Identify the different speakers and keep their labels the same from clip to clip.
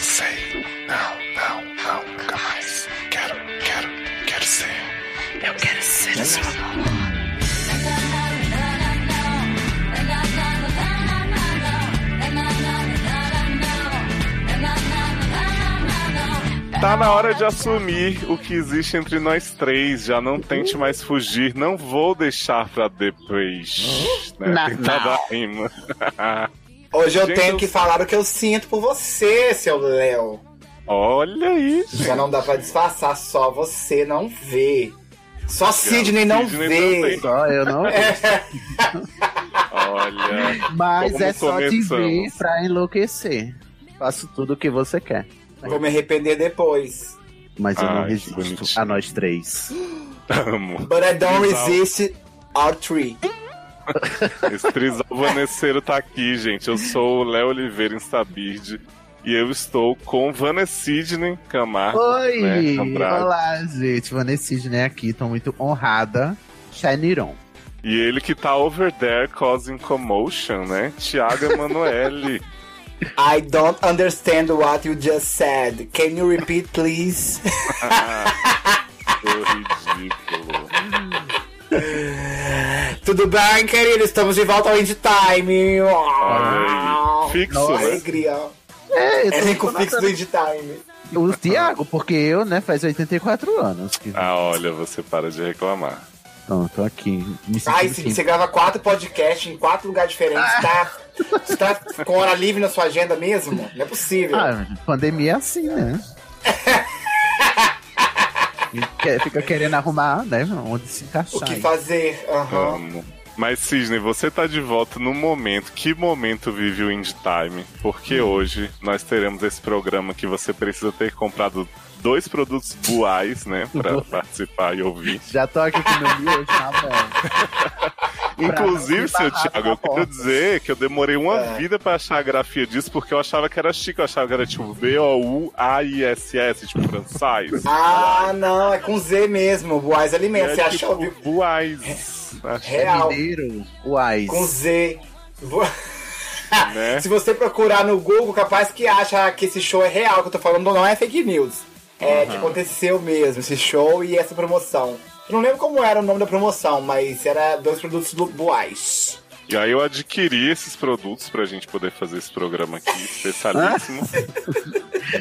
Speaker 1: sei. Não, não, não, nunca mais. Quero, quero, quero ser. Eu quero ser assim. a sua Tá na hora de assumir o que existe entre nós três. Já não tente mais fugir. Não vou deixar pra depois. Né?
Speaker 2: Não,
Speaker 1: Tentar
Speaker 2: não.
Speaker 1: dar rima.
Speaker 3: Hoje eu
Speaker 1: Gente,
Speaker 3: tenho
Speaker 1: eu-
Speaker 3: que falar o que eu sinto por você, seu Léo.
Speaker 1: Olha isso.
Speaker 3: Já não dá pra disfarçar, só você não vê. Só Sidney não
Speaker 1: Sidney
Speaker 3: vê.
Speaker 1: também.
Speaker 2: Só eu não.
Speaker 1: Olha.
Speaker 2: Mas
Speaker 1: Como
Speaker 2: é só te ver
Speaker 1: começamos.
Speaker 2: pra enlouquecer. Faço tudo o que você quer.
Speaker 3: Vou me arrepender depois.
Speaker 2: Mas eu não
Speaker 1: Ai, que
Speaker 2: resisto
Speaker 1: bonitinho.
Speaker 2: a nós três.
Speaker 1: Amo.
Speaker 3: But I don't
Speaker 1: Trisal.
Speaker 3: resist our tree.
Speaker 1: Esse trisal vaneceiro tá aqui, gente. Eu sou o Léo Oliveira Instabird. E eu estou com Vanessa Sidney
Speaker 3: Ah,
Speaker 1: Camargo.
Speaker 2: Oi!
Speaker 1: né, Andrade.
Speaker 2: Olá, gente. Vanessa Sidney aqui. Tô muito honrada. Shiniron.
Speaker 1: E ele que tá over there causing commotion, né? Tiago Emanuele.
Speaker 3: I don't understand what you just said. Can you repeat, please?
Speaker 1: Seu Ah, ridículo.
Speaker 3: Tudo bem, querido? Estamos de volta ao End Time.
Speaker 1: Olha aí. Fixo,
Speaker 3: Nossa,
Speaker 1: né?
Speaker 3: alegria.
Speaker 2: É, eu tô
Speaker 3: É rico
Speaker 2: falando
Speaker 3: fixo do End Time.
Speaker 2: O Thiago, porque eu, né, faz 84 anos que
Speaker 1: Ah, olha, você para de reclamar.
Speaker 2: então, tô aqui. Me sentindo
Speaker 3: Ai, Sidney,
Speaker 2: assim.
Speaker 3: você grava quatro podcasts em quatro lugares diferentes,
Speaker 2: Ah.
Speaker 3: tá? Você tá com hora livre na sua agenda mesmo? Não é possível.
Speaker 2: Ah, pandemia é assim, né? Quer- Fica querendo arrumar, né? Onde se
Speaker 3: o
Speaker 2: encaixar.
Speaker 3: que fazer? Aham.
Speaker 1: Amo. Mas, Sidney, você tá de volta no momento. Que momento vive o Indie Time? Porque
Speaker 2: Hum.
Speaker 1: hoje nós teremos esse programa que você precisa ter comprado dois produtos buais, né? Pra participar e ouvir.
Speaker 2: Já tô aqui com meu miojo na mão.
Speaker 1: Inclusive, seu
Speaker 2: Pra não ser barrado
Speaker 1: Thiago,
Speaker 2: na
Speaker 1: eu quero
Speaker 2: porta.
Speaker 1: dizer que eu demorei uma
Speaker 3: É.
Speaker 1: vida pra achar a grafia disso, porque eu achava que era chique, eu achava que era tipo B-O-U-A-I-S-S, tipo francês.
Speaker 3: Ah, não, é com Z mesmo. Boaz
Speaker 1: E
Speaker 3: Alimentos,
Speaker 1: é
Speaker 3: você É. achou,
Speaker 1: tipo,
Speaker 3: viu?
Speaker 1: Buais.
Speaker 3: Real,
Speaker 2: Mineiro, uais.
Speaker 3: com Z. Vo-
Speaker 1: Né?
Speaker 3: Se você procurar no Google, capaz que acha que esse show é real, que eu tô falando não é fake news. É que aconteceu mesmo, esse show e essa promoção. Eu não lembro como era o nome da promoção, mas era dois produtos do Boaz.
Speaker 1: E aí eu adquiri esses produtos pra gente poder fazer esse programa aqui, especialíssimo.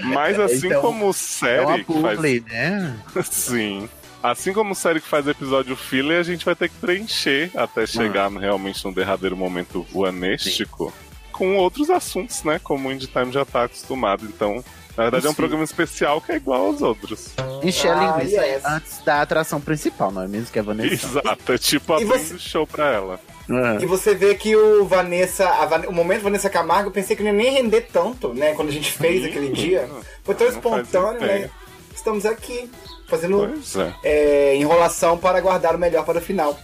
Speaker 1: Mas assim
Speaker 2: Então,
Speaker 1: como o
Speaker 2: É uma
Speaker 1: série que faz.
Speaker 2: publi, né?
Speaker 1: Sim. Assim como o série que faz episódio filler, a gente vai ter que preencher
Speaker 2: Ah.
Speaker 1: até chegar no- realmente no derradeiro momento voanístico com outros assuntos, né? Como o Indie Time já tá acostumado. Então, na verdade, é um
Speaker 2: Sim.
Speaker 1: programa especial que é igual aos outros.
Speaker 2: Encher a
Speaker 3: Ah,
Speaker 2: linguiça
Speaker 3: yes.
Speaker 2: é antes da atração principal, não é mesmo? Que é a Vanessa.
Speaker 1: Exato, é tipo
Speaker 3: E
Speaker 1: abrindo
Speaker 3: você-
Speaker 1: show pra ela.
Speaker 3: E
Speaker 2: Ah,
Speaker 3: você vê que o Vanessa, a Van- o momento Vanessa Camargo, eu pensei que não ia nem render tanto, né? Quando a gente fez
Speaker 1: Sim.
Speaker 3: aquele dia. Foi tão
Speaker 1: Não faz
Speaker 3: espontâneo,
Speaker 1: ideia.
Speaker 3: né? Estamos aqui, fazendo
Speaker 1: Pois é.
Speaker 3: é, enrolação para guardar o melhor para o final.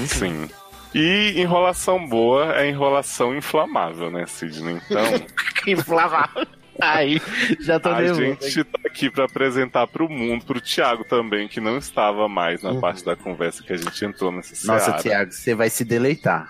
Speaker 1: É, Sim. E enrolação boa é enrolação inflamável, né, Sidney? Então,
Speaker 2: Inflamável. Ai, já tô
Speaker 1: a
Speaker 2: nervoso.
Speaker 1: gente tá aqui pra apresentar pro mundo, pro Thiago também, que não estava mais na parte da conversa que a gente entrou nessa
Speaker 2: Uhum. Nossa,
Speaker 1: seara,
Speaker 2: Thiago, você vai se deleitar.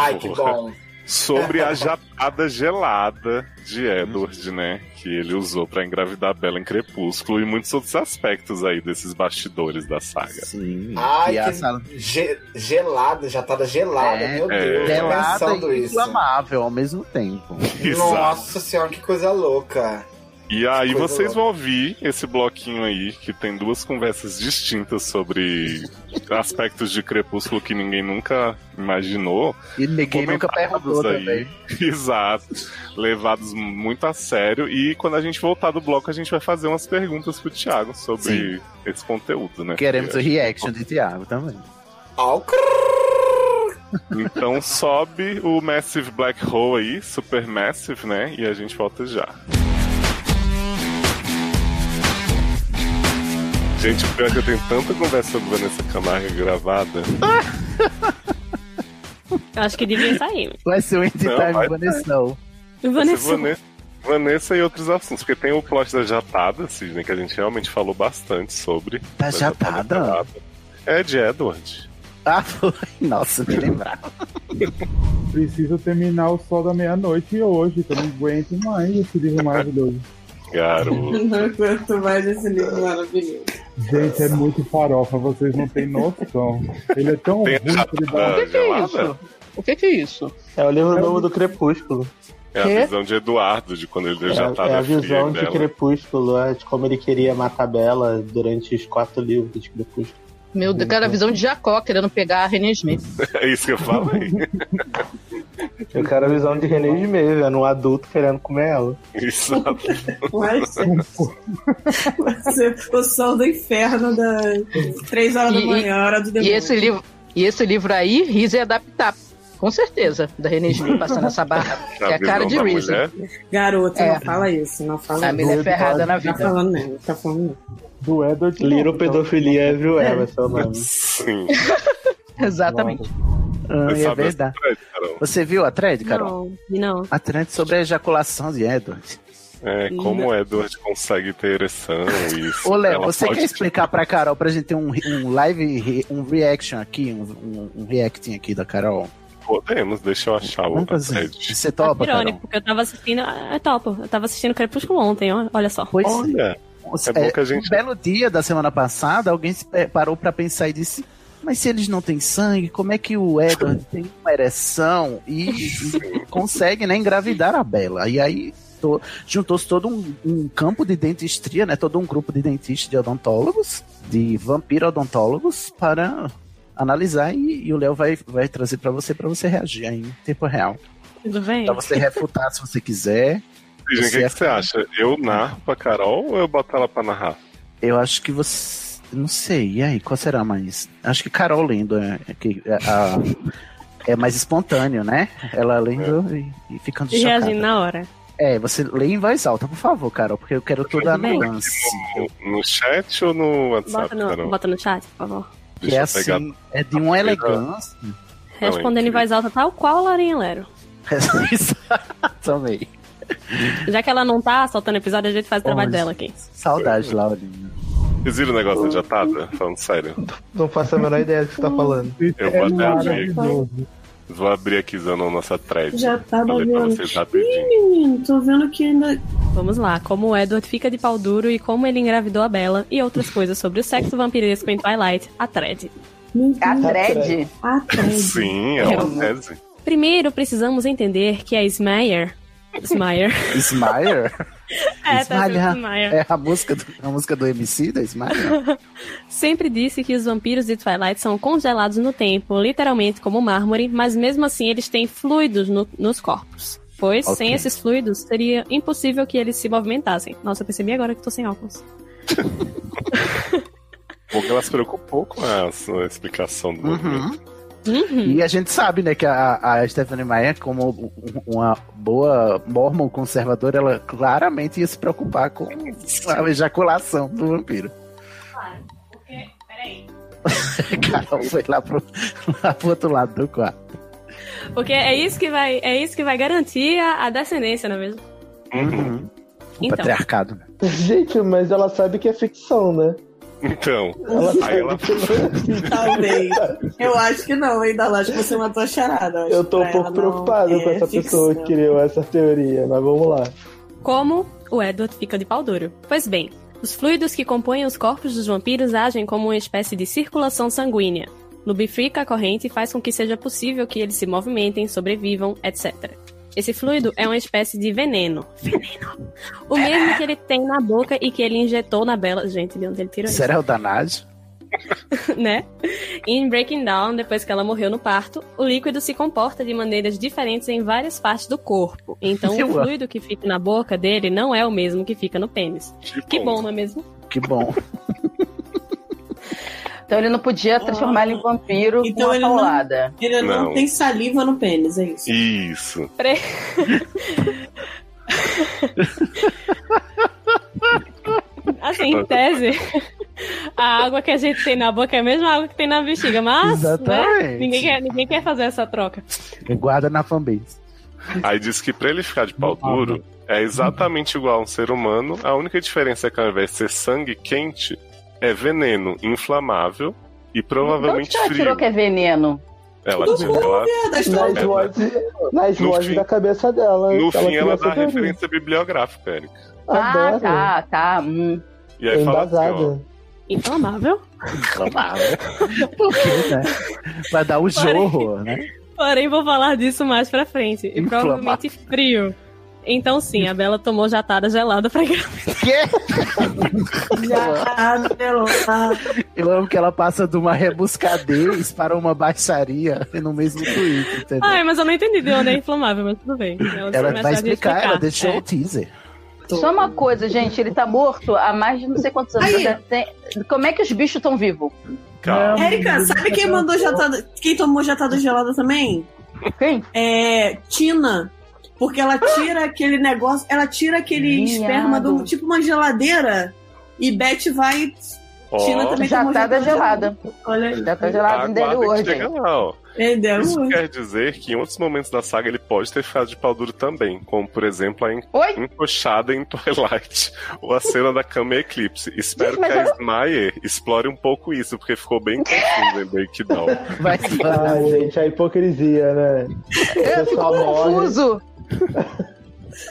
Speaker 3: Ai, que
Speaker 1: Porra.
Speaker 3: bom.
Speaker 1: sobre a jatada gelada de
Speaker 2: Uhum.
Speaker 1: Edward, né, que ele usou pra engravidar a Bella em Crepúsculo e muitos outros aspectos aí desses bastidores da saga.
Speaker 2: Sim.
Speaker 3: Ai,
Speaker 2: e a
Speaker 3: que
Speaker 2: sala
Speaker 3: ge- gelada, já tá da gelada,
Speaker 2: É,
Speaker 3: meu Deus. tô
Speaker 2: gelada
Speaker 3: pensando
Speaker 2: e
Speaker 3: isso.
Speaker 2: inflamável ao mesmo tempo.
Speaker 1: Exato.
Speaker 3: Nossa senhora, que coisa louca.
Speaker 1: E aí
Speaker 3: Coisa
Speaker 1: vocês
Speaker 3: louca.
Speaker 1: vão ouvir esse bloquinho aí, que tem duas conversas distintas sobre aspectos de Crepúsculo que ninguém nunca imaginou.
Speaker 2: E ninguém nunca
Speaker 1: Comentados
Speaker 2: perguntou
Speaker 1: aí.
Speaker 2: também.
Speaker 1: Exato. Levados muito a sério. E quando a gente voltar do bloco, a gente vai fazer umas perguntas pro Thiago sobre esse conteúdo, né?
Speaker 2: Queremos o
Speaker 1: Porque-
Speaker 2: reaction de Thiago também.
Speaker 3: Ó,
Speaker 1: Então sobe o Massive Black Hole aí, Super Massive, né? E a gente volta já. Gente, pior que eu tenho tanta conversa sobre Vanessa Camargo gravada.
Speaker 4: Eu acho que devia sair.
Speaker 2: Vai ser o End
Speaker 1: Não,
Speaker 2: Time
Speaker 1: vai-
Speaker 2: Vanessão.
Speaker 4: Vanessa.
Speaker 1: Vanessa, Vanessa e outros assuntos. Porque tem o plot da Jatada, Sidney, que a gente realmente falou bastante sobre.
Speaker 2: Tá
Speaker 1: Da
Speaker 2: jatada?
Speaker 1: Pelada. É de Edward.
Speaker 2: Ah, foi. Nossa, me lembrava.
Speaker 5: Preciso terminar o sol da meia-noite hoje, que eu não aguento mais esse livro maravilhoso.
Speaker 1: Garoto.
Speaker 5: Não aguento mais esse livro maravilhoso.
Speaker 6: Gente, é muito farofa, vocês não têm noção. Ele é tão ruim
Speaker 1: Tem
Speaker 6: que ele dá.
Speaker 1: a,
Speaker 7: que, que é isso?
Speaker 1: gelada?
Speaker 7: O que, que é isso?
Speaker 8: É o livro novo do Crepúsculo.
Speaker 1: É a
Speaker 7: Quê?
Speaker 1: visão de Eduardo, de quando ele
Speaker 8: É,
Speaker 1: já tá
Speaker 8: é a
Speaker 1: na fria
Speaker 8: visão de
Speaker 1: dela.
Speaker 8: Crepúsculo, é de como ele queria matar Bela durante os quatro livros de Crepúsculo.
Speaker 7: Meu Deus, cara, a visão de Jacó querendo pegar a René Smith.
Speaker 1: É isso que eu falei.
Speaker 8: Eu quero a visão de René de Meio, era um adulto querendo comer ela.
Speaker 1: Isso.
Speaker 5: Vai ser. Vai ser o sol do inferno das 3 horas
Speaker 7: E-
Speaker 5: da manhã, hora do
Speaker 7: E
Speaker 5: demônio.
Speaker 7: esse livro, e esse livro aí, Riz ia adaptar. Com certeza, da René Smith passando essa barra. Que
Speaker 5: né?
Speaker 7: é a cara de
Speaker 1: visão da
Speaker 7: Reason.
Speaker 1: mulher.
Speaker 5: Garoto,
Speaker 7: É.
Speaker 5: não fala isso, não fala
Speaker 7: A
Speaker 5: isso.
Speaker 7: mina é ferrada na
Speaker 5: Tá
Speaker 7: vida.
Speaker 5: falando mesmo, tá falando mesmo.
Speaker 6: Do Edward.
Speaker 8: Little
Speaker 6: Norton.
Speaker 8: Pedofilia Everywhere, vai ser o nome.
Speaker 1: Sim.
Speaker 7: Exatamente.
Speaker 2: Ah,
Speaker 1: Você
Speaker 2: é
Speaker 1: sabe
Speaker 2: verdade.
Speaker 1: essa thread, Carol?
Speaker 2: Você viu a thread, Carol?
Speaker 4: Não, não.
Speaker 2: A thread sobre a ejaculação de Edward.
Speaker 1: É, como o Edward consegue ter ereção isso.
Speaker 2: Ô, Léo,
Speaker 1: Ela
Speaker 2: você
Speaker 1: pode-
Speaker 2: quer explicar pra Carol pra gente ter um, um live, re- um reaction aqui, um, um, um reacting aqui da Carol?
Speaker 1: Podemos, deixa eu achar o
Speaker 2: Vamos fazer.
Speaker 1: thread.
Speaker 2: Você topa,
Speaker 4: Irônico,
Speaker 2: Carol?
Speaker 4: porque eu tava assistindo. É topo. Eu tava assistindo Crepúsculo ontem, ó, olha só.
Speaker 2: Pois
Speaker 1: Olha, é bom que a gente-
Speaker 2: Um belo dia da semana passada, alguém se pe- parou pra pensar e disse: Mas se eles não têm sangue, como é que o Edward tem uma ereção e, e consegue né, engravidar a Bela? E aí to- juntou-se todo um, um campo de dentistria, né, todo um grupo de dentistas, de odontólogos, de vampiro odontólogos, para analisar e, e o Léo vai, vai trazer pra você para você reagir aí em tempo real.
Speaker 4: Tudo bem?
Speaker 2: Pra você refutar se você quiser.
Speaker 1: Virgínia, o que,
Speaker 2: Você é
Speaker 1: que você acha? Eu narro pra Carol ou eu boto ela pra narrar?
Speaker 2: Eu acho que você. Não sei, e aí, qual será mais? Acho que Carol lendo é, é que é, a- é mais espontâneo, né? Ela lendo e, e ficando
Speaker 4: E reagindo
Speaker 2: chocada.
Speaker 4: na hora.
Speaker 2: É, você lê em voz alta, por favor, Carol, porque eu quero toda a
Speaker 4: bem.
Speaker 2: nuance.
Speaker 1: No, no chat ou no WhatsApp,
Speaker 4: Bota no,
Speaker 1: Carol?
Speaker 4: bota no chat, por favor.
Speaker 2: Que é assim, é de uma elegância.
Speaker 1: Não,
Speaker 4: Respondendo em
Speaker 1: incrível.
Speaker 4: voz alta, tal qual a Laurinha Lero.
Speaker 2: Também.
Speaker 4: Já que ela não tá soltando episódio, a gente faz o trabalho
Speaker 2: Olha.
Speaker 4: dela aqui.
Speaker 2: Saudade, Laurinha.
Speaker 1: Vocês viram o negócio é da jatada? né? Falando sério.
Speaker 8: Não faço a menor ideia do que você tá falando.
Speaker 1: Eu vou até abrir,
Speaker 6: Maravilhoso.
Speaker 1: vou abrir aqui Zanon, nossa thread.
Speaker 5: Já tá
Speaker 1: Falei pra
Speaker 5: babiando.
Speaker 1: vocês rapidinho.
Speaker 5: Menino, tô vendo que ainda.
Speaker 4: Vamos lá, como o Edward fica de pau duro e como ele engravidou a Bella e outras coisas sobre o sexo vampiresco em Twilight, a thread.
Speaker 5: Meu Deus,
Speaker 9: A thread?
Speaker 5: atrás.
Speaker 1: Sim, é uma tese.
Speaker 4: Primeiro, precisamos entender que a Smayer... Smayer.
Speaker 2: Smire?
Speaker 4: é, tá
Speaker 2: Smayer.
Speaker 4: escrito Smayer.
Speaker 2: É a música do, a música do MC da Smire?
Speaker 4: Sempre disse que os vampiros de Twilight são congelados no tempo, literalmente como mármore, mas mesmo assim eles têm fluidos no- nos corpos. Pois,
Speaker 2: Ok.
Speaker 4: sem esses fluidos, seria impossível que eles se movimentassem. Nossa, eu percebi agora que tô sem óculos.
Speaker 1: Porque ela se preocupou com a, sua explicação do movimento.
Speaker 2: Uhum.
Speaker 4: Uhum.
Speaker 2: E a gente sabe, né, que a, a Stephanie Meyer, como um- uma boa mormon conservadora, ela claramente ia se preocupar com a ejaculação do vampiro. Carol foi lá pro, lá pro outro lado do quarto.
Speaker 4: Porque é isso que vai, é isso que vai garantir a, a descendência, não é mesmo?
Speaker 5: Uhum.
Speaker 2: O
Speaker 4: Então.
Speaker 2: patriarcado, né?
Speaker 8: Gente, mas ela sabe que é ficção, né?
Speaker 1: Então,
Speaker 8: Ela
Speaker 1: aí ela
Speaker 10: é assim.
Speaker 5: Talvez. Eu acho que não, ainda lá, acho que você matou a charada. Eu acho
Speaker 8: Eu tô
Speaker 5: que
Speaker 8: um
Speaker 5: pra
Speaker 8: pouco
Speaker 5: ela
Speaker 8: preocupado
Speaker 5: não é
Speaker 8: com essa
Speaker 5: ficção.
Speaker 8: pessoa que criou essa teoria, mas vamos lá.
Speaker 4: Como o Edward fica de pau duro. Pois bem, os fluidos que compõem os corpos dos vampiros agem como uma espécie de circulação sanguínea. Lubrifica a corrente e faz com que seja possível que eles se movimentem, sobrevivam, etc. Esse fluido é uma espécie de veneno. Veneno. O mesmo que ele tem na boca e que ele injetou na Bela. Gente, de onde ele tirou isso?
Speaker 2: Será o Danage?
Speaker 4: né? Em Breaking Down, depois que ela morreu no parto, o líquido se comporta de maneiras diferentes em várias partes do corpo. Então,
Speaker 2: Eu
Speaker 4: o
Speaker 2: amo.
Speaker 4: fluido que fica na boca dele não é o mesmo que fica no pênis.
Speaker 1: tipo,
Speaker 4: Que bom, não é mesmo?
Speaker 2: Que bom.
Speaker 9: Então ele não podia transformar ele em vampiro
Speaker 5: Então
Speaker 9: com
Speaker 5: ele
Speaker 9: uma
Speaker 5: não-
Speaker 9: paulada.
Speaker 5: Ele não,
Speaker 1: Não.
Speaker 5: tem saliva no pênis, é isso.
Speaker 1: Isso.
Speaker 4: Assim, em tese, a água que a gente tem na boca é a mesma água que tem na bexiga, mas né?
Speaker 2: Exatamente.
Speaker 4: ninguém, quer, ninguém quer fazer essa troca.
Speaker 2: Guarda na fanbase. Uhum.
Speaker 1: Aí diz que pra ele ficar de pau duro, é exatamente igual a um ser humano. A única diferença é que ao invés de ser sangue quente, é veneno inflamável e
Speaker 9: De onde
Speaker 1: provavelmente
Speaker 9: que ela tirou
Speaker 1: frio.
Speaker 9: que é veneno?
Speaker 1: Ela,
Speaker 5: Do
Speaker 1: tipo, ela-
Speaker 5: Glover, da história.
Speaker 1: Ela-
Speaker 8: Nas vozes, nas
Speaker 1: No
Speaker 8: vozes
Speaker 1: fim-
Speaker 8: da cabeça dela.
Speaker 1: no fim,
Speaker 8: cria
Speaker 1: ela
Speaker 8: essa
Speaker 1: dá
Speaker 8: teoria.
Speaker 1: referência bibliográfica, Eric.
Speaker 11: Ah,
Speaker 8: Adoro.
Speaker 11: tá, tá. hum.
Speaker 1: E
Speaker 8: É
Speaker 1: aí fala assim,
Speaker 8: embasada.
Speaker 1: ó,
Speaker 4: Inflamável.
Speaker 2: Por quê, né? Pra dar o jorro, né?
Speaker 4: Porém, vou falar disso mais pra frente. E
Speaker 2: Inflamável.
Speaker 4: provavelmente frio. Então sim, a Bela tomou jatada gelada pra gravar.
Speaker 5: Já, pelo- ah,
Speaker 2: Eu amo que ela passa de uma rebuscadez para uma baixaria no mesmo tweet, entendeu?
Speaker 4: Ai, mas eu não entendi de onde é inflamável, mas tudo bem.
Speaker 2: ela
Speaker 4: começa
Speaker 2: vai
Speaker 4: a
Speaker 2: explicar, ela deixou
Speaker 4: É.
Speaker 2: o teaser.
Speaker 11: Tô-
Speaker 9: Só uma coisa, gente, ele tá morto há mais de não sei quantos anos.
Speaker 5: Aí.
Speaker 9: Deve ter- Como é que os bichos estão vivos?
Speaker 1: calma.
Speaker 5: Érica, sabe quem mandou jatada? Quem tomou jatada gelada também?
Speaker 9: Quem? Ah!
Speaker 5: É. Tina. Porque ela tira aquele negócio, ela tira aquele
Speaker 9: Viado.
Speaker 5: esperma do. Tipo uma geladeira. E Beth vai.
Speaker 1: Ó,
Speaker 5: Tina também tomou
Speaker 9: Jatada gelada.
Speaker 5: Olha aí.
Speaker 9: Já tá gelado dele
Speaker 1: aguarda que
Speaker 9: hoje.
Speaker 1: chega
Speaker 9: hein?
Speaker 1: lá, ó.
Speaker 5: Entendeu?
Speaker 1: Isso quer dizer que em outros momentos da saga ele pode ter ficado de pau duro também, como por exemplo a en-
Speaker 9: Oi?
Speaker 1: encoxada em Twilight ou a cena da cama Eclipse. Espero
Speaker 9: Gente, mas
Speaker 1: que a Smayer explore um pouco isso, porque ficou bem confuso em Break Down.
Speaker 2: Vai
Speaker 8: Ai, gente, a hipocrisia, né?
Speaker 9: Eu fico
Speaker 8: pessoal morre.
Speaker 9: confuso.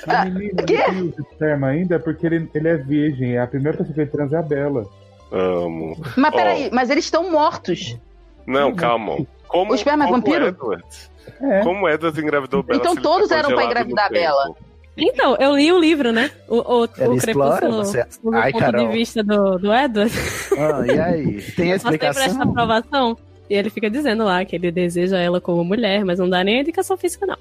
Speaker 9: Ah,
Speaker 10: O menino não
Speaker 9: quê?
Speaker 10: tem uso de esperma ainda é porque ele, ele é virgem. A primeira pessoa que ele transa é a Bela.
Speaker 1: Amo.
Speaker 9: Mas
Speaker 1: Ó.
Speaker 9: peraí, mas eles estão mortos.
Speaker 1: Não, calma. Como,
Speaker 9: O esperma é
Speaker 1: como
Speaker 9: vampiro?
Speaker 1: Edward.
Speaker 10: É.
Speaker 1: Como Edward engravidou Bela?
Speaker 9: Então
Speaker 1: se ele
Speaker 9: todos
Speaker 1: tá
Speaker 9: eram pra
Speaker 1: congelado no
Speaker 9: engravidar
Speaker 1: tempo?
Speaker 9: Bela.
Speaker 4: Então, eu li o livro, né? O, o,
Speaker 2: Ela
Speaker 4: o
Speaker 2: explora,
Speaker 4: Crepúsculo.
Speaker 2: você... é-
Speaker 4: Do
Speaker 2: Ai,
Speaker 4: ponto
Speaker 2: Carol.
Speaker 4: de vista do, do Edward,
Speaker 2: Ah, e aí? Tem a
Speaker 4: passei pra essa
Speaker 2: explicação?
Speaker 4: aprovação. E ele fica dizendo lá que ele deseja ela como mulher, mas não dá nem a indicação física, não.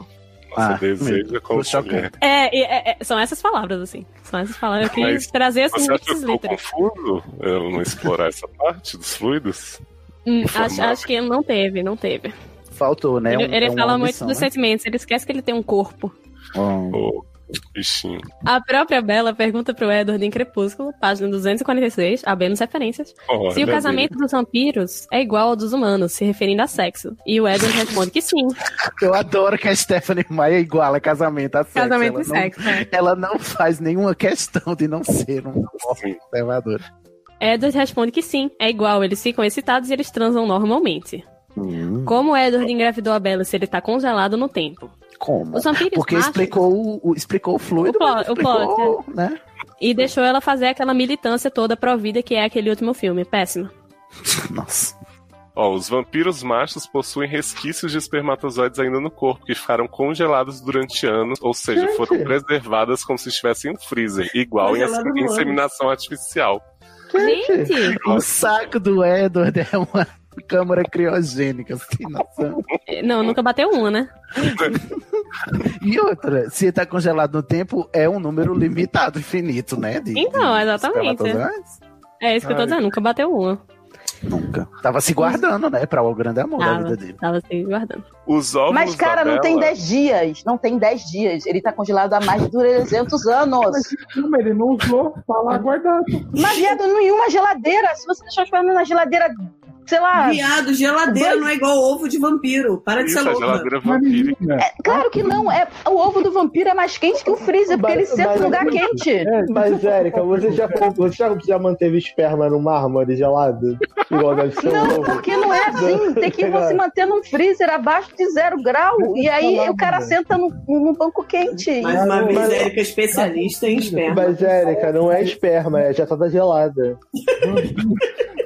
Speaker 1: Nossa,
Speaker 2: Ah,
Speaker 1: deseja
Speaker 2: meu,
Speaker 1: como
Speaker 2: tô chocado.
Speaker 1: mulher.
Speaker 4: É, e- é, é, são essas palavras, assim. São essas palavras. Eu quis
Speaker 1: Mas
Speaker 4: trazer assim,
Speaker 1: Você acha que eu
Speaker 4: muitos
Speaker 1: estou
Speaker 4: letras.
Speaker 1: confuso? Eu não explorar essa parte dos fluidos?
Speaker 4: Hum, acho,
Speaker 1: Informável.
Speaker 4: acho que não teve, não teve.
Speaker 2: Faltou, né?
Speaker 4: ele
Speaker 2: Um-
Speaker 4: ele
Speaker 2: é uma
Speaker 4: fala muito
Speaker 2: omissão,
Speaker 4: dos
Speaker 2: né?
Speaker 4: sentimentos, ele esquece que ele tem um corpo.
Speaker 2: Bom,
Speaker 1: Ô, bichinho.
Speaker 4: A própria Bela pergunta pro Edward em Crepúsculo, página 246, abemos referências,
Speaker 1: Olha
Speaker 4: se o casamento dos vampiros é igual ao dos humanos, se referindo a sexo. E o Edward responde que sim,
Speaker 2: Eu adoro que a Stephanie Maia é iguala casamento a sexo.
Speaker 4: casamento
Speaker 2: ela
Speaker 4: e sexo. é.
Speaker 2: Não, ela não faz nenhuma questão de não ser um
Speaker 1: Sim.
Speaker 2: conservador.
Speaker 4: Edward responde que sim, é igual, eles ficam excitados e eles transam normalmente.
Speaker 2: Hum,
Speaker 4: Como Edward engravidou a Bella se ele tá congelado no tempo?
Speaker 2: Como?
Speaker 4: Os vampiros
Speaker 2: Porque
Speaker 4: machos-
Speaker 2: explicou o, o- explicou o fluido,
Speaker 4: O plot-
Speaker 2: mas
Speaker 4: o
Speaker 2: explicou, né?
Speaker 4: E deixou ela fazer aquela militância toda pró-vida que é aquele último filme. Péssimo.
Speaker 2: Nossa.
Speaker 1: Ó, os vampiros machos possuem resquícios de espermatozoides ainda no corpo, que ficaram congelados durante anos, ou seja,
Speaker 8: Gente.
Speaker 1: foram preservadas como se estivessem em um freezer, igual em
Speaker 5: Congelado no ano.
Speaker 1: inseminação artificial.
Speaker 4: Gente,
Speaker 2: O saco do Edward é uma câmara criogênica. Sem noção.
Speaker 4: É, não, nunca bateu uma, né?
Speaker 2: E outra, se está congelado no tempo, é um número limitado, infinito, né? de-
Speaker 4: Então,
Speaker 2: de
Speaker 4: exatamente.
Speaker 2: espermatozoides?
Speaker 4: É isso que eu tô
Speaker 1: Ai.
Speaker 4: dizendo, nunca bateu uma.
Speaker 2: Nunca. Tava se guardando, né? Pra o grande amor da
Speaker 4: Tava,
Speaker 2: vida dele.
Speaker 4: tava se guardando.
Speaker 1: Os óvulos
Speaker 9: Mas, cara,
Speaker 1: da
Speaker 9: não tem
Speaker 1: Bella-
Speaker 9: 10 dias. Não tem 10 dias. Ele tá congelado há mais de 300 anos.
Speaker 10: Não, mas ele não usou, tá lá guardado.
Speaker 9: Mas, viado, nenhuma geladeira. Se você deixar o esperma na geladeira, sei lá.
Speaker 5: Viado, geladeira não é igual ovo de vampiro. Para de
Speaker 1: Isso,
Speaker 5: ser
Speaker 1: a
Speaker 5: louca.
Speaker 1: geladeira
Speaker 10: Mas,
Speaker 1: vampírica.
Speaker 10: menina,
Speaker 9: Claro que não. É, o ovo do vampiro é mais quente que o freezer, porque ele senta em é um lugar quente.
Speaker 8: é, Mas, Érica, você já, você já, já manteve esperma no mármore gelado? Igual deve ser um
Speaker 9: Não,
Speaker 8: ovo?
Speaker 9: porque não é assim. Tem que você manter num freezer abaixo de zero grau. E aí o cara senta no, no banco quente.
Speaker 5: Mais uma vez,
Speaker 8: Mas-
Speaker 5: Érica é especialista em esperma.
Speaker 8: Mas, Érica, não é esperma, é já tá gelada.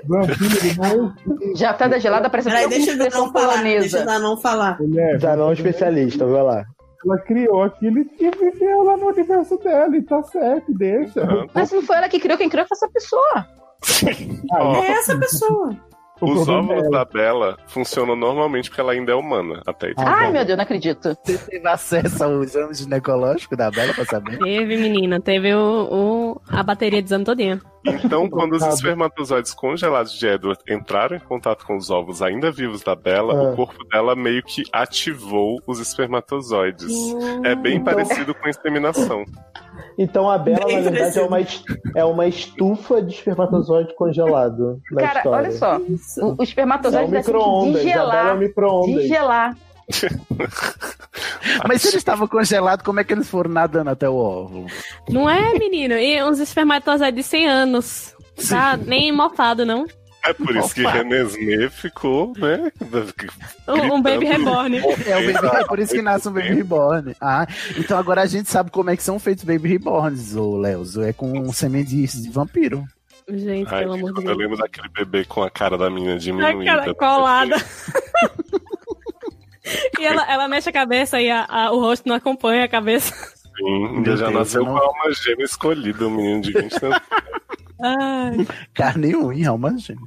Speaker 10: vampiro, ele não
Speaker 9: Já tá da gelada, parece
Speaker 5: Peraí,
Speaker 9: até
Speaker 5: deixa eu
Speaker 9: uma
Speaker 5: não
Speaker 9: expressão
Speaker 5: falar. Deixa
Speaker 9: polonesa.
Speaker 5: eu não falar.
Speaker 10: ele é.
Speaker 8: Já não é um especialista, vai lá.
Speaker 10: Ela criou aquilo e viveu lá no universo dela, e tá certo, deixa.
Speaker 9: Mas se não foi ela que criou, quem criou foi essa pessoa.
Speaker 1: Ó,
Speaker 5: É essa pessoa.
Speaker 10: O
Speaker 1: os
Speaker 10: problema
Speaker 2: é
Speaker 1: óvulos da Bela funcionam normalmente porque ela ainda é humana, até aí.
Speaker 2: Ah,
Speaker 9: Ai, meu Deus, não acredito.
Speaker 2: Você teve acesso ao exame ginecológico da Bela pra saber?
Speaker 4: Teve, menina, teve o, o- a bateria de exame todinha.
Speaker 1: Então, quando os
Speaker 10: Sabe.
Speaker 1: espermatozoides congelados de Edward entraram em contato com os ovos ainda vivos da Bella,
Speaker 8: Ah.
Speaker 2: É.
Speaker 1: o corpo dela meio que ativou os espermatozoides. É bem
Speaker 8: Então-
Speaker 1: parecido com a inseminação.
Speaker 8: Então a Bela,
Speaker 5: Bem
Speaker 8: na verdade, é uma, est- é uma estufa de espermatozoide congelado na
Speaker 9: Cara,
Speaker 8: história.
Speaker 9: olha só. O, o
Speaker 8: É um
Speaker 9: espermatozoide tá deve ter que
Speaker 8: micro-ondas. A Bela é um
Speaker 9: degelar.
Speaker 8: micro-ondas.
Speaker 9: Degelar.
Speaker 2: Mas se eles estavam congelados, como é que eles foram nadando até o óvulo?
Speaker 4: Não é, menino? E uns espermatozoides de 100 anos. Tá nem mofado, não?
Speaker 1: É por isso que Renesmee ficou, né?
Speaker 4: Um, um baby reborn.
Speaker 2: É, o baby, é por isso que nasce um Baby Reborn. Ah, então agora a gente sabe como é que são feitos Baby Reborns, ô Léo. É com sementes de vampiro.
Speaker 4: Gente,
Speaker 1: Ai,
Speaker 4: pelo
Speaker 1: gente,
Speaker 4: amor
Speaker 1: tá
Speaker 4: de
Speaker 1: quando eu
Speaker 4: Deus.
Speaker 1: lembro daquele bebê com a cara da menina
Speaker 4: A
Speaker 1: diminuída.
Speaker 4: cara colada. e ela, ela mexe a cabeça e a- a- o rosto não acompanha a cabeça.
Speaker 1: Sim, assim, ainda
Speaker 2: Meu
Speaker 1: já
Speaker 2: Deus,
Speaker 1: nasceu
Speaker 2: eu não-
Speaker 1: com a alma gêmea escolhida, um menino de 20 anos.
Speaker 4: Ai.
Speaker 2: Carne é e unha, alma gêmea.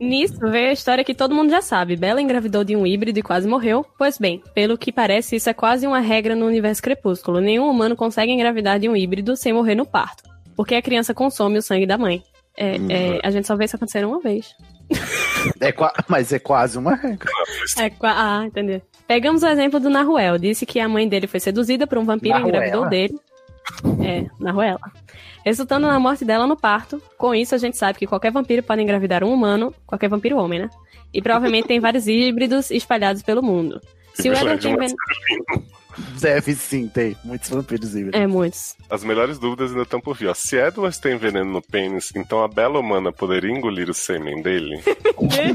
Speaker 4: Nisso veio a história que todo mundo já sabe. Bella engravidou de um híbrido e quase morreu. Pois bem, pelo que parece, isso é quase uma regra no universo crepúsculo. Nenhum humano consegue engravidar de um híbrido sem morrer no parto. Porque a criança consome o sangue da mãe. É, é, a gente só vê isso acontecer uma vez.
Speaker 2: É qua- Mas é quase uma regra.
Speaker 4: É, qua- ah, entendeu. Pegamos o exemplo do Naruel. Disse que a mãe dele foi seduzida por um vampiro e engravidou
Speaker 2: Naruela?
Speaker 4: dele. É, Naruela. Resultando na morte dela no parto. Com isso, a gente sabe que qualquer vampiro pode engravidar um humano, qualquer vampiro homem, né? E provavelmente tem vários híbridos espalhados pelo mundo. Se o Edward
Speaker 1: Verdade, mas
Speaker 4: enven-
Speaker 2: Deve sim ter muitos vampiros híbridos.
Speaker 4: É, muitos.
Speaker 1: As melhores dúvidas ainda estão por vir. Ó. Se Edward tem veneno no pênis, então a bela humana poderia engolir o sêmen dele?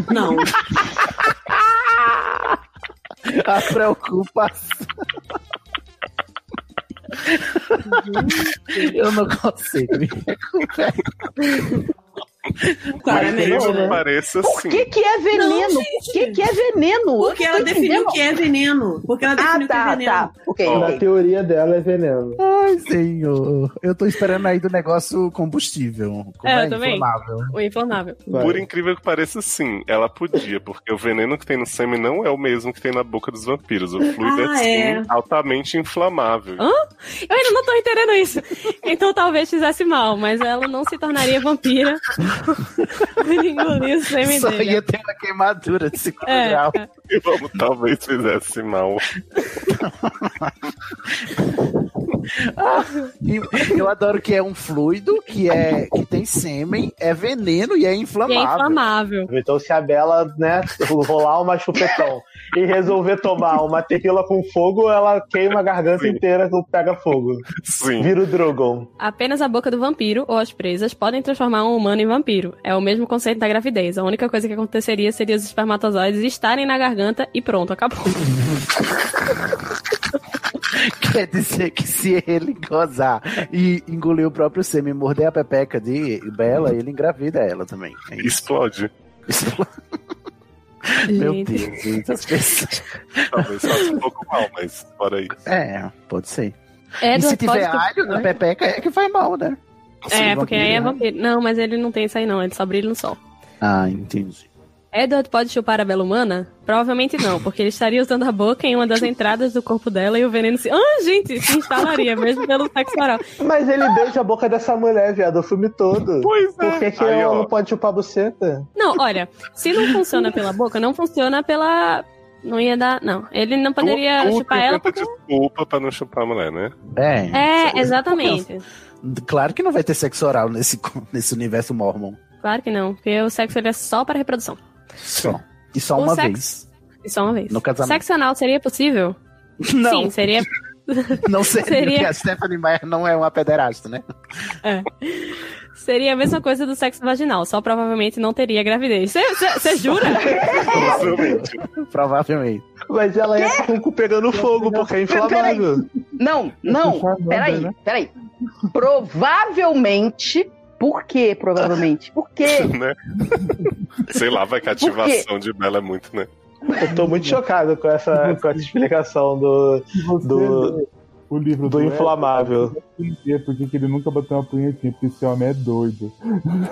Speaker 5: Não.
Speaker 2: A preocupação. Eu não consigo me recuperar.
Speaker 5: Claramente,
Speaker 1: Mesmo que
Speaker 5: né?
Speaker 1: pareça,
Speaker 9: Por
Speaker 1: sim.
Speaker 9: que que é veneno?
Speaker 5: Não, gente.
Speaker 9: Por que que é veneno?
Speaker 5: Porque ela
Speaker 9: Vocês
Speaker 5: definiu
Speaker 9: entenderam?
Speaker 5: que é veneno. Porque ela
Speaker 9: Ah,
Speaker 5: definiu
Speaker 9: tá,
Speaker 5: que é veneno.
Speaker 9: tá. Ok,
Speaker 1: Ó.
Speaker 9: ok.
Speaker 8: Na teoria dela é veneno.
Speaker 2: Ai, senhor. Eu tô esperando aí do negócio combustível. Como
Speaker 4: É,
Speaker 2: é,
Speaker 4: eu também.
Speaker 2: inflamável.
Speaker 4: O inflamável.
Speaker 8: Vai.
Speaker 1: Por incrível que pareça, sim, ela podia, porque o veneno que tem no sêmen não é o mesmo que tem na boca dos vampiros. O fluido é,
Speaker 5: Ah,
Speaker 1: sim,
Speaker 5: é.
Speaker 1: altamente inflamável.
Speaker 4: Hã? Eu ainda não tô entendendo isso. Então talvez fizesse mal, mas ela não se tornaria vampira. Engolir o sêmen
Speaker 2: Só
Speaker 4: dele.
Speaker 2: ia ter uma queimadura de 5
Speaker 4: É.
Speaker 2: graus.
Speaker 1: E vamos, talvez fizesse mal.
Speaker 2: E eu adoro que é um fluido, que é que tem sêmen, é veneno e é
Speaker 4: E é
Speaker 2: inflamável.
Speaker 4: inflamável.
Speaker 8: Então se a Bela, né, rolar uma chupetão e resolver tomar uma tequila com fogo, ela queima a garganta
Speaker 1: Sim.
Speaker 8: inteira com pega fogo.
Speaker 1: Sim.
Speaker 8: Vira o Drogon.
Speaker 4: Apenas a boca do vampiro ou as presas podem transformar um humano em vampiro. É o mesmo conceito da gravidez. A única coisa que aconteceria seria os espermatozoides estarem na garganta e pronto, acabou.
Speaker 2: Quer dizer que se ele gozar e engolir o próprio sêmen e morder a pepeca de
Speaker 1: Uhum.
Speaker 2: Bela, ele engravida ela também. É isso.
Speaker 1: Explode.
Speaker 2: Meu
Speaker 4: Gente.
Speaker 2: Deus, gente, as pessoas.
Speaker 1: Talvez faça um pouco mal, mas fora aí.
Speaker 2: É, pode ser. e se
Speaker 4: Edward
Speaker 2: tiver
Speaker 4: pode-
Speaker 2: alho na pepeca, é que faz mal, né?
Speaker 4: É,
Speaker 2: Sim,
Speaker 4: porque aí é vampiro. Não, mas ele não tem isso aí não, ele só brilha no sol.
Speaker 2: Ah, entendi.
Speaker 4: Edward pode chupar a bela humana? Provavelmente não, porque ele estaria usando a boca em uma das entradas do corpo dela e o veneno se. Ah, gente, se instalaria, mesmo pelo sexo oral.
Speaker 8: Mas ele
Speaker 9: Ah!
Speaker 8: beija a boca dessa mulher, viado, o filme todo.
Speaker 1: Pois é.
Speaker 8: Por que, que
Speaker 1: Aí,
Speaker 8: ela
Speaker 1: ó.
Speaker 8: não pode chupar a buceta?
Speaker 4: Não, olha, se não funciona pela boca, não funciona pela. Não ia dar. Não. Ele não poderia
Speaker 1: Tu- tu
Speaker 4: chupar ela
Speaker 1: inventa
Speaker 4: porque.
Speaker 1: desculpa pra não chupar a mulher, né?
Speaker 2: É,
Speaker 4: É, exatamente.
Speaker 2: claro que não vai ter sexo oral nesse, nesse universo mormon.
Speaker 4: Claro que não, porque o sexo ele é só para reprodução.
Speaker 2: Só. E só
Speaker 4: O
Speaker 2: uma
Speaker 4: sexo- E só uma vez.
Speaker 2: No casamento.
Speaker 4: Sexo anal seria possível?
Speaker 2: vez. Não,
Speaker 4: Sim, seria.
Speaker 2: não seria,
Speaker 4: Seria- é.
Speaker 2: porque a Stephanie Meyer não é uma pederasta, né?
Speaker 4: Seria a mesma coisa do sexo vaginal, só provavelmente não teria gravidez. Você jura?
Speaker 1: Provavelmente.
Speaker 2: Provavelmente.
Speaker 8: Mas ela entra com o cu pegando fogo, porque é inflamável.
Speaker 9: Não, não.
Speaker 6: Puxar
Speaker 9: Peraí,
Speaker 6: nada, né?
Speaker 9: peraí. Provavelmente. Por quê, provavelmente? Por quê?
Speaker 1: né? Sei lá, vai que a ativação de Bela é muito, né?
Speaker 8: Eu tô muito chocado com essa, com essa explicação do,
Speaker 6: Se você
Speaker 8: Do-
Speaker 6: lê o livro
Speaker 8: do
Speaker 6: Ed,
Speaker 8: inflamável.
Speaker 6: entender por que que ele nunca bateu uma punhetinha, porque esse homem é doido.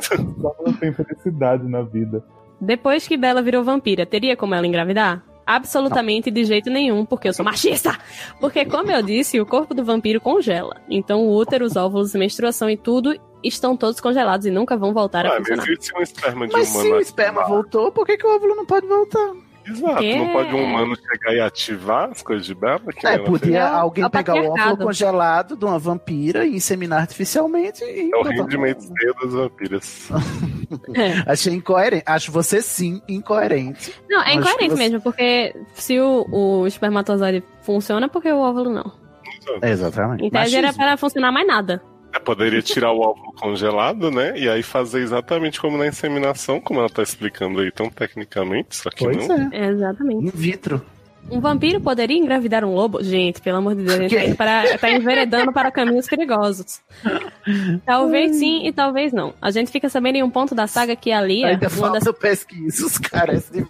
Speaker 6: Só não tem felicidade na vida.
Speaker 4: Depois que Bella virou vampira, teria como ela engravidar? Absolutamente de jeito nenhum, porque eu sou machista! Porque, como eu disse, o corpo do vampiro congela. Então o útero, os óvulos, menstruação e tudo estão todos congelados e nunca vão voltar a
Speaker 1: Ah, mas
Speaker 4: funcionar.
Speaker 1: e se um esperma de
Speaker 2: É, Mas se
Speaker 1: humano
Speaker 2: o esperma voltou, por que, que o óvulo não pode voltar?
Speaker 1: Exato,
Speaker 4: Porque-
Speaker 1: não pode um humano chegar e ativar as coisas de Bela? Que
Speaker 2: É,
Speaker 1: ela fez?
Speaker 2: podia
Speaker 4: Não,
Speaker 2: alguém
Speaker 4: ao
Speaker 2: pegar o óvulo
Speaker 4: patriarcado.
Speaker 2: congelado de uma vampira e inseminar artificialmente e.
Speaker 1: É o
Speaker 2: botar um- no-
Speaker 1: rendimento zero dos vampiros.
Speaker 4: É.
Speaker 2: Achei incoerente. Acho você sim incoerente.
Speaker 4: Não, é
Speaker 2: Acho
Speaker 4: incoerente
Speaker 2: que você-
Speaker 4: mesmo, porque se o, o espermatozoide funciona, por que o óvulo não?
Speaker 2: Exatamente.
Speaker 4: Em tese era para funcionar mais nada.
Speaker 1: É Poderia tirar o óvulo congelado, né? E aí fazer exatamente como na inseminação, como ela tá explicando aí tão tecnicamente, só que
Speaker 2: Pois
Speaker 1: não.
Speaker 2: é.
Speaker 4: É, exatamente.
Speaker 2: In vitro.
Speaker 4: Um vampiro poderia engravidar um lobo? Gente, pelo amor de Deus, a gente tá, indo para- tá enveredando para caminhos perigosos. Talvez sim e talvez não. A gente fica sabendo em um ponto da saga que a Lia,
Speaker 2: Ainda
Speaker 4: uma das
Speaker 2: falta pesquisa, os caras de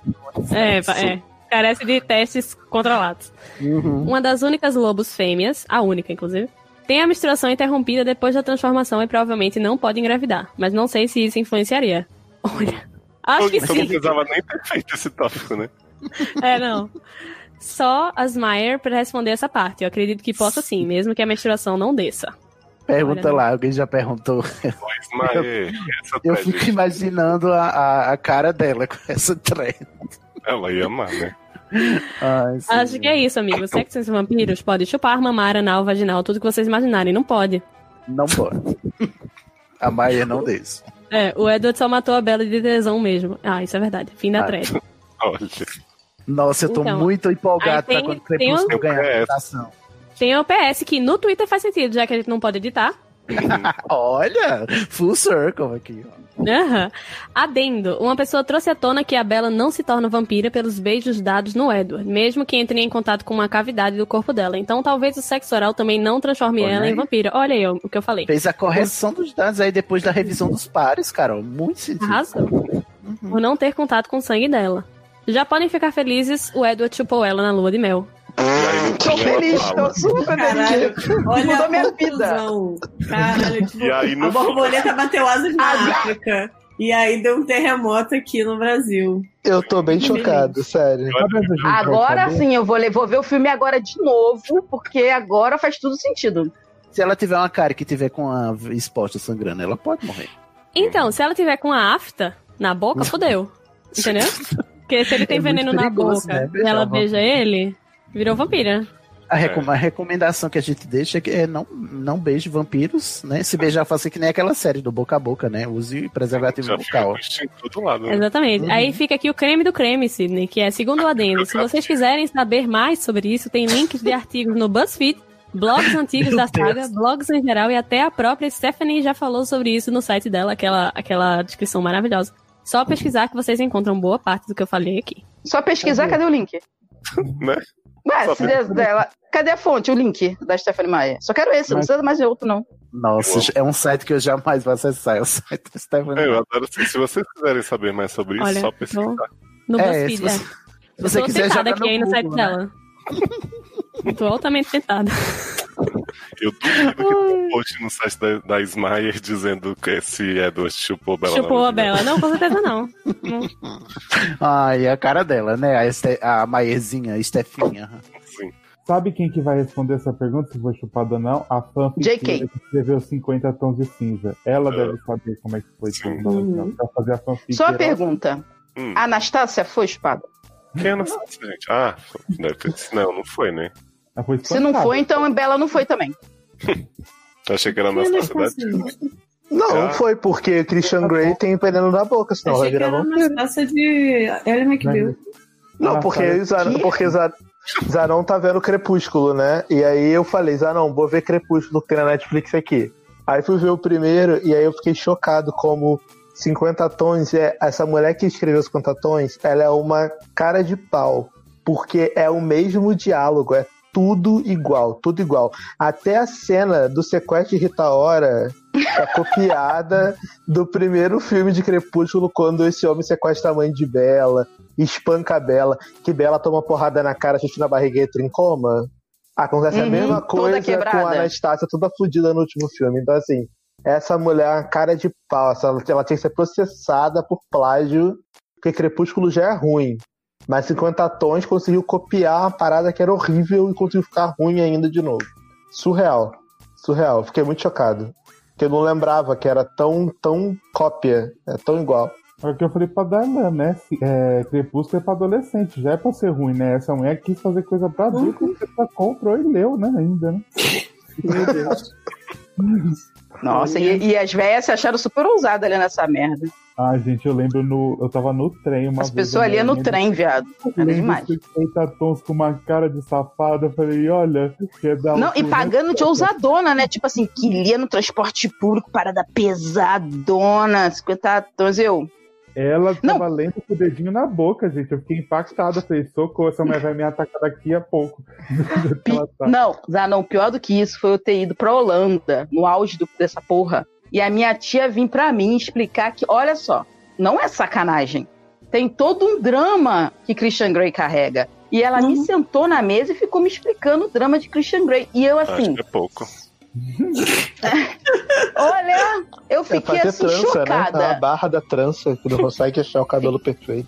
Speaker 4: É, pa- é. Carece de testes controlados.
Speaker 1: Uhum.
Speaker 4: Uma das únicas lobos fêmeas, a única, inclusive, tem a menstruação interrompida depois da transformação e provavelmente não pode engravidar. Mas não sei se isso influenciaria. Olha. Acho que
Speaker 1: Então não
Speaker 4: sim.
Speaker 1: precisava nem ter feito esse tópico, né?
Speaker 4: É, não. Só as Mayer pra responder essa parte. Eu acredito que possa sim, mesmo que a menstruação não desça.
Speaker 2: Pergunta
Speaker 4: Olha.
Speaker 2: lá, alguém já perguntou.
Speaker 1: Pois, Maê, essa
Speaker 2: Eu
Speaker 1: thread,
Speaker 2: fico imaginando a, a, a cara dela com essa treta.
Speaker 1: ela ia amar, né?
Speaker 2: Ai,
Speaker 4: Acho que é isso, amigo. Sexo entre vampiros pode chupar, mamar, anal, vaginal, tudo que vocês imaginarem. Não pode.
Speaker 2: Não pode. A Maia não deixa.
Speaker 4: É, o Edward só matou a Bela de tesão mesmo. Ah, isso é verdade. Fim da
Speaker 2: Ah,
Speaker 4: thread.
Speaker 1: Olha.
Speaker 2: Nossa, eu tô
Speaker 4: Então,
Speaker 2: muito empolgado
Speaker 4: aí
Speaker 2: pra
Speaker 4: tem-
Speaker 2: quando o
Speaker 4: tem
Speaker 2: Crepúsculo
Speaker 1: um-
Speaker 2: ganhar
Speaker 1: É.
Speaker 2: a votação.
Speaker 4: Tem o PS que no Twitter faz sentido, já que a gente não pode editar.
Speaker 2: Olha, full circle aqui. ó.
Speaker 4: Aham. Adendo. Uma pessoa trouxe à tona que a Bella não se torna vampira pelos beijos dados no Edward, mesmo que entre em contato com uma cavidade do corpo dela. Então talvez o sexo oral também não transforme
Speaker 2: Olha
Speaker 4: ela
Speaker 2: aí.
Speaker 4: em vampira. Olha aí o que eu falei.
Speaker 2: né? Fez a correção dos dados aí depois da revisão dos pares, Carol. Muito sentido.
Speaker 4: Arrasou. Por não ter contato com o sangue dela. Já podem ficar felizes, o Edward chupou ela na lua de mel.
Speaker 1: E aí, no
Speaker 12: Tô
Speaker 1: fim, ela
Speaker 12: feliz,
Speaker 1: fala,
Speaker 12: tô super
Speaker 5: Caralho,
Speaker 12: feliz.
Speaker 5: olha
Speaker 12: Mudou
Speaker 5: a
Speaker 12: minha
Speaker 5: confusão. Caralho, tipo,
Speaker 1: E aí, no
Speaker 5: a borboleta bateu asas na África. E aí deu um terremoto aqui no Brasil.
Speaker 8: Eu tô bem chocado, sério.
Speaker 10: Sabe onde a gente vai
Speaker 5: Ah,
Speaker 9: Agora
Speaker 10: saber?
Speaker 9: sim, eu vou, le- vou ver o filme agora de novo, porque agora faz tudo sentido.
Speaker 2: Se ela tiver uma cara que tiver com a exposta sangrando, ela pode morrer.
Speaker 4: Então, se ela tiver com a afta na boca, fodeu. Entendeu? Porque se ele tem
Speaker 2: É muito
Speaker 4: veneno na
Speaker 2: perigoso,
Speaker 4: boca
Speaker 2: né?
Speaker 4: e ela
Speaker 2: Beijar o
Speaker 4: beija ele, virou vampira.
Speaker 2: A,
Speaker 1: É.
Speaker 2: recom- a recomendação que a gente deixa é que é não, não beije vampiros, né? Se beijar, faça que nem aquela série do boca a boca, né? Use preservativo
Speaker 1: Já fica
Speaker 2: vocal.
Speaker 1: com instinto do outro lado, né?
Speaker 4: Exatamente.
Speaker 2: Uhum.
Speaker 4: Aí fica aqui o creme do creme, Sidney, que é segundo o adendo. Se vocês quiserem saber mais sobre isso, tem links de artigos no BuzzFeed, blogs antigos da saga, blogs em geral e até a própria Stephanie já falou sobre isso no site dela, aquela, aquela descrição maravilhosa. Só pesquisar que vocês encontram boa parte do que eu falei aqui. Tá
Speaker 9: Só pesquisar, cadê o link?
Speaker 1: Né?
Speaker 9: Ué,
Speaker 1: Só
Speaker 9: se der- dela, cadê a fonte, o link da Stephanie Maia? Só quero esse, não
Speaker 10: Mas-
Speaker 9: precisa mais de outro, não.
Speaker 2: Nossa, é um site que eu jamais vou acessar. É o site do Stephanie.
Speaker 1: Eu adoro. Se se vocês quiserem saber mais sobre isso,
Speaker 4: Olha,
Speaker 1: só pesquisar.
Speaker 4: No
Speaker 2: É,
Speaker 4: BuzzFeed,
Speaker 2: se
Speaker 4: é.
Speaker 2: você, se
Speaker 4: Eu
Speaker 2: você
Speaker 4: tô
Speaker 2: quiser
Speaker 4: tentada
Speaker 2: jogar
Speaker 4: aqui aí no
Speaker 2: no
Speaker 4: site
Speaker 2: Google, né?
Speaker 4: dela. Tô altamente tentada.
Speaker 1: Eu duvido que tenha um post no site da, da Smayer dizendo que esse Edward chupou Bela.
Speaker 4: Chupou
Speaker 1: na
Speaker 4: a Bela. Não, com certeza não. Não.
Speaker 2: Ai, a cara dela, né? A, Este, a Maierzinha, a Stefinha.
Speaker 10: Sabe quem que vai responder essa pergunta, se vou chupado ou não? A fanfic
Speaker 9: JK.
Speaker 10: que escreveu 50 tons de cinza. Ela
Speaker 1: Ah.
Speaker 10: deve saber como é que foi
Speaker 1: Sim.
Speaker 10: tudo, ela pra fazer a fanfic.
Speaker 9: Só a
Speaker 10: ela-
Speaker 9: pergunta.
Speaker 1: Hum.
Speaker 9: A Anastácia foi espada?
Speaker 1: Quem é nossa gente? Ah, deve ter... não, não foi, né?
Speaker 10: ela foi
Speaker 9: Se não
Speaker 10: espantada.
Speaker 9: foi, então a Bela não foi também.
Speaker 1: Eu achei que era nossa
Speaker 9: né?
Speaker 5: Ela
Speaker 1: cidade.
Speaker 9: assim.
Speaker 5: tá
Speaker 8: Não,
Speaker 1: Ah.
Speaker 8: foi porque Christian Grey tem veneno na boca, senão Então, vai
Speaker 5: Achei que
Speaker 8: virar
Speaker 5: era
Speaker 8: vampiro. tá.
Speaker 5: uma taça de Ellen McBeal.
Speaker 8: Não,
Speaker 10: Ah,
Speaker 5: né?
Speaker 8: porque, Zar... porque Zar... Zarão tá vendo Crepúsculo, né? E aí eu falei, Zarão, vou ver Crepúsculo que tem na Netflix aqui. Aí fui ver o primeiro e aí eu fiquei chocado como 50 tons é. Essa mulher que escreveu 50 tons, ela é uma cara de pau. Porque é o mesmo diálogo, é tudo igual, tudo igual. Até a cena do sequestro de Rita Ora é copiada do primeiro filme de Crepúsculo, quando esse homem sequestra a mãe de Bela, espanca a Bela que Bela toma porrada na cara, xixi na barriga e entra em coma. Acontece a
Speaker 9: Uhum,
Speaker 8: mesma
Speaker 9: toda
Speaker 8: coisa com
Speaker 9: quebrada.
Speaker 8: a Anastácia toda fodida no último filme. Então, assim, essa mulher é uma cara de pau. essa- Ela tem que ser processada por plágio, porque Crepúsculo já é ruim. Mas 50 Tons conseguiu copiar uma parada que era horrível e conseguiu ficar ruim ainda de novo. Surreal. Surreal. Fiquei muito chocado. Porque eu não lembrava que era tão, tão cópia. É tão igual.
Speaker 10: É o que eu falei pra Darlan, né? Se- é, Crepúsculo é pra adolescente, já é pra ser ruim, né? Essa mulher quis fazer coisa pra adulto, você só comprou e leu, né? Ainda, né?
Speaker 8: Meu Deus.
Speaker 6: Uhum.
Speaker 9: Nossa, e, e as velhas se acharam super ousadas ali nessa merda.
Speaker 6: Ah, gente, eu lembro no. Eu tava no trem uma
Speaker 9: As
Speaker 6: vez.
Speaker 9: pessoas ali é no trem, viado. Era demais.
Speaker 6: Tons tá com uma cara de safada. Eu falei, olha, quer dar um
Speaker 9: Não, e
Speaker 6: pulo.
Speaker 10: né?
Speaker 9: pagando de ousadona, né? Tipo assim, que lia no transporte público, parada pesadona, 50 tons, eu.
Speaker 6: Ela tava lendo com o dedinho na boca, gente. Eu fiquei impactada. Falei, socorro, essa mulher vai me atacar daqui a pouco. Ela tá-
Speaker 9: Não, Zanon, pior do que isso foi eu ter ido pra Holanda, no auge do- dessa porra, e a minha tia vir pra mim explicar que, olha só, não é sacanagem. Tem todo um drama que Christian Grey carrega. E ela
Speaker 8: Uhum.
Speaker 9: me sentou na mesa e ficou me explicando o drama de Christian Grey. E eu assim,
Speaker 1: Acho que é pouco.
Speaker 9: olha, eu fiquei
Speaker 8: fazer
Speaker 9: assim
Speaker 8: trança,
Speaker 9: chocada.
Speaker 8: né? A barra da trança, que não consegue achar o cabelo perfeito.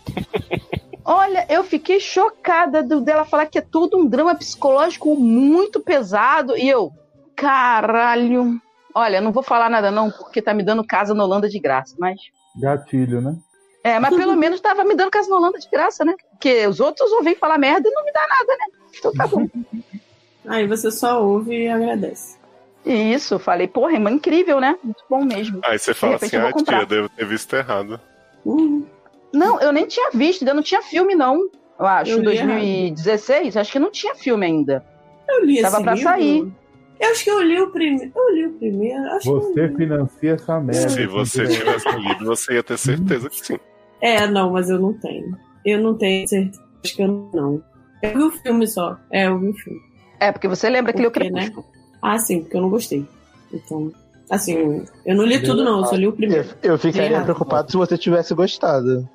Speaker 9: Olha, eu fiquei chocada do- dela falar que é todo um drama psicológico muito pesado. E eu, caralho. Olha, não vou falar nada não, porque tá me dando casa na Holanda de graça. Mas,
Speaker 6: Gatilho, né?
Speaker 9: é, mas pelo menos tava me dando casa na Holanda de graça, né? Porque os outros ouvem falar merda e não me dá nada, né? Então tá bom.
Speaker 5: Aí você só ouve e agradece.
Speaker 9: E isso, eu falei, porra, irmã, incrível, né? Muito bom mesmo.
Speaker 1: Aí você fala
Speaker 9: repente
Speaker 1: assim,
Speaker 9: eu vou
Speaker 1: ah, tia,
Speaker 9: comprar."
Speaker 1: eu devo ter visto errado.
Speaker 5: Uhum.
Speaker 9: Não, eu nem tinha visto, ainda não tinha filme, não. Eu acho,
Speaker 5: Eu li
Speaker 9: 2016, acho que não tinha filme ainda.
Speaker 5: Eu li
Speaker 9: Tava
Speaker 5: esse
Speaker 9: pra
Speaker 5: livro.
Speaker 9: sair.
Speaker 5: Eu acho que eu li o primeiro. Eu li o primeiro. Acho que eu
Speaker 6: Você
Speaker 5: li.
Speaker 6: financia essa merda.
Speaker 1: Se você
Speaker 6: gente.
Speaker 1: tivesse lido, você ia ter certeza que sim.
Speaker 5: É, não, mas eu não tenho. Eu não tenho certeza. Acho que eu não. Eu vi o filme só. É, eu vi o filme.
Speaker 9: É, porque você lembra que leu
Speaker 5: né? Ah, sim, porque eu não gostei. Então, assim, eu não li tudo, não. Eu só li o primeiro.
Speaker 8: Eu ficaria
Speaker 5: É.
Speaker 8: preocupado se você tivesse gostado.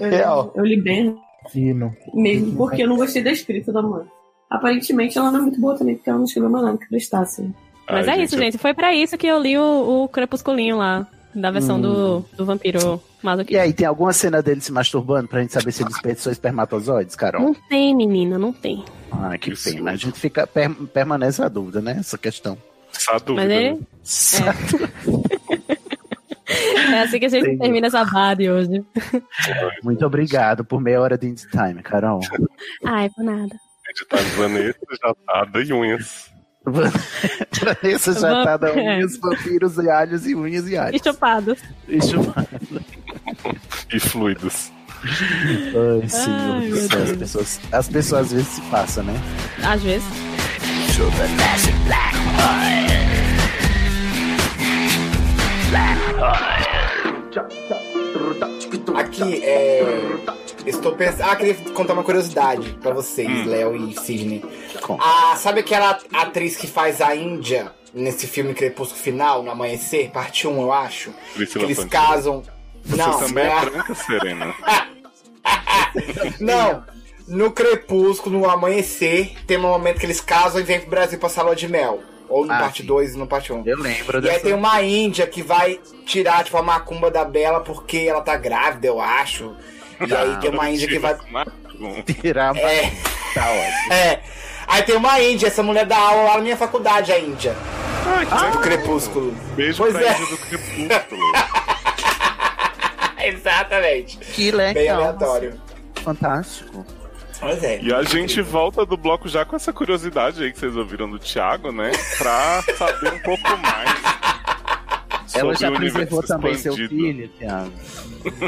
Speaker 8: Real.
Speaker 5: Eu li bem
Speaker 6: Hino.
Speaker 5: mesmo, porque eu não gostei da escrita da mãe. Aparentemente ela não é muito boa também, porque ela não escreveu mais nada que prestasse.
Speaker 4: Mas é isso, gente. Foi pra isso que eu li o, o Crepusculinho lá, da versão
Speaker 2: Hum. Então.
Speaker 4: do, do vampiro
Speaker 2: E
Speaker 4: masoquista.
Speaker 2: aí, tem alguma cena dele se masturbando pra gente saber se ele desperdiçou espermatozoides, Carol?
Speaker 4: Não tem, menina, não tem.
Speaker 2: Ah, que pena. A gente fica, per- permanece a dúvida, né? Essa questão.
Speaker 1: Essa dúvida.
Speaker 4: Mas é- ele-
Speaker 1: né?
Speaker 4: É assim que a gente
Speaker 2: Entendi.
Speaker 4: termina essa vibe hoje.
Speaker 2: Muito obrigado por meia hora de Indie Time, Carol.
Speaker 4: Ai, por nada.
Speaker 1: Tá Vanessa, já tá de unhas.
Speaker 2: Vanessa já tá da
Speaker 4: Vamp- é.
Speaker 2: unhas, vampiros e alhos e unhas e
Speaker 4: E
Speaker 2: alhos.
Speaker 4: chupadas.
Speaker 2: Isso.
Speaker 1: E fluidos.
Speaker 2: Ai, senhor
Speaker 4: Ai,
Speaker 2: do
Speaker 4: meu
Speaker 2: céu, as
Speaker 4: Deus.
Speaker 2: pessoas, as pessoas às vezes se passam, né?
Speaker 4: Às vezes.
Speaker 3: Aqui, é. Estou pensando. Ah, queria contar uma curiosidade pra vocês, Léo e Sidney. Ah, sabe aquela atriz que faz a Índia nesse filme Crepúsculo Final, no Amanhecer, parte 1, eu acho?
Speaker 1: Priscila
Speaker 3: que eles
Speaker 1: Fantin.
Speaker 3: casam.
Speaker 1: Você
Speaker 3: não,
Speaker 1: também
Speaker 3: é
Speaker 1: é
Speaker 3: a-
Speaker 1: branca, Serena.
Speaker 3: Não, no Crepúsculo, no Amanhecer, tem um momento que eles casam e vêm pro Brasil passar lua de mel. Ou no
Speaker 2: Ah,
Speaker 3: parte
Speaker 2: sim.
Speaker 3: 2 e no parte 1.
Speaker 2: Eu lembro
Speaker 3: E aí
Speaker 2: dessa.
Speaker 3: tem uma índia que vai tirar, tipo, a macumba da Bela porque ela tá grávida, eu acho. E aí tem uma índia que vai.
Speaker 2: Tirar a
Speaker 3: É.
Speaker 2: Tá ótimo.
Speaker 3: É. Aí tem uma índia, essa mulher dá aula lá na minha faculdade, a índia. Ah, o Crepúsculo.
Speaker 1: Beijo
Speaker 3: Pois
Speaker 1: pra
Speaker 3: é.
Speaker 1: Índia do Crepúsculo.
Speaker 3: Exatamente.
Speaker 2: Que legal.
Speaker 3: Bem aleatório.
Speaker 2: Fantástico.
Speaker 3: Pois é.
Speaker 1: E a gente volta do bloco já com essa curiosidade aí que vocês ouviram do Thiago, né? Pra saber um pouco mais.
Speaker 2: Ela
Speaker 1: sobre
Speaker 2: já
Speaker 1: o
Speaker 2: preservou
Speaker 1: universo
Speaker 2: também seu
Speaker 1: expandido.
Speaker 2: filho, Thiago.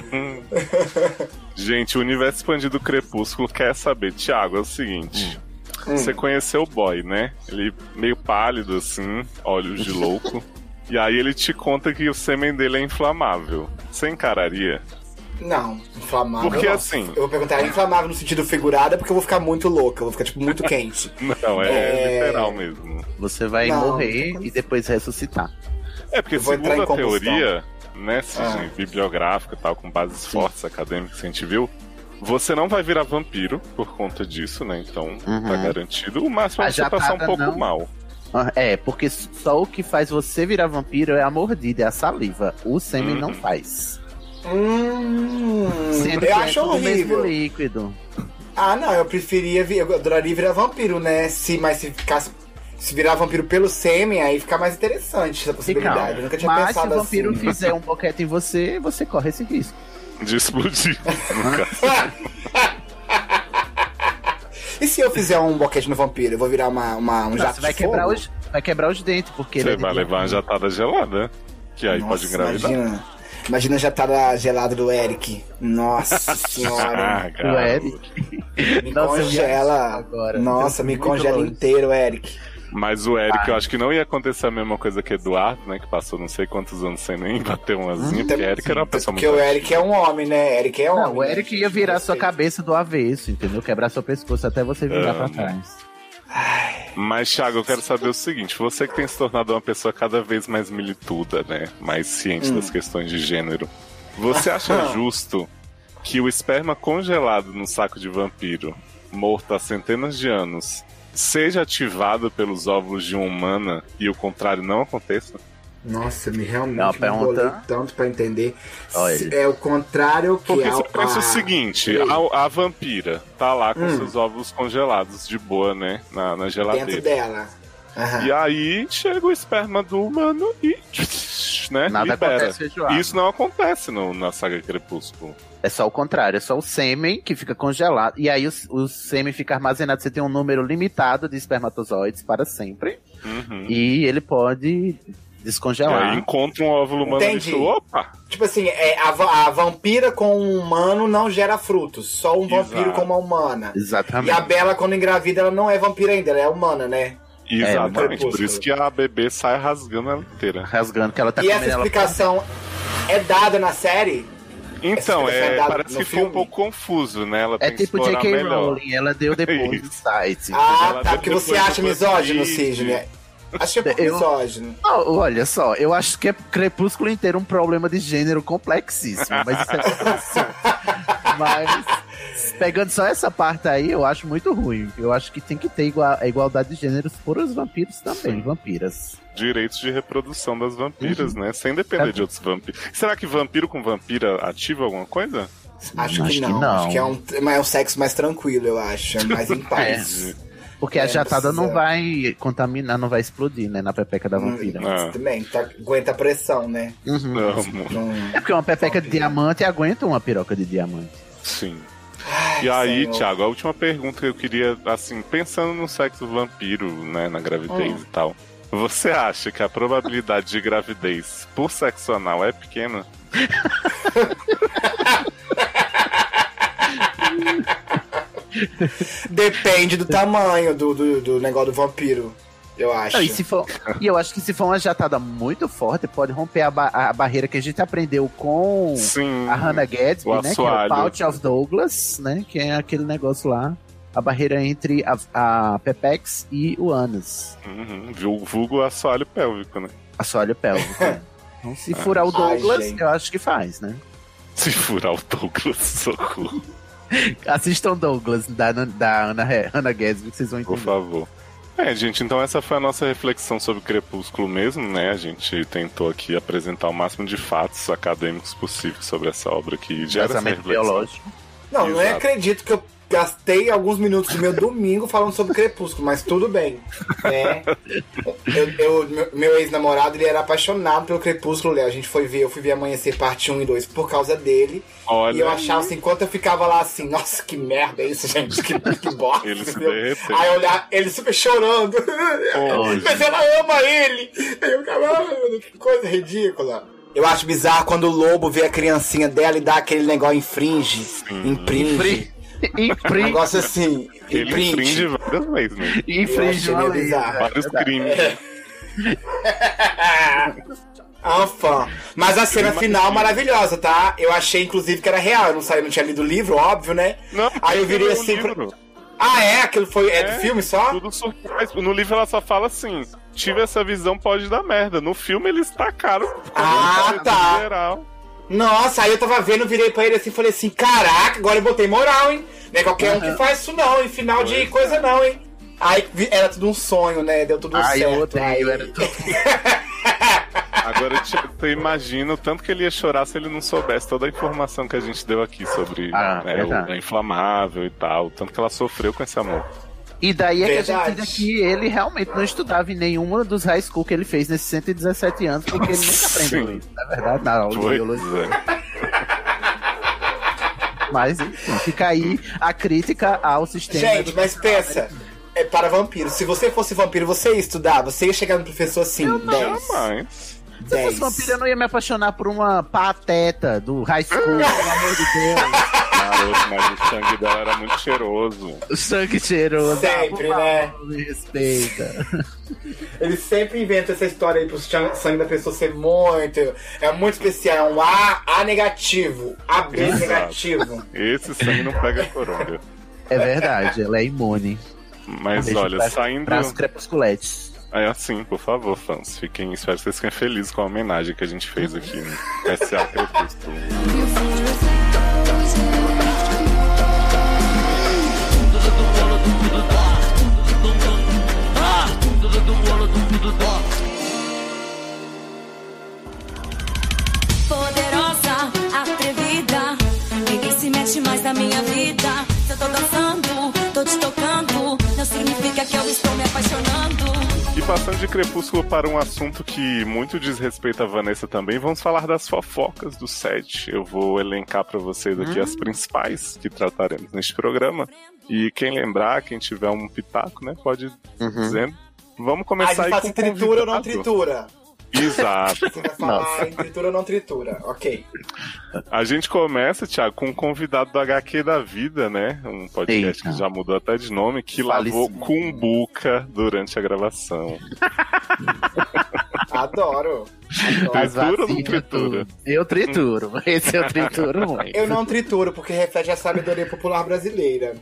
Speaker 1: Gente, o universo expandido Crepúsculo quer saber. Tiago, é o seguinte.
Speaker 3: Hum.
Speaker 1: Você conheceu o boy, né? Ele meio pálido, assim, olhos de louco. e aí ele te conta que o sêmen dele é inflamável. Você encararia?
Speaker 3: Não, inflamável.
Speaker 1: Porque
Speaker 3: não.
Speaker 1: assim-
Speaker 3: Eu vou perguntar, é inflamável no sentido figurado, porque eu vou ficar muito louca, eu vou ficar, tipo, muito quente.
Speaker 1: Não, é,
Speaker 3: É.
Speaker 1: literal mesmo.
Speaker 2: Você vai
Speaker 3: Não,
Speaker 2: morrer e depois ressuscitar.
Speaker 1: É, porque
Speaker 3: Eu vou entrar
Speaker 1: segundo a
Speaker 3: em combustão. Ah.
Speaker 1: teoria, né, Sidney, bibliográfica e tal, com bases fortes acadêmicas que a gente viu, você não vai virar vampiro por conta disso, né? Então tá
Speaker 3: Uhum.
Speaker 1: garantido. O máximo
Speaker 2: A
Speaker 1: é
Speaker 3: Ah,
Speaker 1: você passar um
Speaker 2: jatada
Speaker 1: pouco
Speaker 2: não.
Speaker 1: mal.
Speaker 2: Ah, É, porque só o que faz você virar vampiro é a mordida, é a saliva. O sêmen
Speaker 1: Uhum.
Speaker 2: não faz.
Speaker 3: Hum,
Speaker 2: Sendo que
Speaker 3: eu acho
Speaker 2: é tudo o mesmo
Speaker 3: horrível.
Speaker 2: líquido.
Speaker 3: Ah, não, eu preferia. vi- Eu adoraria virar vampiro, né? Se, mas se ficasse. Se virar vampiro pelo sêmen, aí fica mais interessante essa possibilidade. Eu nunca tinha
Speaker 2: Mas se o
Speaker 3: pensado
Speaker 2: vampiro
Speaker 3: assim.
Speaker 2: fizer um boquete em você, você corre esse risco.
Speaker 1: De explodir, no caso.
Speaker 3: E se eu fizer um boquete no vampiro? Eu vou virar uma, uma, um
Speaker 2: Não,
Speaker 3: jato
Speaker 2: você vai
Speaker 3: de
Speaker 2: quebrar
Speaker 3: fogo?
Speaker 2: os. vai quebrar os dentes, porque
Speaker 1: Você
Speaker 2: ele é de
Speaker 1: vai levar uma jatada gelada, que aí pode engravidar.
Speaker 3: Imagina, imagina já tá na gelada do Eric. Nossa
Speaker 1: Ah, cara.
Speaker 3: senhora.
Speaker 1: Do
Speaker 3: Eric. Me
Speaker 2: Nossa, eu vi
Speaker 3: congela.
Speaker 2: agora.
Speaker 3: Nossa,
Speaker 2: Eu
Speaker 3: me
Speaker 2: fui muito
Speaker 3: congela
Speaker 2: longe.
Speaker 3: inteiro, Eric.
Speaker 1: Mas o Eric, eu acho que não ia acontecer a mesma coisa que Eduardo, né? Que passou não sei quantos anos sem nem bater um asinho, porque Eric era uma pessoa
Speaker 3: Uhum. Porque
Speaker 1: muito.
Speaker 3: o Eric é um homem, né? Eric é homem.
Speaker 2: Não, o Eric ia virar sua cabeça do avesso, entendeu? Quebrar seu pescoço até você virar
Speaker 1: Ah,
Speaker 2: pra
Speaker 1: mano.
Speaker 2: trás.
Speaker 1: Mas, Thiago, eu quero saber o seguinte: você que tem se tornado uma pessoa cada vez mais milituda, né? Mais ciente
Speaker 13: Hum.
Speaker 1: das questões de gênero. Você acha
Speaker 3: Ah.
Speaker 1: justo que o esperma congelado no saco de vampiro, morto há centenas de anos, seja ativado pelos óvulos de uma humana e o contrário não aconteça?
Speaker 3: Nossa, me realmente
Speaker 1: Não,
Speaker 3: me
Speaker 1: pergunta-
Speaker 3: embolei tanto pra entender.
Speaker 1: Olha
Speaker 3: Se-
Speaker 1: ele.
Speaker 3: É o contrário que é
Speaker 1: Porque
Speaker 3: a-
Speaker 1: se pensa
Speaker 3: a-
Speaker 1: o seguinte, a, a vampira tá lá com
Speaker 3: Hum.
Speaker 1: seus óvulos congelados de boa, né? Na, na geladeira.
Speaker 3: dentro dela. Aham.
Speaker 1: E aí chega o esperma do humano e. Né,
Speaker 2: Nada
Speaker 1: libera.
Speaker 2: acontece, João.
Speaker 1: Isso não acontece no- na saga Crepúsculo.
Speaker 2: É só o contrário, é só o sêmen que fica congelado. E aí o, o sêmen fica armazenado, você tem um número limitado de espermatozoides para sempre.
Speaker 1: Uhum.
Speaker 2: E ele pode
Speaker 1: E
Speaker 2: descongelar.
Speaker 1: aí encontra um óvulo humano e diz,
Speaker 3: Entendi.
Speaker 1: opa!
Speaker 3: Tipo assim, é, a, va- a vampira com um humano não gera frutos. Só um vampiro
Speaker 1: Exato.
Speaker 3: com uma humana. E
Speaker 2: Exatamente.
Speaker 3: a Bela, quando engravida, ela não é vampira ainda, ela é humana, né?
Speaker 2: É,
Speaker 1: Exatamente, por
Speaker 3: Crepúsculo.
Speaker 1: isso que a bebê sai rasgando ela inteira.
Speaker 2: Rasgando, que ela
Speaker 3: e essa explicação é dada na série?
Speaker 1: Então,
Speaker 3: Essa explicação
Speaker 1: é,
Speaker 3: dada
Speaker 1: parece
Speaker 3: no
Speaker 1: que ficou um pouco confuso, né? Ela
Speaker 2: É
Speaker 1: tem que
Speaker 2: tipo
Speaker 1: explorar
Speaker 2: J.K.
Speaker 1: melhor. É
Speaker 2: Rowling, ela deu depois do site.
Speaker 3: Ah,
Speaker 1: Ela
Speaker 3: tá, porque
Speaker 1: depois
Speaker 3: você acha
Speaker 1: do
Speaker 3: misógino,
Speaker 1: Buzzfeed.
Speaker 3: Sidney. Acha um pouco
Speaker 2: Eu-
Speaker 3: misógino.
Speaker 2: Não, olha só, eu acho que é Crepúsculo inteiro um problema de gênero complexíssimo, mas isso é outra assunto. Mas pegando só essa parte aí, eu acho muito ruim. Eu acho que tem que ter igua- a igualdade de gêneros para os vampiros também, vampiras.
Speaker 1: Direitos de reprodução das vampiras,
Speaker 2: Uhum.
Speaker 1: né? Sem depender de outros vampiros. Será que vampiro com vampira ativa alguma coisa?
Speaker 3: Acho, que, não. Acho que é um, mas é um sexo mais tranquilo, eu acho. É mais em paz.
Speaker 2: É. Porque a
Speaker 3: É,
Speaker 2: jatada não
Speaker 3: precisa-
Speaker 2: vai contaminar, não vai explodir, né, na pepeca da vampira.
Speaker 3: Isso também, tá, aguenta a pressão, né?
Speaker 2: Uhum.
Speaker 3: Não-
Speaker 2: É porque uma pepeca de diamante aguenta uma piroca de diamante.
Speaker 1: Sim. E aí,
Speaker 2: senhor.
Speaker 1: Thiago, a última pergunta que eu queria, assim, pensando no sexo vampiro, né, na gravidez
Speaker 13: Hum.
Speaker 1: e tal. Você acha que a probabilidade de gravidez por sexo anal é pequena?
Speaker 3: Depende do tamanho do, do, do negócio do vampiro, eu acho.
Speaker 2: Não, e, se for- e eu acho que se for uma jatada muito forte, pode romper a, ba- a barreira que a gente aprendeu com a Hannah Gadsby,
Speaker 1: o
Speaker 2: né? Que é o
Speaker 1: assoalho.
Speaker 2: Pouch of Douglas, né? Que é aquele negócio lá. A barreira entre a, a Pepex e o ânus.
Speaker 1: Uhum, vul- vulgo assoalho pélvico, né?
Speaker 2: Assoalho pélvico. né? Então, se furar o
Speaker 1: Ai,
Speaker 2: Douglas,
Speaker 1: gente.
Speaker 2: eu acho que faz, né?
Speaker 1: Se furar o Douglas, socorro.
Speaker 2: Assistam Douglas da, da Ana, Hannah Gadsby, que vocês vão entender.
Speaker 1: Por favor. É, gente, então essa foi a nossa reflexão sobre Crepúsculo mesmo, né? A gente tentou aqui apresentar o máximo de fatos acadêmicos possíveis sobre essa obra que gera essa
Speaker 2: Embasamento
Speaker 1: reflexão.
Speaker 2: biológico.
Speaker 3: Não, não
Speaker 1: Exato.
Speaker 3: acredito que eu gastei alguns minutos do meu domingo falando sobre Crepúsculo, mas tudo bem. Né? Eu, eu- meu- meu ex-namorado ele era apaixonado pelo Crepúsculo, Léo. A gente foi ver, eu fui ver amanhecer parte 1 e 2 por causa dele.
Speaker 1: Olha
Speaker 3: e eu
Speaker 1: aí.
Speaker 3: achava assim, enquanto eu ficava lá assim, nossa, que merda é isso, gente? Que, que bosta.
Speaker 1: Ele se
Speaker 3: entendeu?
Speaker 1: derreteu.
Speaker 3: Aí eu olhar, ele super chorando. Mas
Speaker 1: gente.
Speaker 3: ela ama ele. Aí eu ficava, "Ai, meu Deus, que coisa ridícula. Eu acho bizarro quando o lobo vê a criancinha dela e dá aquele negócio infringe.
Speaker 2: Impringe.
Speaker 3: Impringe. Um negócio assim.
Speaker 1: Ele infringe várias vezes, né?
Speaker 3: Infringe Eu achei uma meio lei, bizarro. né?
Speaker 1: vários crimes.
Speaker 3: Anfã. Mas a cena
Speaker 1: Imagina.
Speaker 3: final maravilhosa, tá? Eu achei, inclusive, que era real. Eu não sabia, não tinha lido o livro, óbvio, né? Aí eu
Speaker 2: um
Speaker 3: virei assim. pra- Ah, é? Aquilo foi. É, do filme só?
Speaker 1: Tudo surpresa. No livro ela só fala assim: tive essa visão, pode dar merda. No filme eles tacaram.
Speaker 3: Ah, tá. Nossa, aí eu tava vendo, virei pra ele assim e falei assim: caraca, agora eu botei moral, hein? Não é qualquer um que
Speaker 2: Uhum.
Speaker 3: faz isso, não, em final de
Speaker 2: é.
Speaker 3: coisa, não, hein? Aí vi- era tudo um sonho, né? Deu tudo
Speaker 2: Ai, eu
Speaker 3: certo.
Speaker 2: odeio,
Speaker 3: aí...
Speaker 2: era
Speaker 1: Agora Thiago, tu imagina o tanto que ele ia chorar se ele não soubesse toda a informação que a gente deu aqui sobre né,
Speaker 2: Ah, verdade.
Speaker 1: o inflamável e tal. O tanto que ela sofreu com esse amor.
Speaker 2: E daí é que a
Speaker 3: Verdade.
Speaker 2: gente tira que ele realmente não estudava em nenhuma dos high school que ele fez nesses 117 anos, porque ele nunca aprendeu
Speaker 1: Sim.
Speaker 2: isso, na verdade, na aula de
Speaker 1: Pois é.
Speaker 2: biologia. Mas, enfim, fica aí a crítica ao sistema.
Speaker 3: Gente, mas pensa, é para vampiros. Se você fosse vampiro, você ia estudar, você ia chegar no professor assim,
Speaker 2: Eu não.
Speaker 3: 10.
Speaker 1: Jamais.
Speaker 2: Se
Speaker 3: É
Speaker 2: eu fosse vampiro, eu não ia me apaixonar por uma pateta do high school, pelo
Speaker 3: Ah!
Speaker 2: amor de Deus.
Speaker 1: Garoto, mas o sangue dela era muito cheiroso.
Speaker 2: O sangue cheiroso.
Speaker 3: Sempre, né?
Speaker 2: Me respeita.
Speaker 3: Eles sempre inventam essa história aí pro chan- sangue da pessoa ser muito. É muito especial. É um A, A negativo. AB
Speaker 1: Exato.
Speaker 3: negativo.
Speaker 1: Esse sangue não pega coronga.
Speaker 2: É verdade, ela é imune.
Speaker 1: Mas
Speaker 2: Beijo
Speaker 1: olha,
Speaker 2: pra-
Speaker 1: saindo.
Speaker 2: Para os crepusculetes.
Speaker 1: É assim, por favor, fãs. Fiquem, espero que vocês fiquem felizes com a homenagem que a gente fez aqui no S.A. Crepúsculo.
Speaker 13: Poderosa, atrevida. Ninguém se mexe mais na minha vida. Se eu tô dançando, tô te tocando. Não significa que eu estou me apaixonando.
Speaker 1: E passando de Crepúsculo para um assunto que muito diz respeito a Vanessa também, vamos falar das fofocas do set. Eu vou elencar para vocês aqui
Speaker 3: Hum.
Speaker 1: as principais que trataremos neste programa. E quem lembrar, quem tiver um pitaco, né, pode ir dizendo. Vamos
Speaker 3: A
Speaker 1: começar
Speaker 3: gente
Speaker 1: aí
Speaker 3: Ah, faz
Speaker 1: com o
Speaker 3: em tritura ou não
Speaker 1: convidado.
Speaker 3: tritura.
Speaker 1: Exato.
Speaker 3: Você vai
Speaker 1: Nossa.
Speaker 3: falar em tritura ou não tritura. Ok.
Speaker 1: A gente começa, Thiago, com um convidado do HQ da Vida, né? Um podcast que já mudou até de nome, que lavou cumbuca durante a gravação.
Speaker 3: Adoro. Então,
Speaker 1: Tritura ou não
Speaker 2: As
Speaker 3: assim,
Speaker 2: vacinas,
Speaker 1: tritura?
Speaker 2: tudo. Eu trituro. Esse eu trituro muito.
Speaker 3: Eu não trituro, porque reflete a sabedoria popular brasileira.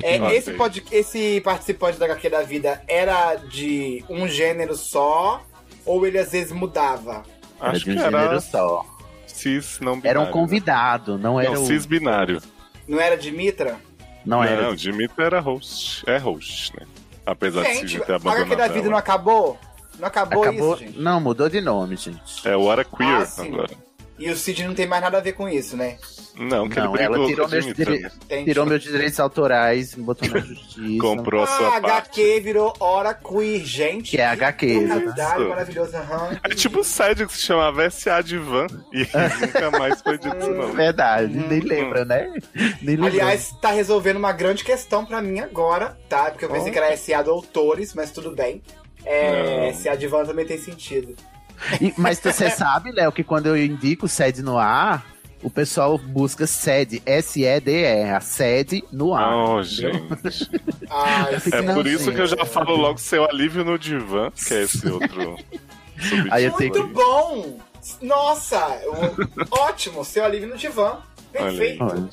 Speaker 3: É,
Speaker 2: Ok.
Speaker 3: esse, pod- esse participante da HQ da Vida era de um gênero só? Ou ele às vezes mudava?
Speaker 2: Era de um gênero só.
Speaker 1: Cis não binário. né?
Speaker 2: Era um convidado, não era
Speaker 1: Não,
Speaker 2: o...
Speaker 1: cis binário.
Speaker 3: Não era de Mitra?
Speaker 2: Não, era.
Speaker 1: Não, Dimitra era host. É host, né? Apesar de
Speaker 3: Gente,
Speaker 1: Cisne ter
Speaker 3: a HQ da
Speaker 1: abandonado
Speaker 3: Vida
Speaker 1: ela.
Speaker 3: não acabou? Não acabou,
Speaker 2: Acabou...
Speaker 3: isso, gente?
Speaker 2: não, mudou de nome, gente.
Speaker 1: É o Hora Queer
Speaker 3: Ah, sim.
Speaker 1: agora.
Speaker 3: E o Cid não tem mais nada a ver com isso, né?
Speaker 1: Não, que
Speaker 2: Não,
Speaker 1: ele brigou
Speaker 2: ela tirou
Speaker 1: com a
Speaker 2: meus,
Speaker 1: Dimitra.
Speaker 2: dire... tirou meus direitos autorais, me botou na justiça.
Speaker 1: Comprou a
Speaker 3: Ah, HQ virou Hora Queer, gente.
Speaker 2: Que é HQ, né?
Speaker 3: Verdade,
Speaker 1: Isso.
Speaker 3: maravilhoso. aham.
Speaker 1: É tipo o Sérgio que se chamava S.A. de Van e nunca mais foi dito esse nome.
Speaker 2: Verdade, nem É, lembra, né? Nem lembra.
Speaker 3: Uhum. Aliás, tá resolvendo uma grande questão pra mim agora, tá? Porque eu pensei que era SA Doutores, mas tudo bem. É,
Speaker 2: Não.
Speaker 3: SA Divan também tem sentido.
Speaker 2: E- mas você sabe, Léo, que quando eu indico sede no ar, o pessoal busca sede, S-E-D-E, a sede no ar.
Speaker 1: Oh,
Speaker 2: entendeu?
Speaker 1: gente.
Speaker 3: Ai,
Speaker 1: É por isso
Speaker 2: gente.
Speaker 1: que eu já falo logo seu alívio no divã, que é esse outro. subtítulo
Speaker 2: Aí eu tenho
Speaker 3: Muito bom! Nossa! eu- Ótimo! Seu alívio no divã.
Speaker 1: Olha aí.
Speaker 3: Perfeito.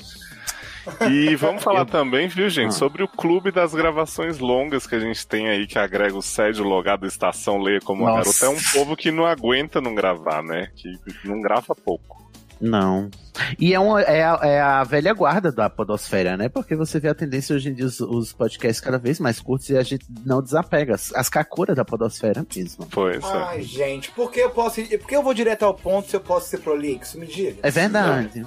Speaker 1: E vamos falar também, viu,
Speaker 2: Ah.
Speaker 1: gente, sobre o clube das gravações longas que a gente tem aí, que agrega o Sérgio, o Logado, a Estação, Leia como a garota.
Speaker 2: Nossa.
Speaker 1: É um povo que não aguenta não gravar, né? Que não grava pouco.
Speaker 2: Não. E é, uma, é, a, é a velha guarda da podosfera, né? Porque você vê a tendência hoje em dia, os, os podcasts cada vez mais curtos e a gente não desapega. As, as cacuras da podosfera mesmo.
Speaker 1: Pois
Speaker 3: Ai, gente, por que eu posso. ir- Por que eu vou direto ao ponto se eu posso ser prolixo? Me diga.
Speaker 2: É verdade.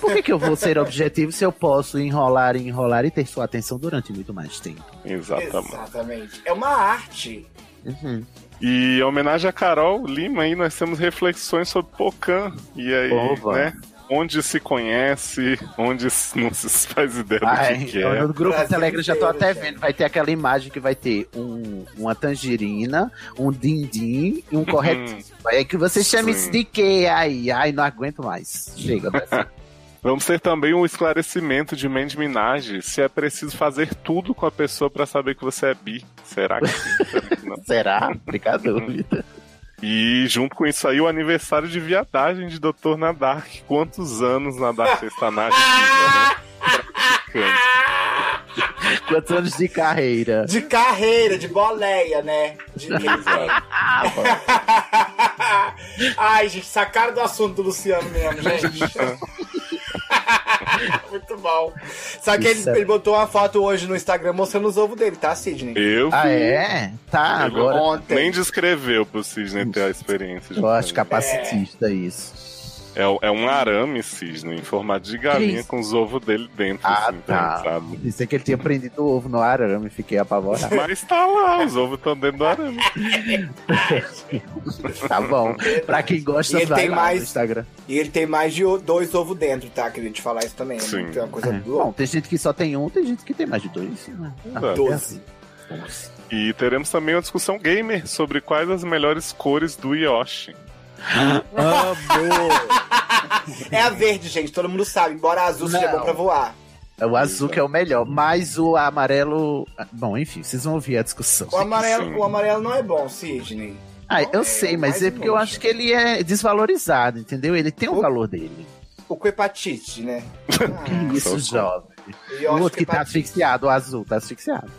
Speaker 2: Por que, que eu vou ser objetivo se eu posso enrolar, enrolar e ter sua atenção durante muito mais tempo?
Speaker 1: Exatamente.
Speaker 3: Exatamente. É uma arte.
Speaker 2: Uhum.
Speaker 1: E em homenagem a Carol Lima aí, nós temos reflexões sobre Pocan. E aí,
Speaker 2: Oba.
Speaker 1: né? Onde se conhece, onde se- não se faz ideia
Speaker 2: Ai,
Speaker 1: do que, que
Speaker 2: eu
Speaker 1: é.
Speaker 2: no grupo do Telegram já tô até vendo. Vai ter aquela imagem que vai ter um, uma tangerina, um dindim
Speaker 1: Uhum.
Speaker 2: e um corretivo. É que você chama isso de quê? Ai, ai, não aguento mais. Chega, Brasil.
Speaker 1: Vamos ter também um esclarecimento de Mandy Minaj se é preciso fazer tudo com a pessoa pra saber que você é bi. Será que sim? Será? Que não?
Speaker 2: Será? Fica a dúvida.
Speaker 1: E junto com isso aí, o aniversário de viadagem de Dr. Nadark. Quantos anos Nadark está na ativa, né?
Speaker 2: Quantos anos de carreira?
Speaker 3: De carreira, de boleia, né? De Ai, gente, sacaram do assunto do Luciano mesmo, gente. Muito bom. Só que ele,
Speaker 2: Isso é-
Speaker 3: ele botou uma foto hoje no Instagram mostrando os ovos dele, tá, Sidney?
Speaker 1: Eu
Speaker 2: Ah,
Speaker 1: vi.
Speaker 2: é? Tá,
Speaker 1: Eu
Speaker 2: agora.
Speaker 3: Ontem.
Speaker 1: Nem descreveu pro Cisne ter a experiência. de
Speaker 2: Eu acho
Speaker 1: fazer.
Speaker 2: capacitista isso.
Speaker 1: É, é um arame cisne em formato de
Speaker 2: Que
Speaker 1: galinha
Speaker 2: isso?
Speaker 1: com os ovos dele dentro.
Speaker 2: Ah,
Speaker 1: assim,
Speaker 2: tá.
Speaker 1: trançado.
Speaker 2: Pensei que ele tinha prendido o ovo no arame, fiquei apavorado.
Speaker 1: Mas tá lá, os ovos estão dentro do arame.
Speaker 2: tá bom. Pra quem gosta,
Speaker 3: E ele
Speaker 2: vai
Speaker 3: tem
Speaker 2: lá
Speaker 3: mais-
Speaker 2: no Instagram.
Speaker 3: E ele tem mais de o- dois ovos dentro, tá? Queria te falar isso também. Né?
Speaker 2: Sim.
Speaker 3: Tem uma coisa
Speaker 2: É.
Speaker 3: louca.
Speaker 2: Bom, tem gente que só tem um, tem gente que tem mais de dois. Né?
Speaker 3: Doze.
Speaker 1: Tá. E teremos também uma discussão gamer sobre quais as melhores cores do Yoshi.
Speaker 3: É a verde, gente, todo mundo sabe, embora a azul seja
Speaker 2: Não.
Speaker 3: bom pra voar.
Speaker 2: O azul que é o melhor, mas o amarelo. Bom, enfim, vocês vão ouvir a discussão.
Speaker 3: O amarelo, o amarelo não é bom, Sidney.
Speaker 2: Ah, eu sei, mas
Speaker 3: mais
Speaker 2: é porque eu
Speaker 3: roxo.
Speaker 2: acho que ele é desvalorizado, entendeu? Ele tem o valor dele.
Speaker 3: O com hepatite, né? Ah,
Speaker 2: Que isso, jovem.
Speaker 3: Eu
Speaker 2: O
Speaker 3: acho
Speaker 2: outro que tá asfixiado, o azul, tá asfixiado.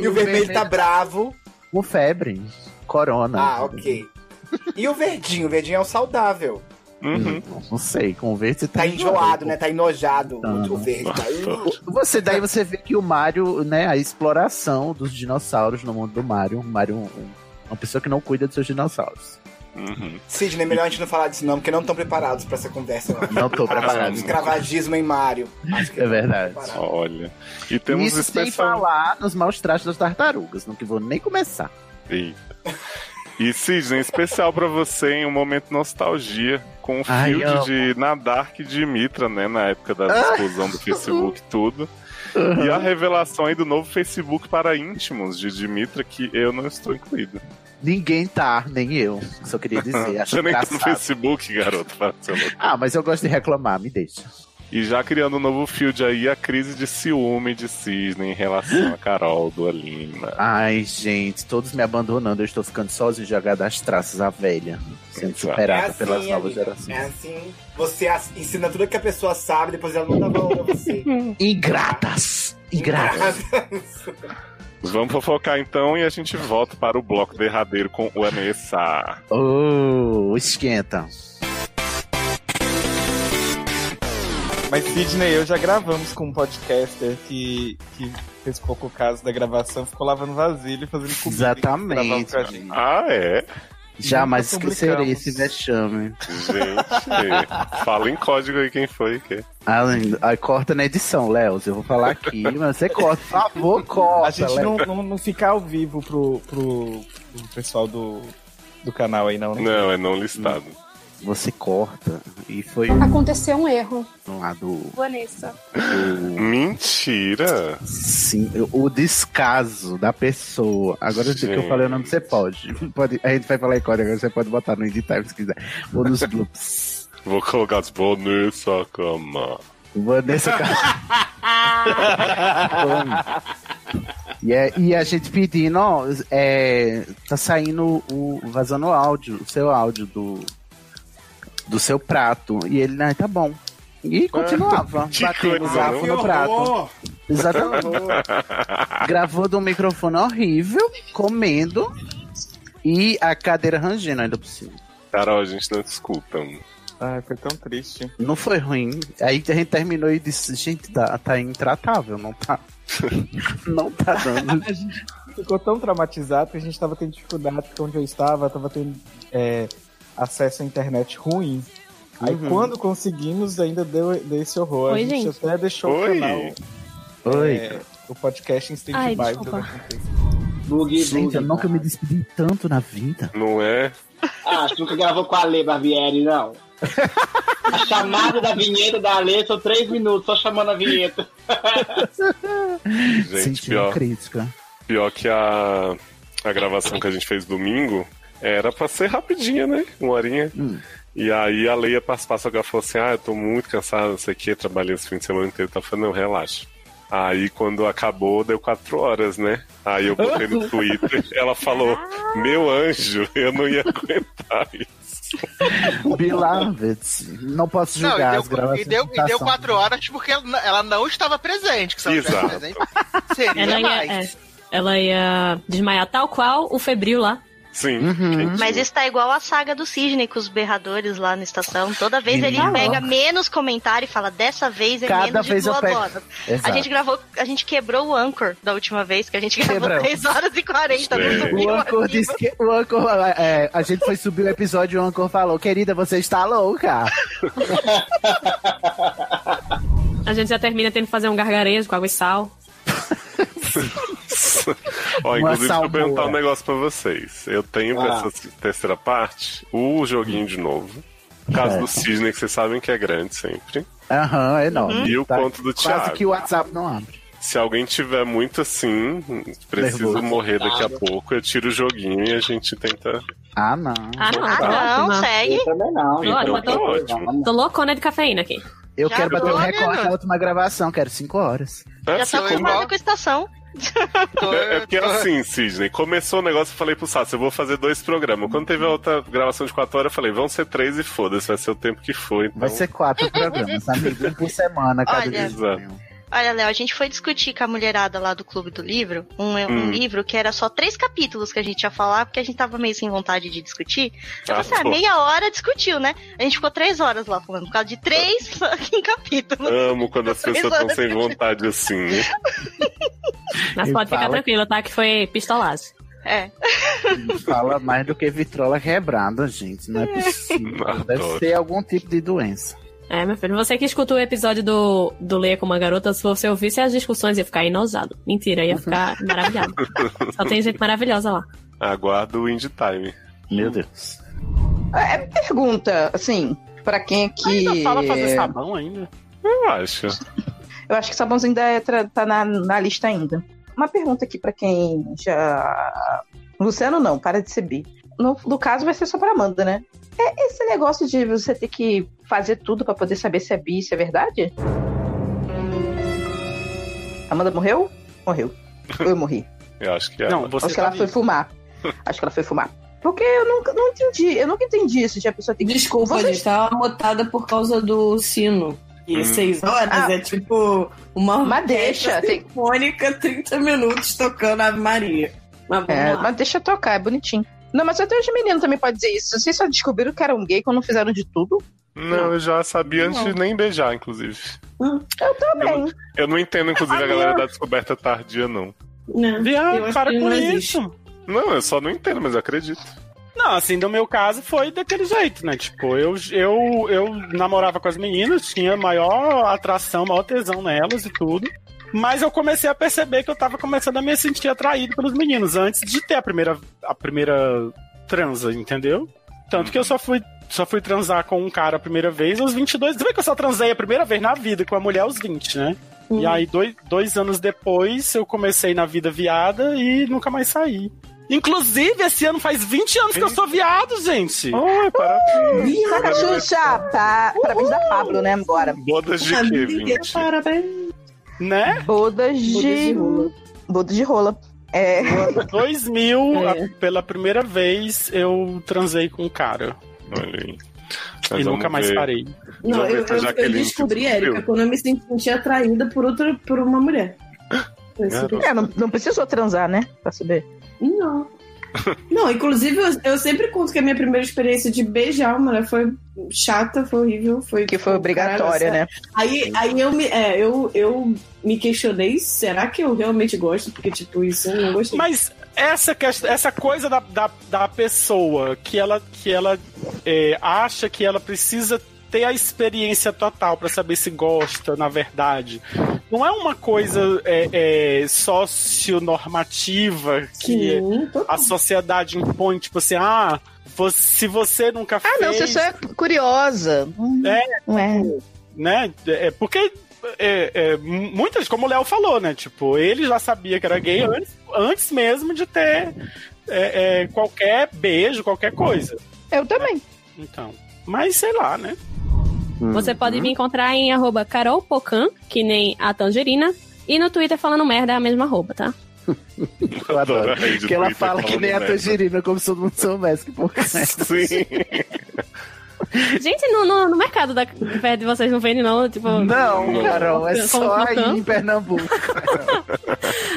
Speaker 3: E o vermelho tá bravo.
Speaker 2: Com febre, corona.
Speaker 3: Ah, ok. E o verdinho? O verdinho é o saudável.
Speaker 2: Uhum. Não, não sei, com verde tá,
Speaker 3: Tá enjoado, né? Tá enojado. O verde tá
Speaker 2: Você, daí você vê que o Mario, né, a exploração dos dinossauros no mundo do Mario. O Mario é um- uma pessoa que não cuida dos seus dinossauros.
Speaker 3: Sidney, é melhor a gente não falar disso não, porque não estão preparados pra essa conversa.
Speaker 2: Não tô preparado.
Speaker 3: Escravagismo em Mário.
Speaker 2: É verdade.
Speaker 1: Olha. E temos
Speaker 2: Isso sem
Speaker 1: especial-
Speaker 2: falar nos maus tratos das tartarugas, não que vou nem começar.
Speaker 1: Eita. E Sidney, especial pra você em um momento nostalgia, com o
Speaker 2: Ai,
Speaker 1: field
Speaker 2: amo.
Speaker 1: de Nadark e de Mitra, né? Na época da
Speaker 2: Ah.
Speaker 1: explosão do Facebook e tudo. E a revelação aí do novo Facebook para íntimos de Dimitra, que eu não estou incluído.
Speaker 2: Ninguém tá, nem eu. Só queria dizer, acho
Speaker 1: Você nem tá no
Speaker 2: engraçado.
Speaker 1: Facebook, garoto. para seu louco.
Speaker 2: Ah, mas eu gosto de reclamar, me deixa.
Speaker 1: E já criando um novo field aí, a crise de ciúme de Cisne em relação a Carol do Alina.
Speaker 2: Ai, gente, todos me abandonando, eu estou ficando sozinho jogado às traças, a velha. Sendo superada
Speaker 3: É assim,
Speaker 2: pelas novas
Speaker 3: amiga.
Speaker 2: gerações.
Speaker 3: É assim. Você as- ensina tudo que a pessoa sabe, depois ela não dá valor a você.
Speaker 2: Ingratas! Ingratas!
Speaker 1: Vamos fofocar então e a gente volta para o bloco derradeiro com o Anessa.
Speaker 2: Oh, esquenta.
Speaker 10: Mas Sidney, eu já gravamos com um podcaster que, que fez pouco caso da gravação, ficou lavando vasilha e fazendo comida.
Speaker 2: Exatamente,
Speaker 10: Gravava com a gente.
Speaker 1: Ah, é?
Speaker 2: Jamais
Speaker 10: Nunca
Speaker 2: esquecerei
Speaker 10: publicamos.
Speaker 2: esse vexame.
Speaker 1: Gente, fala em código aí quem foi. Que...
Speaker 2: Além, aí corta na edição, Léo. Eu vou falar aqui, mas é você corta. Por favor, corta.
Speaker 10: A gente não,
Speaker 2: Léo.
Speaker 10: não, não fica ao vivo pro, pro, pro pessoal do, do canal aí, não. né? Hum.
Speaker 1: Não, é não listado.
Speaker 2: Você corta. E foi
Speaker 14: Aconteceu um erro,
Speaker 2: um lado.
Speaker 14: Vanessa.
Speaker 1: Mentira!
Speaker 2: Sim, o descaso da pessoa. Agora que eu
Speaker 1: Gente.
Speaker 2: falei o nome, você pode. pode. A gente vai falar em código, agora você pode botar no editar se quiser. Ou nos bloops.
Speaker 1: Vou colocar os Vanessa Cama.
Speaker 2: Vanessa E, é- e a gente pedindo, ó, é, tá saindo o. vazando o áudio, o seu áudio do. do seu prato. E ele, ah, tá bom. E continuava.
Speaker 1: Ah, Que
Speaker 2: batendo o
Speaker 1: coisa,
Speaker 2: garfo
Speaker 1: não?
Speaker 2: no
Speaker 1: Que
Speaker 2: prato.
Speaker 1: horror!
Speaker 2: Exatamente. Gravou de um microfone horrível, comendo. E a cadeira rangendo ainda por cima.
Speaker 1: Carol, a gente não te escuta. mano.
Speaker 10: Ai, foi tão triste.
Speaker 2: Não foi ruim. Aí a gente terminou e disse, gente, tá, tá intratável, não tá. não tá dando.
Speaker 10: A gente ficou tão traumatizado que a gente tava tendo dificuldade, porque onde eu estava, tava tendo é, acesso à internet ruim. Aí
Speaker 2: Uhum.
Speaker 10: quando conseguimos, ainda deu, deu esse horror.
Speaker 14: Oi,
Speaker 10: a gente,
Speaker 14: gente.
Speaker 10: até deixou
Speaker 14: Oi.
Speaker 10: o canal.
Speaker 2: Oi.
Speaker 10: é, o podcast em
Speaker 14: Ai,
Speaker 10: stand-by.
Speaker 14: desculpa.
Speaker 10: durante um tempo.
Speaker 2: Gente, eu nunca me despedi tanto na vida.
Speaker 1: Não é?
Speaker 15: Ah, tu nunca gravou com a Lê Barbieri, não. A chamada da vinheta da Lê são três minutos, só chamando a vinheta.
Speaker 1: Gente,
Speaker 2: Senti uma
Speaker 1: pior.
Speaker 2: crítica.
Speaker 1: Pior que a, a gravação que a gente fez domingo era pra ser rapidinha, né? Uma horinha.
Speaker 2: Hum.
Speaker 1: E aí a Leia participar, só que ela falou assim: Ah, eu tô muito cansada, não sei o que, trabalhei esse fim de semana inteiro. Tá falando, não, relaxa. Aí quando acabou, deu quatro horas, né? Aí eu botei no Twitter, ela falou: Meu anjo, eu não ia aguentar isso.
Speaker 2: Beloved, não posso
Speaker 16: Não,
Speaker 2: julgar
Speaker 16: e
Speaker 2: as
Speaker 16: deu,
Speaker 2: gravações.
Speaker 16: e, deu, e
Speaker 2: tá
Speaker 16: deu
Speaker 2: só.
Speaker 16: quatro horas porque ela, ela não estava presente. Que se ela estivesse
Speaker 2: Exato.
Speaker 16: presente, seria
Speaker 4: Ela ia, é,
Speaker 16: mais.
Speaker 4: ela ia desmaiar tal qual o febril lá.
Speaker 1: Sim.
Speaker 2: Uhum.
Speaker 17: Mas isso tá igual a saga do Cisne com os berradores lá na estação. Toda vez ele
Speaker 2: Menina.
Speaker 17: pega menos comentário e fala, dessa vez é
Speaker 2: Cada
Speaker 17: menos
Speaker 2: vez
Speaker 17: de
Speaker 2: eu
Speaker 17: duas
Speaker 2: pego.
Speaker 17: horas.
Speaker 2: Exato.
Speaker 17: A gente gravou, a gente quebrou o Anchor da última vez, que a gente gravou
Speaker 2: Quebramos.
Speaker 17: 3 horas e 40 no
Speaker 1: É.
Speaker 17: domingo.
Speaker 2: O Anchor disse que. O Anchor, é, a gente foi subir o episódio e o Anchor falou: Querida, você está louca.
Speaker 4: A gente já termina tendo que fazer um gargarejo com água e sal.
Speaker 1: Ó,
Speaker 4: Uma
Speaker 1: inclusive, deixa eu
Speaker 4: salmoura.
Speaker 1: perguntar um negócio pra vocês. Eu tenho pra
Speaker 4: Ah.
Speaker 1: essa terceira parte o joguinho de novo. O caso
Speaker 2: É.
Speaker 1: do Cisne, que vocês sabem que é grande sempre.
Speaker 4: Uhum.
Speaker 2: Aham, é enorme.
Speaker 1: E o
Speaker 2: Tá
Speaker 1: conto do
Speaker 2: Quase
Speaker 1: Thiago.
Speaker 2: que o WhatsApp não abre.
Speaker 1: Se alguém tiver muito assim, preciso
Speaker 2: Nervoso.
Speaker 1: morrer daqui a pouco, eu tiro o joguinho e a gente tenta.
Speaker 2: Ah, não.
Speaker 4: Ah, não, tá ótimo.
Speaker 17: segue.
Speaker 15: também não.
Speaker 4: Tô, ótima,
Speaker 1: Então tá
Speaker 4: tô,
Speaker 1: ótimo.
Speaker 4: tô loucona de cafeína aqui.
Speaker 2: Eu
Speaker 4: Já
Speaker 2: quero bater
Speaker 4: tô,
Speaker 2: o recorde
Speaker 4: menino.
Speaker 2: da última gravação, quero 5 horas.
Speaker 17: Já tá acostumado com a estação.
Speaker 1: É é porque assim, Sidney, começou o negócio, eu falei pro Sassi, eu vou fazer dois programas. Quando teve a outra gravação de quatro horas, eu falei, vão ser três e foda-se, vai ser o tempo que for. Então...
Speaker 2: Vai ser quatro programas, amigo, um por semana, cada
Speaker 17: Olha.
Speaker 2: dia.
Speaker 1: Exato.
Speaker 17: Olha, Léo, a gente foi discutir com a mulherada lá do Clube do Livro, um, um
Speaker 1: Hum.
Speaker 17: livro que era só três capítulos que a gente ia falar, porque a gente tava meio sem vontade de discutir. Eu
Speaker 1: Ah,
Speaker 17: pensei, ah,
Speaker 1: pô.
Speaker 17: meia hora discutiu, né? A gente ficou três horas lá falando, por causa de três fucking capítulos.
Speaker 1: Amo quando as pessoas estão sem vontade assim.
Speaker 4: Mas
Speaker 2: E
Speaker 4: pode ficar
Speaker 2: fala-
Speaker 4: tranquila, tá? Que foi pistolagem.
Speaker 17: É.
Speaker 2: Fala mais do que vitrola quebrada, gente. Não é possível. Deve
Speaker 4: Adoro.
Speaker 2: ser algum tipo de doença.
Speaker 4: É, meu filho, você que escutou o episódio do, do Leia com uma Garota, se você ouvisse as discussões, ia ficar enojado. Mentira, ia ficar
Speaker 2: Uhum.
Speaker 4: maravilhado. Só tem gente maravilhosa lá.
Speaker 1: Aguardo o Indie Time.
Speaker 2: Meu Deus.
Speaker 9: É pergunta, assim, pra quem aqui.
Speaker 14: Ainda fala fazer sabão ainda.
Speaker 1: Eu acho.
Speaker 9: Eu acho que sabãozinho ainda é tra- tá na, na lista ainda. Uma pergunta aqui pra quem já. Luciano, não, para de ser bi. No, no caso, vai ser só pra Amanda, né? É esse negócio de você ter que fazer tudo pra poder saber se é bi, se é verdade? Amanda morreu? Morreu. Ou eu morri?
Speaker 1: Eu acho que é.
Speaker 9: Acho que ela foi fumar. Acho que ela foi fumar. Porque eu nunca não entendi. Eu nunca entendi isso de a pessoa ter que.
Speaker 5: Desculpa,
Speaker 9: Vocês-
Speaker 5: gente, tava mutada por causa do sino. E
Speaker 9: Hum.
Speaker 5: seis horas
Speaker 9: Ah.
Speaker 5: é tipo uma
Speaker 9: Mas deixa,
Speaker 5: orquestra
Speaker 9: tem-
Speaker 5: sinfônica, 30 minutos tocando Ave Maria. Mas vamos
Speaker 9: É,
Speaker 5: lá.
Speaker 9: mas deixa tocar, é bonitinho. Não, mas até os meninos também podem dizer isso. Vocês só descobriram que eram gay quando fizeram de tudo?
Speaker 1: Não, eu já sabia antes
Speaker 9: Não.
Speaker 1: de nem beijar, inclusive.
Speaker 9: Eu também.
Speaker 1: Eu não entendo, inclusive, a galera da descoberta tardia, não.
Speaker 5: Não,
Speaker 14: Viado,
Speaker 1: eu acho
Speaker 14: Ah, para
Speaker 1: que
Speaker 14: com
Speaker 1: não
Speaker 14: isso.
Speaker 1: Não, eu só não entendo, mas eu acredito.
Speaker 14: Não, assim, no meu caso foi daquele jeito, né? Tipo, eu, eu, eu namorava com as meninas, tinha maior atração, maior tesão nelas e tudo. Mas eu comecei a perceber que eu tava começando a me sentir atraído pelos meninos antes de ter a primeira, a primeira transa, entendeu? Tanto que eu só fui, só fui transar com um cara a primeira vez aos 22. Você vê que eu só transei a primeira vez na vida com a mulher aos 20, né?
Speaker 1: Uhum.
Speaker 14: E aí, dois, dois anos depois, eu comecei na vida viada e nunca mais saí. Inclusive, esse ano faz 20 anos que eu sou viado, gente!
Speaker 1: Ai, parabéns!
Speaker 9: Saca, Xuxa, pa- parabéns da Pablo, né, agora.
Speaker 1: Bodas de quê, Vinte?
Speaker 9: Parabéns.
Speaker 14: Né?
Speaker 9: Bodas de... Bodas de rola. É.
Speaker 14: Em 2000, a- pela primeira vez, eu transei com um cara.
Speaker 1: Olha aí.
Speaker 14: e
Speaker 1: Mas
Speaker 14: nunca
Speaker 1: vamos
Speaker 14: mais
Speaker 1: ver.
Speaker 14: parei.
Speaker 5: Não, eu, eu- eu descobri, Érica, quando eu me senti atraída por outra, por uma mulher. Foi isso que eu-
Speaker 9: É, não, não precisou transar, né? Pra saber.
Speaker 5: Não. Não, inclusive eu, eu sempre conto que a minha primeira experiência de beijar uma mulher foi chata, foi horrível, foi que
Speaker 9: foi obrigatória, né?
Speaker 5: Aí, aí eu me, é, eu, eu me questionei, será que eu realmente gosto? Porque tipo isso eu não gostei.
Speaker 14: Mas essa, quest- essa coisa da, da, da pessoa que ela, que ela é, acha que ela precisa ter a experiência total pra saber se gosta, na verdade, não é uma coisa é, é, socionormativa que
Speaker 5: Sim,
Speaker 14: a sociedade impõe, tipo assim, ah, vo- se você nunca fez...
Speaker 9: Ah, não, você só é curiosa.
Speaker 14: É,
Speaker 9: Não é.
Speaker 14: né? É porque é, é, mu- muitas, como o Léo falou, né? Tipo, ele já sabia que era gay antes, antes mesmo de ter é, é, qualquer beijo, qualquer coisa.
Speaker 9: Eu também.
Speaker 14: Então, mas sei lá, né?
Speaker 4: Você
Speaker 2: Uhum.
Speaker 4: pode me encontrar em arroba carolpocan, que nem a tangerina, e no Twitter falando merda é a mesma arroba, tá?
Speaker 2: Eu adoro.
Speaker 1: a rede do
Speaker 2: Que ela
Speaker 1: Twitter
Speaker 2: fala que
Speaker 1: falando
Speaker 2: nem a
Speaker 1: merda.
Speaker 2: tangerina, como se todo mundo soubesse que porra é essa.
Speaker 1: Sim.
Speaker 4: Gente, no, no, no mercado da, perto de vocês não vende, não? Tipo,
Speaker 2: Não,
Speaker 4: como-
Speaker 2: Carol, é
Speaker 4: como-
Speaker 2: só aí
Speaker 4: como-
Speaker 2: em Pernambuco.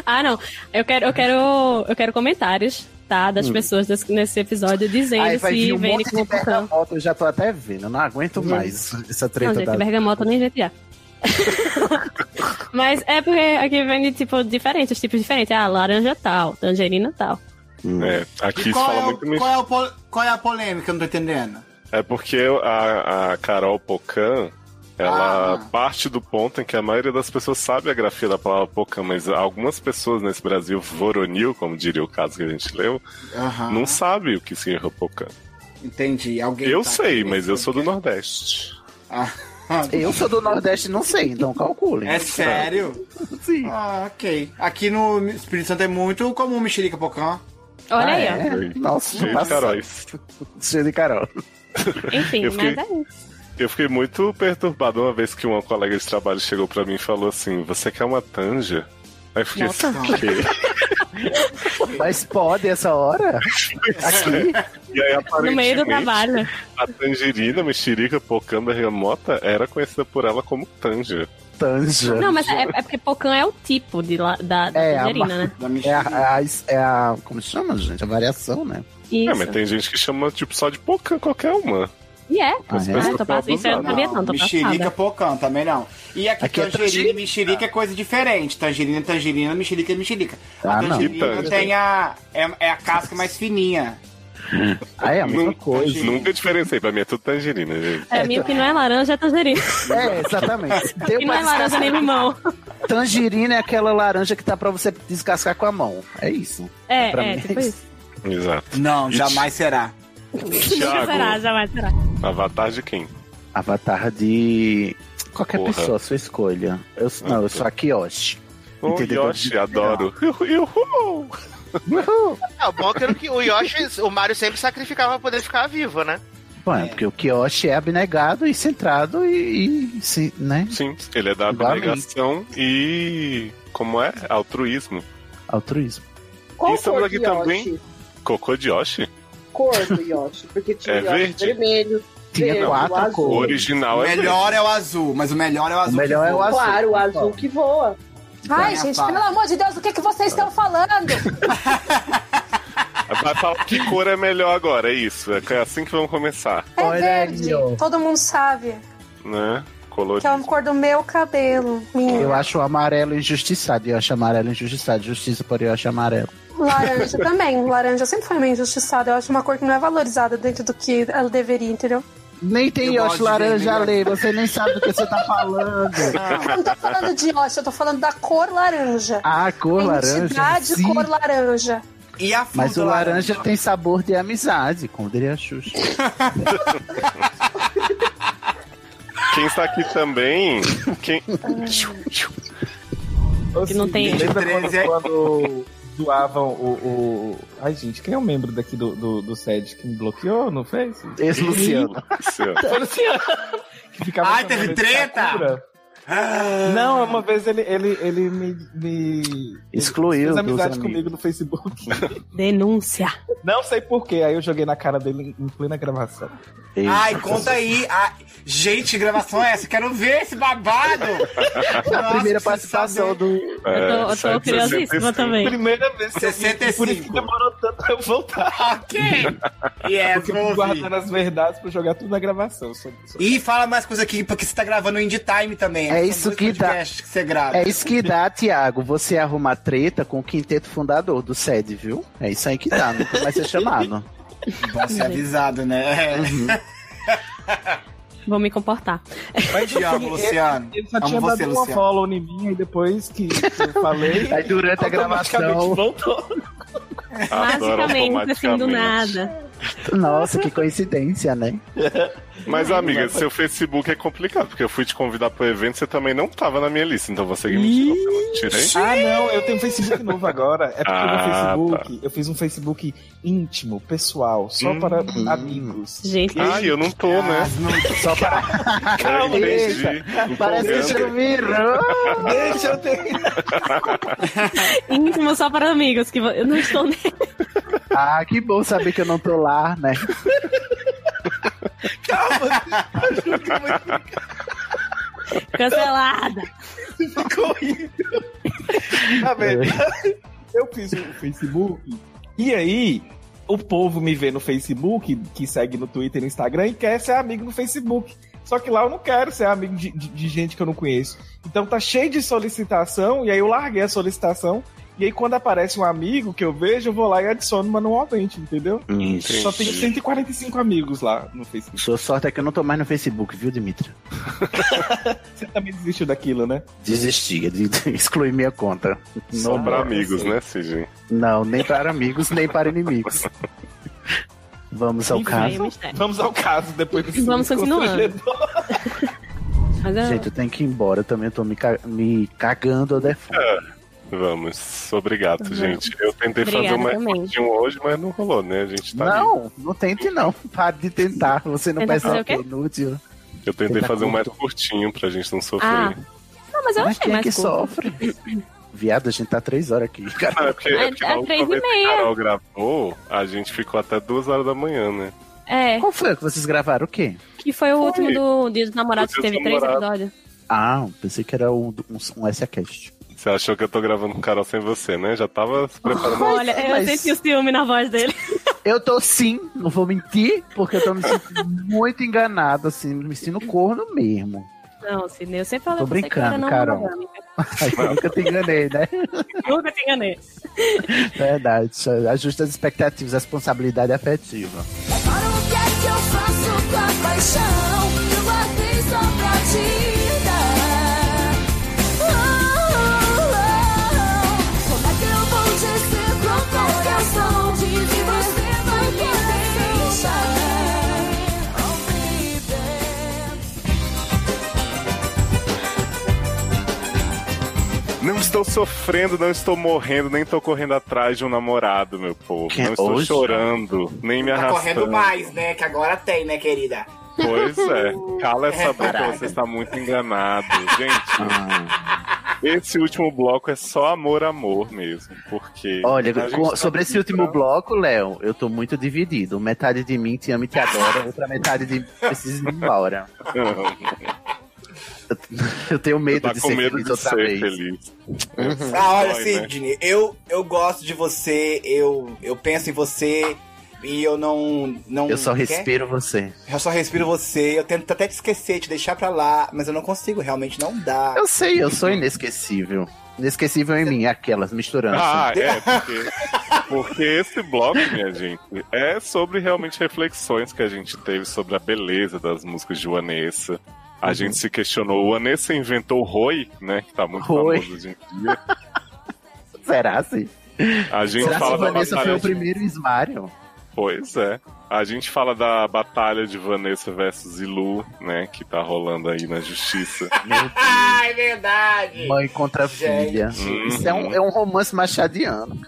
Speaker 4: Ah, não. Eu quero, eu quero, eu quero comentários, tá? Das
Speaker 2: Hum.
Speaker 4: pessoas desse- nesse episódio dizendo
Speaker 2: Aí vai
Speaker 4: se
Speaker 2: vir um
Speaker 4: vende
Speaker 2: monte
Speaker 4: como
Speaker 2: de bergamota, eu já tô até vendo, não aguento
Speaker 4: Gente.
Speaker 2: mais essa
Speaker 4: Não,
Speaker 2: treta
Speaker 4: gente, é
Speaker 2: da...
Speaker 4: bergamota nem gente já. Mas é porque aqui vende, tipo, diferentes, tipos diferentes. Ah, laranja tal, tangerina tal.
Speaker 9: Hum.
Speaker 1: É, aqui
Speaker 4: E
Speaker 1: se
Speaker 4: qual
Speaker 1: fala
Speaker 4: é o-
Speaker 1: muito
Speaker 4: qual é o
Speaker 1: polêmica?
Speaker 3: Qual é a polêmica? Eu não tô entendendo.
Speaker 1: É porque a, a Carol Pocan,
Speaker 3: Ah.
Speaker 1: ela parte do ponto em que a maioria das pessoas sabe a grafia da palavra Pocan, mas algumas pessoas nesse Brasil voronil, como diria o caso que a gente leu,
Speaker 3: Aham.
Speaker 1: não sabe o que significa Pocan.
Speaker 3: Entendi. Alguém
Speaker 1: eu
Speaker 3: tá
Speaker 1: sei,
Speaker 3: aqui
Speaker 1: mas eu sou do Nordeste.
Speaker 3: Ah.
Speaker 2: Eu sou do Nordeste e não sei, então calculem.
Speaker 3: É sério?
Speaker 2: Sim.
Speaker 3: Ah, ok. Aqui no Espírito Santo é muito comum mexerica pocã.
Speaker 4: Olha aí,
Speaker 2: Ah, é?
Speaker 4: ó.
Speaker 2: Nossa,
Speaker 1: Cheio de
Speaker 2: passa-
Speaker 1: caróis.
Speaker 2: Cheio de Carol.
Speaker 4: Enfim,
Speaker 1: Eu fiquei-
Speaker 4: mas é isso.
Speaker 1: Eu fiquei muito perturbado uma vez que uma colega de trabalho chegou pra mim e falou assim: Você quer uma tanja? Aí eu fiquei
Speaker 2: Nossa.
Speaker 1: assim, "Quê?"
Speaker 2: Mas pode essa hora? Aqui?
Speaker 1: E aí,
Speaker 4: No meio do
Speaker 1: aparentemente,
Speaker 4: trabalho.
Speaker 1: A tangerina, mexerica, pocã, bergamota era conhecida por ela como tanja.
Speaker 2: Tanja.
Speaker 4: Não, mas é, é porque Pocan é o tipo de lá, da, da
Speaker 2: É a,
Speaker 4: tangerina, né?
Speaker 2: ma- é, a, é, a, é a- Como se chama, gente? A variação, né?
Speaker 4: Isso.
Speaker 1: É, mas tem gente que chama tipo só de pocã qualquer uma.
Speaker 4: E é.
Speaker 2: Ah, é?
Speaker 4: Ah, eu tô passando. Isso eu não sabia, não. Tô
Speaker 3: mexerica
Speaker 4: passada.
Speaker 3: pocã também não. E aqui,
Speaker 2: Aqui é
Speaker 3: tangerina e
Speaker 2: tangerina.
Speaker 3: mexerica é coisa diferente. Tangerina é tangerina, mexerica é mexerica.
Speaker 2: Ah,
Speaker 3: a
Speaker 2: não.
Speaker 3: tangerina
Speaker 2: E tanja?
Speaker 3: tem a. É, é a casca mais fininha.
Speaker 2: Ah, é a
Speaker 1: mesma coisa. Nunca diferenciei, pra mim é tudo tangerina, gente.
Speaker 4: É, minha que não é laranja é tangerina.
Speaker 2: É, exatamente. Tem
Speaker 4: Que não é
Speaker 2: uma
Speaker 4: laranja nem limão.
Speaker 2: Tangerina é aquela laranja que tá pra você descascar com a mão. É isso.
Speaker 4: É,
Speaker 2: Pra
Speaker 4: é,
Speaker 2: mim
Speaker 4: tipo isso.
Speaker 1: Exato.
Speaker 3: Não, jamais será.
Speaker 4: Nunca será, jamais será.
Speaker 1: Avatar de quem?
Speaker 2: Avatar de. Qualquer
Speaker 1: Porra.
Speaker 2: pessoa, sua escolha. Eu, sou- não, eu sou a Kiyoshi.
Speaker 1: Ô,
Speaker 2: Entendeu? Então,
Speaker 1: Yoshi, adoro. Uhul!
Speaker 16: Ah, o bom que era que o Yoshi, o Mario sempre sacrificava pra poder ficar vivo, né?
Speaker 2: Bom, é porque o Kiyoshi é abnegado e centrado e. e se- né?
Speaker 1: Sim, ele é da
Speaker 2: Igualmente.
Speaker 1: abnegação e. Como é? Altruísmo.
Speaker 2: Altruísmo.
Speaker 1: e
Speaker 18: Qual
Speaker 1: estamos
Speaker 18: cor
Speaker 1: aqui
Speaker 18: do Yoshi?
Speaker 1: também. Cocô de Yoshi?
Speaker 18: Cor do Yoshi, porque tinha
Speaker 1: É
Speaker 18: Yoshi
Speaker 1: verde?
Speaker 18: vermelho, verde, o azul.
Speaker 1: O original
Speaker 3: O
Speaker 1: é
Speaker 3: melhor
Speaker 1: verde.
Speaker 3: é o azul, mas o melhor é o azul. melhor é
Speaker 18: Claro, o azul que voa.
Speaker 19: Ai, gente, pelo amor de Deus, o que, que vocês estão falando?
Speaker 1: Vai falar que cor é melhor agora, é isso. É assim que vamos começar.
Speaker 19: É verde. Todo mundo sabe
Speaker 1: Né?
Speaker 19: que é
Speaker 1: Colorido.
Speaker 19: a cor do meu cabelo. Minha.
Speaker 2: Eu acho o amarelo injustiçado. Yoshi amarelo injustiçado. Justiça por Yoshi amarelo.
Speaker 19: Laranja também. Laranja sempre foi meio injustiçada. Eu acho uma cor que não é valorizada dentro do que ela deveria, entendeu?
Speaker 2: Nem tem
Speaker 19: Eu gosto
Speaker 2: Yoshi
Speaker 19: de
Speaker 2: laranja,
Speaker 19: vermelho. Ah,
Speaker 2: Lê. Você nem sabe do que você tá falando.
Speaker 19: Eu não tô falando de Yoshi, eu tô falando da cor laranja.
Speaker 2: Ah, cor laranja.
Speaker 19: Entidade
Speaker 2: Sim.
Speaker 19: cor laranja.
Speaker 3: E a
Speaker 2: Mas o laranja tem sabor de amizade, como diria a Xuxa.
Speaker 1: Quem está aqui também. Quem...
Speaker 10: Que
Speaker 4: não tem-
Speaker 10: Lembra
Speaker 4: Treze,
Speaker 10: quando, quando zoavam o, o- Ai, gente, quem é o membro daqui do, do, do SED que me bloqueou, não fez?
Speaker 2: Esse Luciano.
Speaker 10: Foi o Luciano. Que ficava
Speaker 3: Ai, teve
Speaker 10: chamando ele de
Speaker 3: treta? Ah.
Speaker 10: Sakura. Não, uma vez ele, ele, ele me, me.
Speaker 2: Excluiu
Speaker 10: Fez
Speaker 2: dos
Speaker 10: amizade
Speaker 2: amigos.
Speaker 10: comigo no Facebook.
Speaker 4: Denúncia.
Speaker 10: Não sei porquê, aí eu joguei na cara dele em plena gravação.
Speaker 3: Ai, conta aí. a- Gente, gravação é essa? Quero ver esse babado.
Speaker 10: A primeira
Speaker 2: participação do.
Speaker 10: Eu tô- eu tô curiosíssima também. Primeira vez que eu vi,
Speaker 3: 65.
Speaker 10: por isso que demorou tanto pra eu voltar.
Speaker 3: Ok. E é,
Speaker 10: Porque eu
Speaker 3: vou
Speaker 10: fui
Speaker 3: ouvir.
Speaker 10: guardando as verdades pra jogar tudo na gravação. Só- só-
Speaker 3: E fala mais coisa aqui, porque você tá gravando o Indie Time também. né?
Speaker 2: É
Speaker 3: São
Speaker 2: isso
Speaker 3: dois
Speaker 2: que dá.
Speaker 3: podcasts que você grava.
Speaker 2: É isso que dá, Tiago, você arrumar treta com o quinteto fundador do SED, viu? É isso aí que dá, nunca vai ser chamado.
Speaker 3: Bom ser é avisado, né?
Speaker 4: Vou me comportar.
Speaker 3: Mas, Te amo, Luciano.
Speaker 10: Ele só
Speaker 3: Amo
Speaker 10: tinha
Speaker 3: você,
Speaker 10: dado uma
Speaker 3: Luciano.
Speaker 10: follow em mim, e depois que eu falei.
Speaker 2: Aí durante a
Speaker 10: automaticamente
Speaker 2: gravação-
Speaker 10: voltou.
Speaker 1: Ah,
Speaker 4: Basicamente, assim, do nada.
Speaker 2: Nossa, que coincidência, né?
Speaker 1: Mas, amiga, seu Facebook é complicado, porque eu fui te convidar pro evento você também não tava na minha lista, então você que me tirou, você não tirei.
Speaker 10: Ah, não, eu tenho um Facebook novo agora. É porque
Speaker 1: Ah,
Speaker 10: no Facebook eu fiz um Facebook íntimo, pessoal, só
Speaker 1: Hum.
Speaker 10: para amigos.
Speaker 4: Gente,
Speaker 1: Ai, eu não tô, né?
Speaker 10: Só para.
Speaker 1: Calma, entendi.
Speaker 2: Parece que
Speaker 1: Empolgando.
Speaker 2: você virou.
Speaker 10: Deixa eu ter.
Speaker 4: Íntimo só para amigos, que vo- eu não estou nem.
Speaker 2: Ah, que bom saber que eu não tô lá, né?
Speaker 4: Cancelada.
Speaker 10: Ficou horrível. Tá vendo?
Speaker 2: É.
Speaker 10: Eu fiz um o Facebook. E aí, o povo me vê no Facebook, que segue no Twitter e no Instagram, e quer ser amigo no Facebook. Só que lá eu não quero ser amigo de, de- de gente que eu não conheço. Então tá cheio de solicitação, e aí eu larguei a solicitação. E aí, quando aparece um amigo que eu vejo, eu vou lá e adiciono manualmente, entendeu?
Speaker 2: Entendi.
Speaker 10: Só tenho 145 amigos lá no Facebook.
Speaker 2: Sua sorte é que eu não tô mais no Facebook, viu, Dimitra?
Speaker 10: Você também desistiu daquilo, né?
Speaker 2: Desisti, de, de excluí minha conta.
Speaker 1: Só
Speaker 2: Não,
Speaker 1: pra
Speaker 2: não.
Speaker 1: amigos, né, Cid?
Speaker 2: Não, nem para amigos, nem para inimigos. Vamos ao
Speaker 10: Enfim,
Speaker 2: é caso.
Speaker 10: Vamos ao caso depois desse
Speaker 4: Vamos continuando.
Speaker 10: constrangedor.
Speaker 4: Mas é-
Speaker 2: Gente, eu tenho que ir embora. Eu também tô me, ca- me cagando ao defunto.
Speaker 1: Vamos, obrigado,
Speaker 2: Uhum.
Speaker 1: gente. Eu tentei
Speaker 2: Obrigada
Speaker 1: fazer
Speaker 2: também.
Speaker 1: uma fotinho hoje, mas não rolou, né? A gente tá ali.
Speaker 2: Não, não tente não. Pare de tentar. Você não
Speaker 4: Tentar fazer
Speaker 2: percebe
Speaker 4: o
Speaker 2: que
Speaker 4: quê?
Speaker 2: é inútil.
Speaker 1: Eu tentei
Speaker 2: Tentar
Speaker 1: fazer um mais
Speaker 2: curto.
Speaker 1: curtinho pra gente não sofrer.
Speaker 4: Ah. Não, mas eu
Speaker 2: Mas
Speaker 4: achei
Speaker 2: quem é
Speaker 4: mais
Speaker 2: que
Speaker 4: curto.
Speaker 2: sofre? Viado, a gente tá três horas aqui.
Speaker 1: Não, é porque, é
Speaker 4: É-
Speaker 1: porque
Speaker 4: é
Speaker 1: na última
Speaker 4: três e
Speaker 1: vez que
Speaker 4: meia.
Speaker 1: a Carol gravou, a gente ficou até duas horas da manhã, né?
Speaker 4: É,
Speaker 2: Qual foi que vocês gravaram? O quê?
Speaker 4: que foi o último do Dia dos Namorados, que
Speaker 1: Dia dos
Speaker 4: teve três
Speaker 1: Namorados.
Speaker 4: episódios.
Speaker 2: Ah, pensei que era um, um, um S-Cast.
Speaker 1: Você achou que eu tô gravando com Carol sem você, né? Já tava se preparando.
Speaker 4: Olha, eu senti o ciúme na voz dele.
Speaker 2: Eu tô sim, não vou mentir, porque eu tô me sentindo muito enganado, assim, me sentindo corno mesmo.
Speaker 4: Não, Sidney, eu sempre falo
Speaker 2: Tô
Speaker 4: pra você que
Speaker 2: brincando,
Speaker 4: eu não
Speaker 2: Carol.
Speaker 4: monogâmica.
Speaker 2: Aí eu nunca te enganei, né?
Speaker 4: Nunca te enganei.
Speaker 2: Verdade. Ajusta as expectativas, a responsabilidade afetiva.
Speaker 13: que eu faço com a paixão que eu guardei só pra te dar? Oh, oh, oh. Como é que eu vou dizer pro coração de que você vai querer deixar? Oh, baby.
Speaker 1: Não estou sofrendo, não estou morrendo, nem tô correndo atrás de um namorado, meu povo.
Speaker 2: Que
Speaker 1: não estou
Speaker 2: hoje?
Speaker 1: chorando, nem me
Speaker 3: Tá
Speaker 1: arrastando.
Speaker 3: correndo mais, né? Que agora tem, né, querida?
Speaker 1: Pois é, cala essa boca,
Speaker 3: Caraca.
Speaker 1: você está muito enganado. Gente,
Speaker 2: Ah.
Speaker 1: esse último bloco é só amor, amor mesmo, porque...
Speaker 2: Olha,
Speaker 1: a gente
Speaker 2: com-
Speaker 1: tá
Speaker 2: sobre esse último bloco, Léo, eu tô muito dividido. Metade de mim te ama e te adora, outra metade de mim precisa ir embora. Eu tenho medo
Speaker 1: tá
Speaker 2: de
Speaker 1: com
Speaker 2: ser
Speaker 1: medo
Speaker 2: feliz
Speaker 1: de
Speaker 2: outra
Speaker 1: ser
Speaker 2: vez.
Speaker 1: feliz.
Speaker 3: Ah, olha,
Speaker 1: Dói, né?
Speaker 3: Sidney, eu, eu gosto de você, eu, eu penso em você e eu não. não
Speaker 2: Eu só
Speaker 3: Então, quer?
Speaker 2: respiro você.
Speaker 3: Eu só respiro você, eu tento até te esquecer, te deixar pra lá, mas eu não consigo, realmente não dá.
Speaker 2: Eu sei, eu sou inesquecível. Inesquecível em mim, aquelas misturando. Assim.
Speaker 1: Ah, é, porque, porque esse bloco, minha gente, é sobre realmente reflexões que a gente teve sobre a beleza das músicas de Vanessa. A gente se questionou, o Vanessa inventou o Roi, né? Que tá muito
Speaker 2: Roi.
Speaker 1: famoso hoje em dia.
Speaker 2: Será assim?
Speaker 1: A gente
Speaker 2: Será que
Speaker 1: fala da
Speaker 2: Vanessa foi
Speaker 1: batalha
Speaker 2: o
Speaker 1: de...
Speaker 2: primeiro Ismário?
Speaker 1: Pois é. A gente fala da batalha de Vanessa versus Ilu, né? Que tá rolando aí na justiça.
Speaker 3: Ah, é verdade!
Speaker 2: Mãe contra
Speaker 3: Gente.
Speaker 2: filha.
Speaker 1: Uhum.
Speaker 2: Isso é um, é um romance machadiano.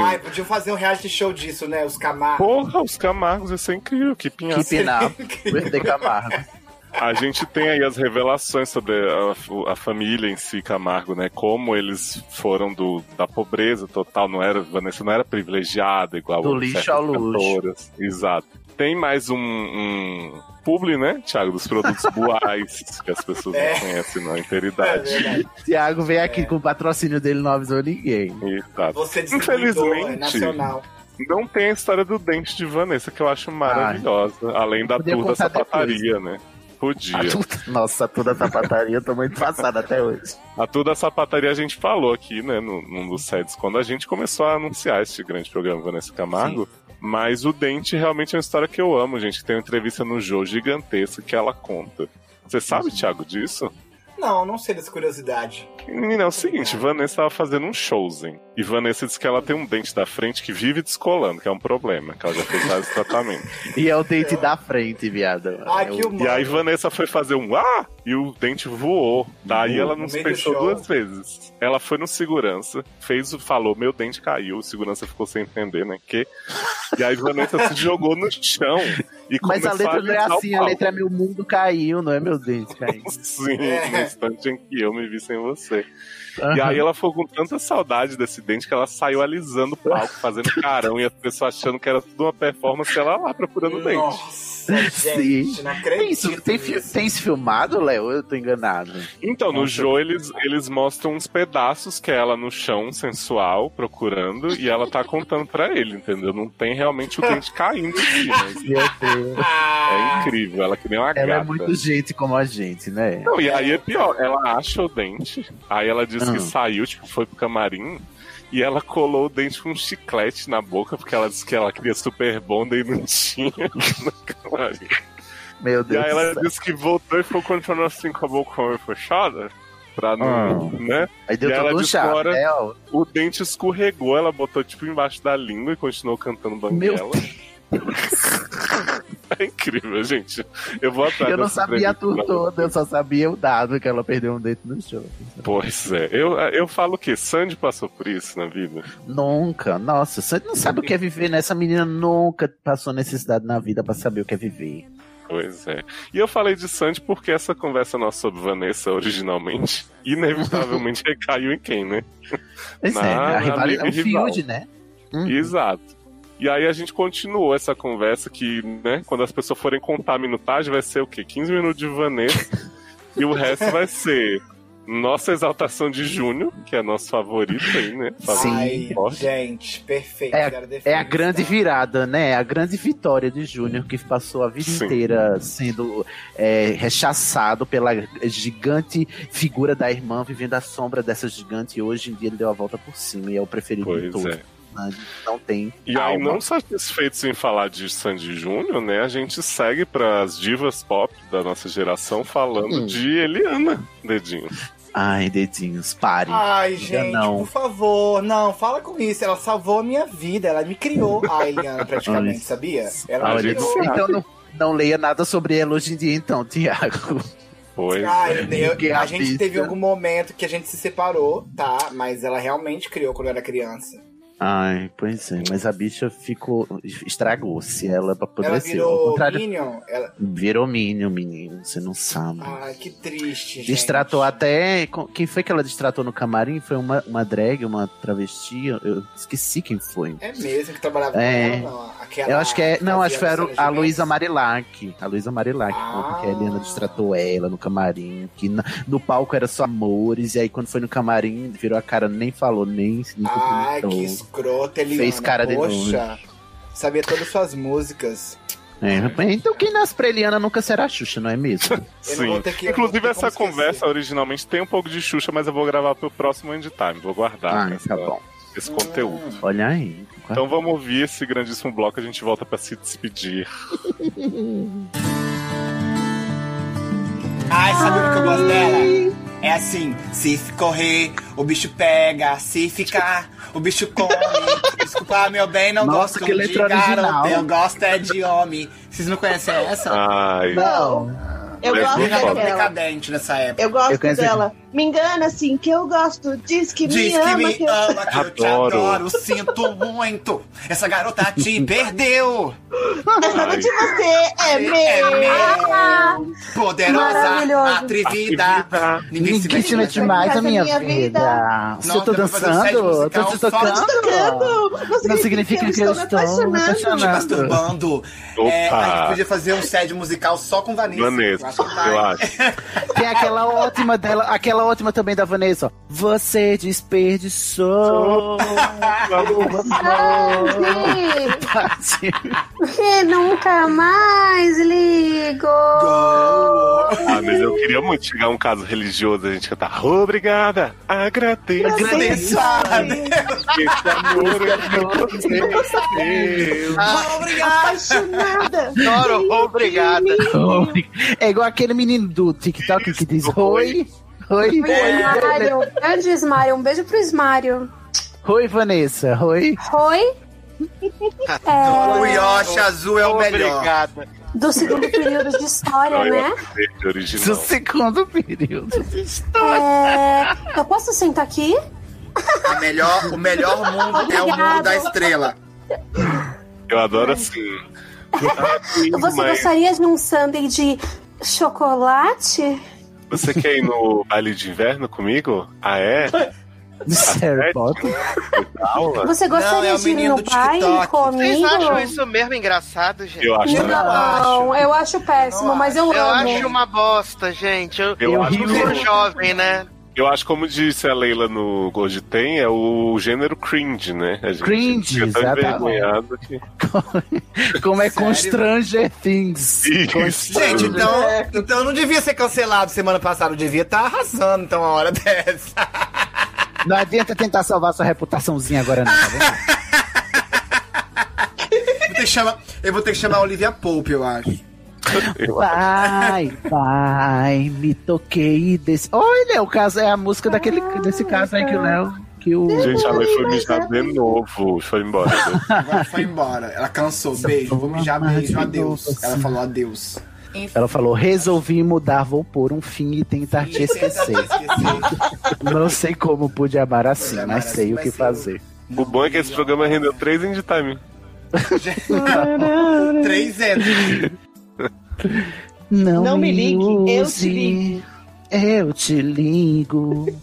Speaker 3: Ai, podiam fazer um reality show disso, né? Os Camargo.
Speaker 1: Porra, os Camargos, isso é incrível, que pinhal.
Speaker 2: Que pinal. Verde Camargo.
Speaker 1: A gente tem aí as revelações sobre a, a família em si, Camargo, né? Como eles foram do, da pobreza total, não era, Vanessa não era privilegiada igual
Speaker 2: Do
Speaker 1: a
Speaker 2: lixo
Speaker 1: certas
Speaker 2: ao luxo.
Speaker 1: cantoras. Exato. Tem mais um, um publi, né, Thiago, dos produtos buais, que as pessoas
Speaker 2: É.
Speaker 1: não conhecem na integridade.
Speaker 3: É
Speaker 2: Tiago veio aqui com o patrocínio dele, não avisou ninguém.
Speaker 1: Exato.
Speaker 3: Você
Speaker 1: Tá.
Speaker 3: é
Speaker 1: Infelizmente,
Speaker 3: nacional.
Speaker 1: não tem a história do dente de Vanessa, que eu acho maravilhosa, além da
Speaker 2: Ah. Podia
Speaker 1: tour da
Speaker 2: contar depois. Ah,
Speaker 1: sapataria, né? Podia.
Speaker 2: A tuta- Nossa, toda essa pataria, eu tô muito passada até hoje.
Speaker 1: A toda a sapataria a gente falou aqui, né, no, num dos sets, quando a gente começou a anunciar este grande programa Vanessa Camargo. Mas o Dente realmente é uma história que eu amo, gente. Tem uma entrevista no jogo gigantesca que ela conta. Você sabe, Thiago, disso?
Speaker 3: Não, não sei dessa curiosidade.
Speaker 1: Menina, é o seguinte, Vanessa tava fazendo um showzinho. E Vanessa disse que ela tem um dente da frente que vive descolando, que é um problema, que ela já fez vários tratamentos.
Speaker 2: E é o dente da frente, viado.
Speaker 1: Ai,
Speaker 2: É
Speaker 1: que
Speaker 2: o-
Speaker 1: humano. E aí Vanessa foi fazer um ah! E o dente voou. Daí
Speaker 2: Voou.
Speaker 1: ela não
Speaker 2: No
Speaker 1: se
Speaker 2: meio do
Speaker 1: pensou
Speaker 2: show.
Speaker 1: duas vezes. Ela foi no segurança, fez o. falou, meu dente caiu, o segurança ficou sem entender, né? Que... E aí Vanessa se jogou no chão. E
Speaker 2: Mas a
Speaker 1: começou
Speaker 2: letra não é
Speaker 1: alisar o
Speaker 2: assim, a
Speaker 1: pau.
Speaker 2: letra é meu mundo caiu, não é meu dente caiu.
Speaker 1: Sim,
Speaker 2: É.
Speaker 1: no
Speaker 3: É.
Speaker 1: instante em que eu me vi sem você. E
Speaker 2: Aham.
Speaker 1: aí ela ficou com tanta saudade desse dente que ela saiu alisando o palco, fazendo carão, e as pessoas achando que era tudo uma performance, e ela lá procurando o dente.
Speaker 2: Sim. Tem, isso, tem, fi- tem isso filmado, Léo? Eu tô enganado.
Speaker 1: Então, no show eles, eles mostram uns pedaços que é ela no chão, sensual, procurando, e ela tá contando pra ele, entendeu? Não tem realmente o dente caindo aqui, mas
Speaker 2: Meu Deus.
Speaker 1: é incrível, ela que nem uma
Speaker 2: Ela
Speaker 1: gata.
Speaker 2: é muito gente como a gente, né?
Speaker 1: Não, e aí é pior, ela acha o dente, aí ela diz
Speaker 2: Ah.
Speaker 1: que saiu, tipo, foi pro camarim, e ela colou o dente com um chiclete na boca, porque ela disse que ela queria super bonda e não tinha no camarim.
Speaker 2: Meu
Speaker 1: E
Speaker 2: Deus.
Speaker 1: aí ela
Speaker 2: do céu.
Speaker 1: disse que voltou e ficou continuando assim com a boca fechada. Pra não, né?
Speaker 2: Ah. Aí deu
Speaker 1: e
Speaker 2: todo
Speaker 1: ela
Speaker 2: um
Speaker 1: disse que
Speaker 2: chá,
Speaker 1: uma hora
Speaker 2: né, ó?
Speaker 1: O dente escorregou, ela botou tipo embaixo da língua e continuou cantando banguela. É incrível, gente. Eu vou atrás
Speaker 2: Eu não
Speaker 1: dessa
Speaker 2: sabia a tour
Speaker 1: entrevista.
Speaker 2: toda, eu só sabia o dado que ela perdeu um dedo no show.
Speaker 1: Pois é. Eu, eu falo que Sandy passou por isso na vida.
Speaker 2: Nunca, nossa, você não sabe o que é viver, né? Essa menina nunca passou necessidade na vida pra saber o que é viver.
Speaker 1: Pois é. E eu falei de Sandy porque essa conversa nossa sobre Vanessa originalmente, inevitavelmente recaiu em quem, né?
Speaker 2: Pois é, a rivalidade-
Speaker 1: amiga e
Speaker 2: o
Speaker 1: rival.
Speaker 2: feud, né?
Speaker 1: Exato. E aí a gente continuou essa conversa que, né, quando as pessoas forem contar a minutagem, vai ser o quê? 15 minutos de Vanessa e o resto vai ser nossa exaltação de Júnior, que é nosso favorito aí, né?
Speaker 3: Ai,
Speaker 1: Favorito forte.
Speaker 3: gente, perfeito.
Speaker 2: É,
Speaker 3: Zero
Speaker 2: é a
Speaker 3: defeitos.
Speaker 2: grande virada, né? A grande vitória de Júnior, que passou a vida
Speaker 1: Sim.
Speaker 2: inteira sendo é, rechaçado pela gigante figura da irmã, vivendo a sombra dessa gigante. E hoje em dia ele deu a volta por cima e é o preferido de
Speaker 1: Pois
Speaker 2: todos.
Speaker 1: é.
Speaker 2: Né? Não tem.
Speaker 1: E aí,
Speaker 2: alma.
Speaker 1: não satisfeitos em falar de Sandy Júnior, né? A gente segue pras divas pop da nossa geração falando
Speaker 2: Hum.
Speaker 1: de Eliana, dedinho.
Speaker 2: Ai, dedinhos, pare.
Speaker 3: Ai,
Speaker 2: Diga
Speaker 3: gente,
Speaker 2: não.
Speaker 3: por favor, não, fala com isso. Ela salvou a minha vida, ela me criou a Eliana praticamente,
Speaker 2: Ai.
Speaker 3: sabia?
Speaker 1: Ah,
Speaker 3: Ela assim,
Speaker 2: Olha,
Speaker 3: me criou.
Speaker 2: então não, não leia nada sobre ela hoje em dia, então, Tiago.
Speaker 1: Pois é.
Speaker 3: Ai, Ah, eu-
Speaker 2: Que
Speaker 3: a
Speaker 2: é
Speaker 3: gente
Speaker 2: artista.
Speaker 3: teve algum momento que a gente se separou, tá? Mas ela realmente criou quando eu era criança.
Speaker 2: Ai, pois é, mas a bicha ficou. estragou-se ela
Speaker 3: Ela
Speaker 2: apodreceu. Ao
Speaker 3: virou
Speaker 2: contrário,
Speaker 3: Minion. Ela...
Speaker 2: virou Minion, menino, você não sabe.
Speaker 3: Ai, que triste, gente.
Speaker 2: Destratou até. com- Quem foi que ela destratou no camarim? Foi uma, uma drag, uma travesti. Eu- Eu esqueci quem foi.
Speaker 3: É mesmo que trabalhava
Speaker 2: É.
Speaker 3: com ela? não? Aquela
Speaker 2: eu acho que é. Não,
Speaker 3: fazia
Speaker 2: acho que era
Speaker 3: Luciana
Speaker 2: a
Speaker 3: Gimenez?
Speaker 2: Luísa Marilac. A Luísa Marilac
Speaker 3: Ah.
Speaker 2: conta que a Helena destratou ela no camarim. Que na- no palco era só amores. E aí quando foi no camarim, virou a cara, nem falou, nem. nem
Speaker 3: Ai,
Speaker 2: cumprimentou.
Speaker 3: que escrota, Eliana.
Speaker 2: Fez cara de
Speaker 3: Poxa, sabia todas as suas músicas.
Speaker 2: É, rapaz, então quem nasce pra Eliana nunca será Xuxa, não é mesmo?
Speaker 1: Sim. Inclusive, essa conversa originalmente tem um pouco de Xuxa, mas eu vou gravar pro próximo End Time. Vou guardar
Speaker 2: Ah,
Speaker 1: essa-
Speaker 2: tá bom. Ah.
Speaker 1: esse conteúdo.
Speaker 2: Olha aí.
Speaker 1: Então vamos ouvir esse grandíssimo bloco, a gente volta pra se despedir.
Speaker 3: Ai, sabe o que eu gosto dela? É assim, se correr, o bicho pega, se ficar, o bicho come. Desculpa, meu bem, não
Speaker 2: Nossa,
Speaker 3: gosto
Speaker 2: que
Speaker 3: de
Speaker 2: letra original.
Speaker 3: garota, eu gosto é de homem. Vocês não conhecem essa?
Speaker 1: Ai. Não.
Speaker 18: Eu
Speaker 3: Mas
Speaker 18: gosto
Speaker 3: eu era
Speaker 18: dela.
Speaker 3: decadente nessa época.
Speaker 18: Eu gosto
Speaker 3: Eu conheço-
Speaker 18: dela. Me engana, assim, que eu gosto. Diz que
Speaker 3: Diz
Speaker 18: me
Speaker 3: que
Speaker 18: ama.
Speaker 3: me
Speaker 18: que eu-
Speaker 3: ama, que eu te
Speaker 1: Adoro.
Speaker 3: adoro, sinto muito. Essa garota te perdeu.
Speaker 18: Essa de você é meu. Ah,
Speaker 3: Poderosa,
Speaker 18: Maravilhoso.
Speaker 3: atrevida. Ninguém se mete mais.
Speaker 2: mais a minha,
Speaker 18: Essa minha
Speaker 2: vida.
Speaker 18: vida.
Speaker 2: Se eu tô
Speaker 3: Nossa, eu vou fazer um set
Speaker 2: tá dançando, eu tô
Speaker 3: musical
Speaker 2: te
Speaker 3: só de
Speaker 2: tocando.
Speaker 3: tocando.
Speaker 2: Não significa que eu estou me
Speaker 3: Te
Speaker 2: apaixonando.
Speaker 3: Tá masturbando.
Speaker 1: Opa.
Speaker 3: É, a gente podia fazer um sede musical só com Vanessa.
Speaker 1: Vanessa, eu acho.
Speaker 2: Tem aquela ótima dela, aquela ótima também da Vanessa. ó. Você desperdiçou.
Speaker 19: Sabe que nunca mais ligo.
Speaker 1: Ah, mas eu queria muito chegar a um caso religioso, a gente cantar obrigada, agradeço.
Speaker 3: Agradeço a
Speaker 1: Esse amor é meu.
Speaker 18: Apaixonada.
Speaker 16: Adoro, obrigada.
Speaker 2: É igual aquele menino do TikTok que diz oi. Oi.
Speaker 19: Mário, grande Ismário. Um beijo pro Ismário.
Speaker 2: Oi, Vanessa. Oi.
Speaker 19: Oi?
Speaker 3: O Yoshi azul é o melhor.
Speaker 16: Obrigada.
Speaker 19: Do segundo período de história,
Speaker 1: Não, eu
Speaker 19: né?
Speaker 1: acho é verde original.
Speaker 2: Do segundo período.
Speaker 19: É, Eu posso sentar aqui?
Speaker 3: A melhor, o melhor mundo é o mundo da estrela.
Speaker 1: Eu adoro assim. Ah, sim,
Speaker 19: Você
Speaker 1: mas
Speaker 19: gostaria de um sundae de chocolate?
Speaker 1: você quer ir no baile de inverno comigo? Ah, é?
Speaker 2: Sério,
Speaker 1: Aula?
Speaker 3: é
Speaker 19: Você gostaria de ir no baile
Speaker 16: Vocês
Speaker 19: comigo?
Speaker 16: acham isso mesmo engraçado, gente?
Speaker 1: Eu acho
Speaker 19: Não, eu acho péssimo, mas eu,
Speaker 16: Eu
Speaker 19: amo.
Speaker 16: acho uma bosta, gente. Eu,
Speaker 1: Eu
Speaker 16: eu
Speaker 1: acho
Speaker 16: sou
Speaker 1: que-
Speaker 16: jovem, né?
Speaker 1: Eu acho, como disse a Leila no Goji Tem, é o gênero cringe, né? A gente
Speaker 2: Cringe,
Speaker 1: fica tão
Speaker 2: exatamente.
Speaker 1: envergonhado que.
Speaker 2: Como é com Stranger Things. Com Stranger-
Speaker 3: Gente, então, então eu não devia ser cancelado semana passada, eu devia estar arrasando então a hora dessa.
Speaker 2: Não adianta tentar salvar sua reputaçãozinha agora, não, tá vendo?
Speaker 3: Vou ter que chamar- eu vou ter que chamar a Olivia Pope, eu acho.
Speaker 2: Vai, Ah, vai, me toquei desse. Olha, o caso é a música daquele, desse caso aí que o Léo. que o.
Speaker 1: Gente, a Lê foi mijar de novo. Foi embora. né?
Speaker 3: Agora foi embora. Ela cansou. Beijo, vou mijar, beijo, adeus. Ela falou adeus.
Speaker 2: Ela falou: resolvi mudar, vou pôr um fim e tentar te esquecer. Não sei como pude amar assim, mas sei o que fazer.
Speaker 1: O bom é que esse programa rendeu três em time.
Speaker 3: Três anos.
Speaker 2: Não,
Speaker 18: Não me ligue, eu
Speaker 2: use,
Speaker 18: te ligo.
Speaker 2: Eu te ligo.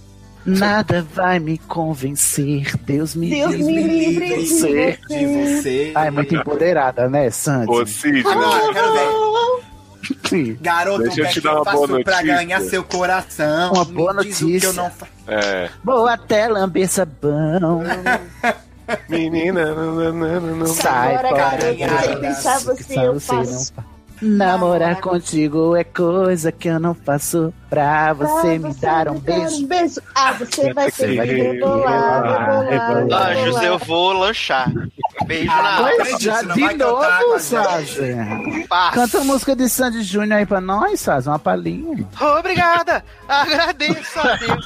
Speaker 2: Nada vai me convencer. Deus me
Speaker 18: Deus
Speaker 2: livre
Speaker 18: me livre de você.
Speaker 2: Ai, muito empoderada, né, Sandy?
Speaker 1: é Ô, Cid,
Speaker 3: Agora, quero ver.
Speaker 2: Sim.
Speaker 3: Garoto,
Speaker 1: Deixa eu
Speaker 3: o que
Speaker 1: te dar uma
Speaker 3: faço
Speaker 1: boa
Speaker 3: pra
Speaker 1: notícia.
Speaker 3: ganhar seu coração?
Speaker 2: Uma boa
Speaker 3: Me diz o que
Speaker 2: notícia.
Speaker 3: eu não fa-
Speaker 1: É.
Speaker 2: Boa até lamber sabão.
Speaker 1: Menina, não, não, não, não, não.
Speaker 2: Sai
Speaker 18: Agora,
Speaker 2: fora,
Speaker 1: né?
Speaker 18: garoto, sem pensar você,
Speaker 2: Só
Speaker 18: eu
Speaker 2: você não
Speaker 18: faço.
Speaker 2: fa- Namorar contigo é coisa que eu não faço pra você me dar um beijo.
Speaker 18: Um beijo. Ah, você vai
Speaker 2: Você
Speaker 18: ter
Speaker 2: vai
Speaker 18: que
Speaker 2: ter que
Speaker 18: rebolar,
Speaker 2: rebolar,
Speaker 18: rebolar.
Speaker 2: rebolar.
Speaker 16: Anjos, eu vou lanchar. Beijo
Speaker 3: Ah,
Speaker 16: na
Speaker 2: Pois
Speaker 16: alma.
Speaker 2: já, de novo, Sage. Canta a música de Sandy Júnior aí pra nós, Sage, uma palhinha.
Speaker 16: Obrigada! Agradeço a Deus.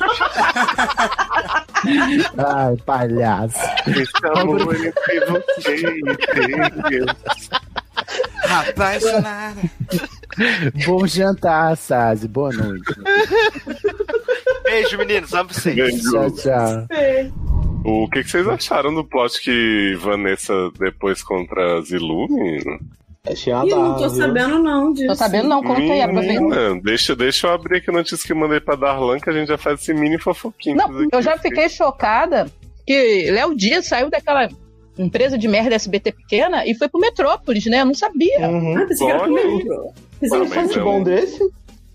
Speaker 2: Ai, palhaço.
Speaker 1: Esse amor entre você e Deus.
Speaker 3: Apaixonada.
Speaker 2: Bom jantar, Sage. Boa noite.
Speaker 16: Beijo, meninos. Amo vocês.
Speaker 2: Tchau, tchau.
Speaker 1: O que, que vocês acharam do plot que Vanessa depois contra Zilu, menino?
Speaker 5: Ih, não tô sabendo não disso.
Speaker 9: Ah, Tô sabendo não, conta aí, aproveita.
Speaker 1: Menina, deixa, deixa eu abrir aqui a notícia que eu mandei pra Darlan, que a gente já faz esse mini fofoquinho.
Speaker 9: Não, eu já fiquei chocada que Léo Dias saiu daquela empresa de merda SBT pequena e foi pro Metrópolis, né? Eu não sabia.
Speaker 1: Ah, pensei que era pro Olha aí.
Speaker 8: Hum.
Speaker 9: Metrópolis.
Speaker 1: Não, mas é um-
Speaker 9: desse?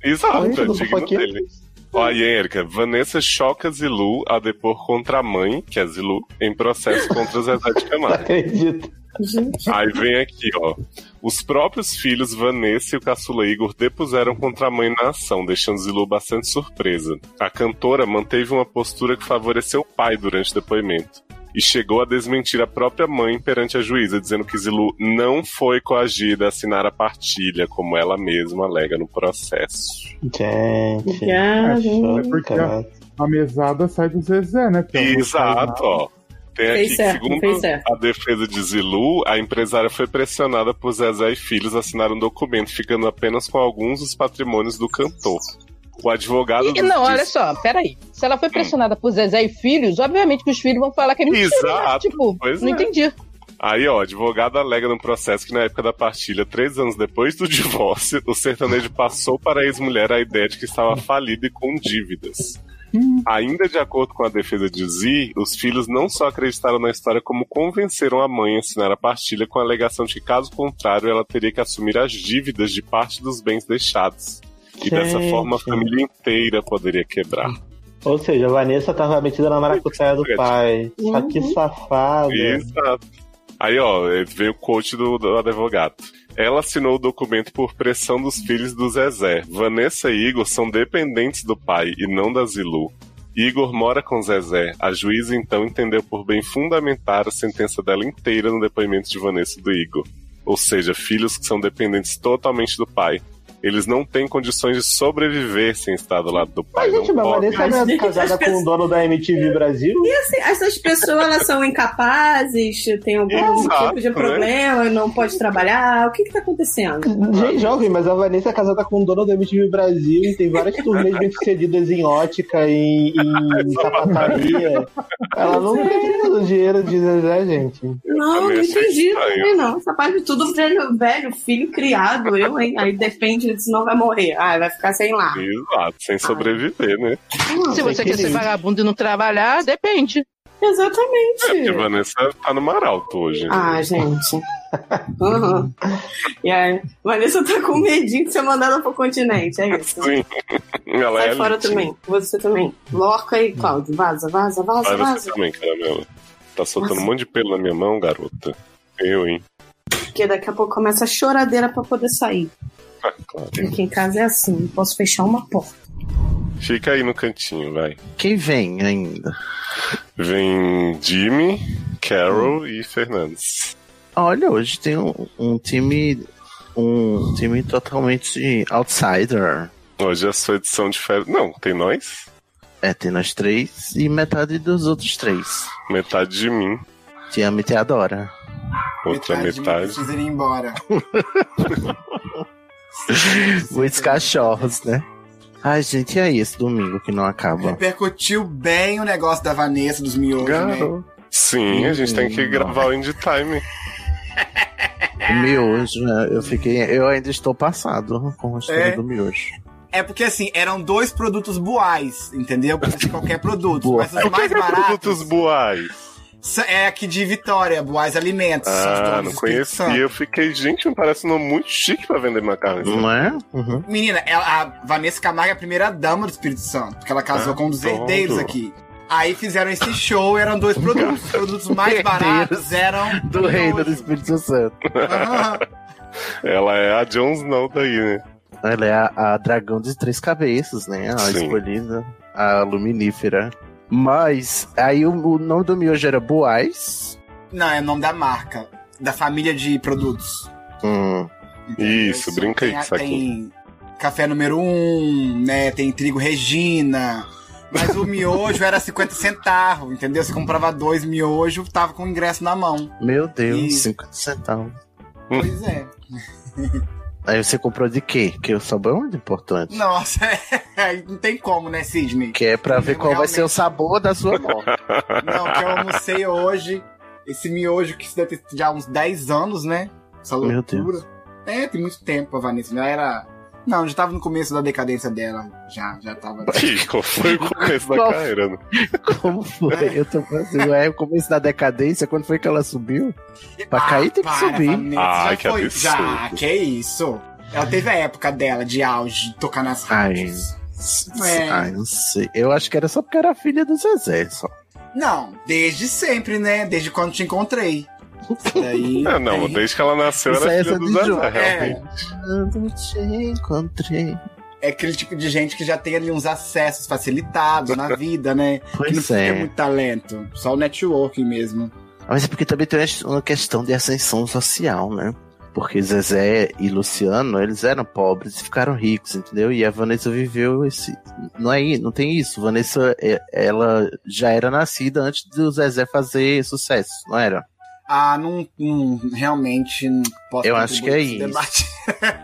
Speaker 1: Exato,
Speaker 9: Gente,
Speaker 1: é
Speaker 9: do
Speaker 1: digno
Speaker 9: fofoqueiro.
Speaker 1: dele. Ó, aí, Erika, Vanessa choca Zilu a depor contra a mãe, que é Zilu, em processo contra Zezé de Camargo.
Speaker 8: Acredito.
Speaker 1: Aí vem aqui, ó. Os próprios filhos, Vanessa e o caçula Igor, depuseram contra a mãe na ação, deixando Zilu bastante surpresa. A cantora manteve uma postura que favoreceu o pai durante o depoimento. E chegou a desmentir a própria mãe perante a juíza, dizendo que Zilu não foi coagida a assinar a partilha, como ela mesma alega no processo.
Speaker 8: Gente.
Speaker 6: É porque a, a mesada sai do Zezé, né? Porque
Speaker 9: Então,
Speaker 6: ela não sai
Speaker 1: Exato,
Speaker 6: nada.
Speaker 1: ó. Tem
Speaker 6: Fez
Speaker 1: aqui,
Speaker 6: certo,
Speaker 1: segundo
Speaker 6: fez certo.
Speaker 1: a defesa de Zilu, a empresária foi pressionada por Zezé e filhos assinar um documento, ficando apenas com alguns dos patrimônios do cantor. O advogado.
Speaker 9: E,
Speaker 1: do-
Speaker 9: não, olha
Speaker 1: disse-
Speaker 9: só, peraí. Se ela foi pressionada por Zezé e filhos, obviamente que os filhos vão falar que ele mentiu, né?
Speaker 1: Exato,
Speaker 9: Tipo,
Speaker 1: pois
Speaker 9: não
Speaker 1: é.
Speaker 9: entendi.
Speaker 1: Aí, ó, o advogado alega no processo que na época da partilha, três anos depois do divórcio, o sertanejo passou para a ex-mulher a ideia de que estava falido e com dívidas. Ainda de acordo com a defesa de Zi, os filhos não só acreditaram na história, como convenceram a mãe a assinar a partilha com a alegação de que, caso contrário, ela teria que assumir as dívidas de parte dos bens deixados. E dessa
Speaker 8: Gente.
Speaker 1: forma a família inteira poderia quebrar.
Speaker 8: Ou seja, a Vanessa tava metida na maracutaia do pai. Só que
Speaker 19: Uhum.
Speaker 8: safada.
Speaker 1: Exato. Aí, ó, veio o coach do, do advogado. Ela assinou o documento por pressão dos filhos do Zezé. Vanessa e Igor são dependentes do pai e não da Zilu. Igor mora com Zezé. A juíza então entendeu por bem fundamentar a sentença dela inteira no depoimento de Vanessa e do Igor. Ou seja, filhos que são dependentes totalmente do pai. Eles não têm condições de sobreviver sem estar do lado do pai.
Speaker 8: Mas, gente,
Speaker 1: não
Speaker 8: mas a
Speaker 1: podem.
Speaker 8: Vanessa não é casada com o dono da MTV Brasil?
Speaker 5: E assim, essas pessoas elas são incapazes, tem algum
Speaker 8: Exato,
Speaker 5: tipo de
Speaker 8: né?
Speaker 5: problema, não pode trabalhar. O que que tá acontecendo?
Speaker 8: Gente, jovem, mas a Vanessa é casada com o dono da MTV Brasil e tem várias turnês bem sucedidas em ótica, em, em sapataria. Ela não precisa do dinheiro de Zezé, gente.
Speaker 5: Não, não
Speaker 8: também achei
Speaker 5: entendi
Speaker 8: estranho.
Speaker 5: também não. Essa parte de tudo velho, velho, filho criado, eu, hein? Aí depende, senão vai morrer. Ah, vai ficar sem lá.
Speaker 1: Exato, sem sobreviver, né?
Speaker 9: Se você quer ser vagabundo e não trabalhar, depende.
Speaker 1: É, Porque a
Speaker 5: Exatamente.
Speaker 1: Vanessa tá no mar alto hoje.
Speaker 5: Ah, gente. Uhum. E aí, Vanessa tá com medinho de ser mandada pro continente, é isso.
Speaker 1: Sim. Ela
Speaker 5: Sai
Speaker 1: é
Speaker 5: fora
Speaker 1: elite.
Speaker 5: também. Você também. Lorca aí, Cláudio. Vaza, vaza,
Speaker 1: Vai você
Speaker 5: vaza, vaza.
Speaker 1: também, caramelo. Tá soltando um monte de pelo na minha mão, garota. Eu, hein?
Speaker 5: Porque daqui a pouco começa a choradeira pra poder sair.
Speaker 1: Ah, claro.
Speaker 5: Aqui em casa é assim, não posso fechar uma porta.
Speaker 1: Fica aí no cantinho, vai.
Speaker 2: Quem vem ainda?
Speaker 1: Vem Jimmy, Carol e Fernandes.
Speaker 2: Olha, hoje tem um, um time. Um time totalmente outsider.
Speaker 1: Hoje é a sua edição diferente. Não, tem nós?
Speaker 2: É, tem nós três e metade dos outros três.
Speaker 1: Metade de mim.
Speaker 2: Te ama e te adora.
Speaker 1: Outra metade.
Speaker 3: Precisa ir embora.
Speaker 2: Muitos cachorros, né? Ai, gente, e aí esse domingo que não acaba?
Speaker 3: Repercutiu bem o negócio da Vanessa dos miojos, né?
Speaker 1: Sim, a gente tem que
Speaker 2: Hum.
Speaker 1: gravar o Indie Time.
Speaker 2: O miojo, né? eu fiquei. Eu ainda estou passado com a história
Speaker 3: É?
Speaker 2: do miojo.
Speaker 3: É porque assim, eram dois produtos buais, entendeu? Podia ser qualquer produto. Mas os
Speaker 1: O que
Speaker 3: mais
Speaker 1: que é
Speaker 3: baratos
Speaker 1: produtos buais?
Speaker 3: sa- é aqui de Vitória, Buais Alimentos. São os
Speaker 1: Ah,
Speaker 3: donos
Speaker 1: não
Speaker 3: do Espírito
Speaker 1: conhecia. Eu fiquei, gente, não parece um nome muito chique pra vender macarrão.
Speaker 2: Não é?
Speaker 3: Menina, ela- a Vanessa Camargo é a primeira dama do Espírito Santo, porque ela casou
Speaker 1: Ah,
Speaker 3: com um dos
Speaker 1: pronto.
Speaker 3: herdeiros aqui. Aí fizeram esse show, eram dois produtos. Os produtos mais baratos eram.
Speaker 2: Do reino do Espírito Santo.
Speaker 1: Ela é a Jones não daí, né?
Speaker 2: Ela é a, a dragão de três cabeças, né? A
Speaker 1: Sim.
Speaker 2: escolhida, a luminífera. Mas aí o, o nome do miojo era Boás.
Speaker 3: Não, é o nome da marca, da família de produtos.
Speaker 1: Isso, brinca aí,
Speaker 3: Tem,
Speaker 1: saquinho.
Speaker 3: tem café número um, né? Tem trigo Regina. Mas o miojo era 50 centavos, entendeu? Você comprava dois miojos, tava com o ingresso na mão.
Speaker 2: Meu Deus,
Speaker 3: E-
Speaker 2: 50 centavos.
Speaker 1: Hum.
Speaker 3: Pois é.
Speaker 2: Aí você comprou de quê? Que eu sou muito importante.
Speaker 3: Nossa, não tem como, né, Sidney?
Speaker 2: Que é pra ver qual vai ser o sabor da sua morte.
Speaker 3: Não, que eu almocei hoje. Esse miojo que isso deve ter já uns 10 anos, né? Essa
Speaker 2: Meu
Speaker 3: loucura. É, tem muito tempo a Vanessa. Já era. Não, já tava no começo da decadência dela. Já, já tava.
Speaker 1: Ih, qual foi o começo da
Speaker 2: Qual-
Speaker 1: carreira? né?
Speaker 2: Como foi? Eu tô pensando, é o começo da decadência, quando foi que ela subiu? Pra cair tem que
Speaker 3: Ah, Para,
Speaker 2: subir.
Speaker 3: Vanessa, já foi. Já, que isso. Ela teve a época dela de auge, de tocar nas
Speaker 2: Ai,
Speaker 3: rádios. É.
Speaker 2: ai, Ah, não sei. Eu acho que era só porque era filha do Zezé, só.
Speaker 3: Não, desde sempre, né? Desde quando te encontrei. Daí,
Speaker 1: Ah, não,
Speaker 3: daí-
Speaker 1: desde que ela nasceu,
Speaker 2: Isso
Speaker 1: era
Speaker 2: aí é
Speaker 1: filha do
Speaker 2: Sandy
Speaker 1: Zezé,
Speaker 2: Júnior.
Speaker 1: realmente.
Speaker 2: Quando te encontrei.
Speaker 3: é aquele tipo de gente que já tem ali uns acessos facilitados na vida, né?
Speaker 2: Pois
Speaker 3: que não precisa
Speaker 2: é.
Speaker 3: ter muito talento, só o networking mesmo.
Speaker 2: Mas é porque também tem uma questão de ascensão social, né? Porque Zezé e Luciano, eles eram pobres e ficaram ricos, entendeu? E a Vanessa viveu esse. Não é, i- não tem isso. Vanessa, é- ela já era nascida antes do Zezé fazer sucesso, não era?
Speaker 3: Ah, não, não realmente não posso
Speaker 2: Eu acho que é
Speaker 3: contribuir
Speaker 2: isso.
Speaker 3: com esse debate.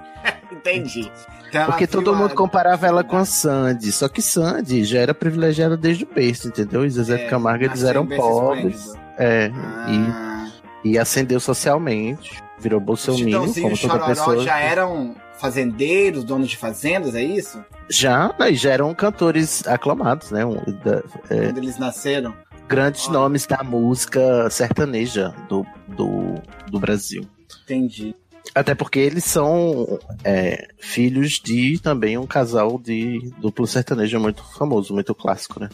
Speaker 3: Entendi. Então, ela
Speaker 2: Porque
Speaker 3: viu
Speaker 2: todo mundo é
Speaker 3: a-
Speaker 2: comparava ela com a Sandy. Só que Sandy já era privilegiada desde o berço, entendeu? E Zezé
Speaker 3: É,
Speaker 2: e Camargo, eles
Speaker 3: nasceu
Speaker 2: eram
Speaker 3: em berço Ah.
Speaker 2: pobres. É, e, e ascendeu socialmente. Virou bolsominion,
Speaker 3: Chitãozinho e
Speaker 2: como toda
Speaker 3: Chororó
Speaker 2: pessoa.
Speaker 3: já eram fazendeiros, donos de fazendas, é isso?
Speaker 2: Já, né, e já eram cantores aclamados, né? Um, da- é,
Speaker 3: Quando eles nasceram.
Speaker 2: grandes nomes da música sertaneja do, do, do Brasil.
Speaker 3: Entendi.
Speaker 2: Até porque eles são é, filhos de também um casal de duplo sertanejo muito famoso, muito clássico, né?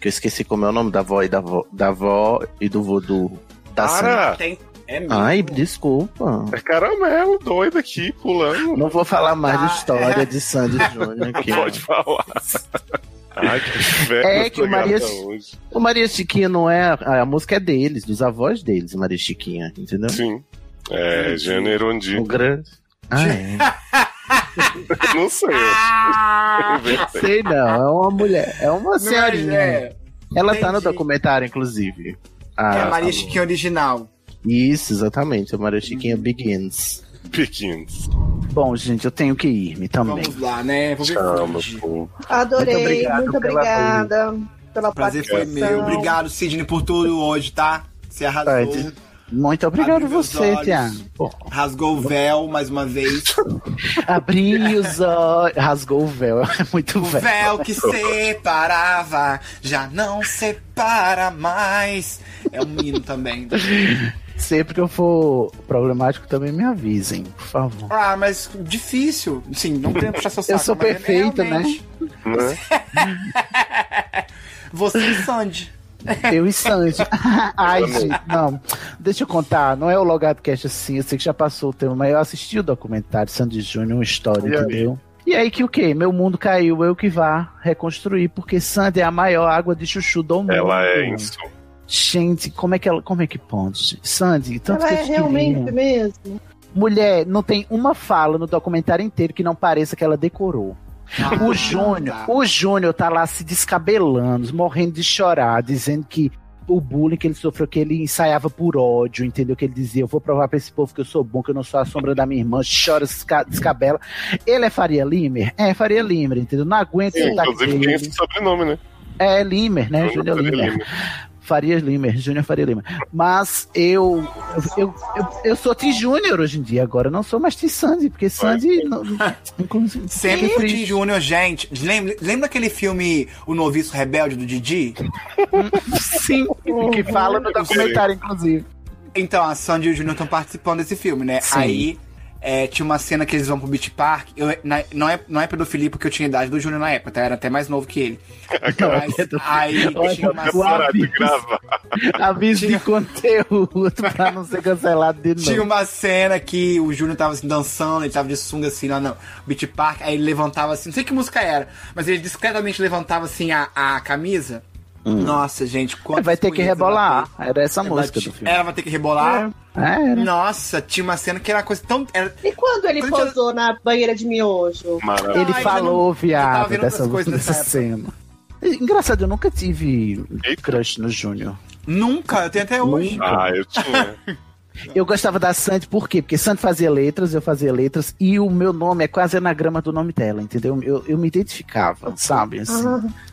Speaker 2: Que eu esqueci como é o nome da avó e da avó, da avó e do vô do. Da Sandy.
Speaker 3: Tem... É mesmo.
Speaker 2: Ai, desculpa.
Speaker 1: Tá É caramelo doido aqui, pulando.
Speaker 2: Não vou falar mais de história de Sandy Júnior aqui.
Speaker 1: Pode falar. Ai, que inferno
Speaker 2: É que o
Speaker 1: essa
Speaker 2: Maria,
Speaker 1: gata hoje.
Speaker 2: o Maria Chiquinha não é. A, a música é deles, dos avós deles, Maria Chiquinha, entendeu?
Speaker 1: Sim. É, Janeiro Ondi.
Speaker 2: O grande. Ah, é.
Speaker 1: Não sei.
Speaker 2: Não sei não, é uma mulher, é uma senhorinha.
Speaker 3: é.
Speaker 2: Ela tá no documentário, inclusive.
Speaker 3: É a Maria
Speaker 2: a-
Speaker 3: Chiquinha original. Uhum.
Speaker 2: Isso, exatamente, a Maria Chiquinha Begins.
Speaker 1: Begins.
Speaker 2: Bom, gente, eu tenho que ir-me também.
Speaker 3: Vamos lá, né? Vou ver Vamos,
Speaker 1: povo.
Speaker 18: Adorei,
Speaker 3: Muito
Speaker 18: muito,
Speaker 3: obrigado pela
Speaker 18: obrigada pela
Speaker 3: Prazer foi meu.
Speaker 18: participação.
Speaker 3: Obrigado, Sidney, por tudo hoje, tá? Você arrasou.
Speaker 2: Muito obrigado a você,
Speaker 3: olhos.
Speaker 2: Tiago.
Speaker 3: Rasgou o véu mais uma vez.
Speaker 2: Abri os olhos. Rasgou o véu, é muito
Speaker 3: O
Speaker 2: velho.
Speaker 3: véu que separava já não separa mais. É um hino também.
Speaker 2: Sempre que eu for problemático, também me avisem, por favor.
Speaker 3: Ah, mas difícil. Sim, não querendo puxar seu
Speaker 2: Eu
Speaker 3: saco.
Speaker 2: sou
Speaker 3: mas
Speaker 2: perfeito, né?
Speaker 3: realmente,
Speaker 1: Né?
Speaker 3: Você e Sandy.
Speaker 2: Eu e Sanji. Ai, gente, não. Deixa eu contar, não é o Logado Cast assim, eu sei que já passou o tempo, mas eu assisti o documentário Sandy Júnior, uma história,
Speaker 10: E aí?
Speaker 2: entendeu? E aí que o quê? Meu mundo caiu, eu que vá reconstruir, porque Sandy é a maior água de chuchu do mundo.
Speaker 1: Ela é isso.
Speaker 2: Gente, como é que ela, como é que pode? Sandy, tanto
Speaker 18: Ela
Speaker 2: que
Speaker 18: é
Speaker 2: eu te
Speaker 18: realmente
Speaker 2: queria.
Speaker 18: mesmo.
Speaker 2: Mulher, não tem uma fala no documentário inteiro que não pareça que ela decorou. O
Speaker 1: Ah,
Speaker 2: Júnior, o Júnior tá lá se descabelando, morrendo de chorar, dizendo que o bullying que ele sofreu, que ele ensaiava por ódio, entendeu? Que ele dizia, eu vou provar pra esse povo que eu sou bom, que eu não sou a sombra da minha irmã, chora, desca- descabela. Ele é Faria Limer? É, Faria Limer, entendeu? Não aguenta
Speaker 1: Sim,
Speaker 2: escutar
Speaker 1: inclusive
Speaker 2: aquele-
Speaker 1: tem esse sobrenome, né?
Speaker 2: é Limer, né? Júnior
Speaker 1: Faria
Speaker 2: Limer.
Speaker 1: Limer.
Speaker 2: Farias Limer, Júnior Faria Limer. Mas eu eu, eu, eu sou Tim Júnior hoje em dia, agora eu não sou mais Tim Sandy, porque Sandy. não- inclusive,
Speaker 3: Sempre foi Tim Júnior, gente. Lembra, lembra aquele filme O Noviço Rebelde do Didi?
Speaker 2: Sim, que fala no documentário, inclusive.
Speaker 3: Então, a Sandy e o Júnior estão participando desse filme, né?
Speaker 2: Sim.
Speaker 3: Aí é, tinha uma cena que eles vão pro Beach Park. Eu, na- não, é, não é pedofilia, porque eu tinha a idade do Júnior na época, tá? Eu era até mais novo que ele. Mas aí tinha uma cena.
Speaker 2: Aviso de conteúdo pra não ser cancelado de novo.
Speaker 3: Tinha uma cena que o Júnior tava assim dançando, ele tava de sunga assim lá no Beach Park, aí ele levantava assim, não sei que música era, mas ele discretamente levantava assim a, a camisa. Nossa, gente, quantas
Speaker 2: Hum. Vai ter que
Speaker 3: punhetas
Speaker 2: rebolar. Era essa
Speaker 3: É
Speaker 2: música do filme.
Speaker 3: Ela vai ter que rebolar.
Speaker 2: É, era.
Speaker 3: Nossa, tinha uma cena que era uma coisa tão. Era...
Speaker 10: E quando ele pousou na banheira de miojo?
Speaker 3: É
Speaker 2: Ele
Speaker 10: Ai,
Speaker 2: falou,
Speaker 3: tava
Speaker 2: viado,
Speaker 3: vendo
Speaker 2: dessa,
Speaker 3: outras coisas
Speaker 2: dessa
Speaker 3: nessa
Speaker 2: cena. Engraçado, eu nunca tive crush no Júnior.
Speaker 3: Nunca, eu tenho até hoje.
Speaker 1: Ah, eu tinha.
Speaker 2: Eu gostava da Sandy, por quê? Porque Sandy fazia letras, eu fazia letras, e o meu nome é quase anagrama do nome dela, entendeu? Eu, eu me identificava, sabe? Assim,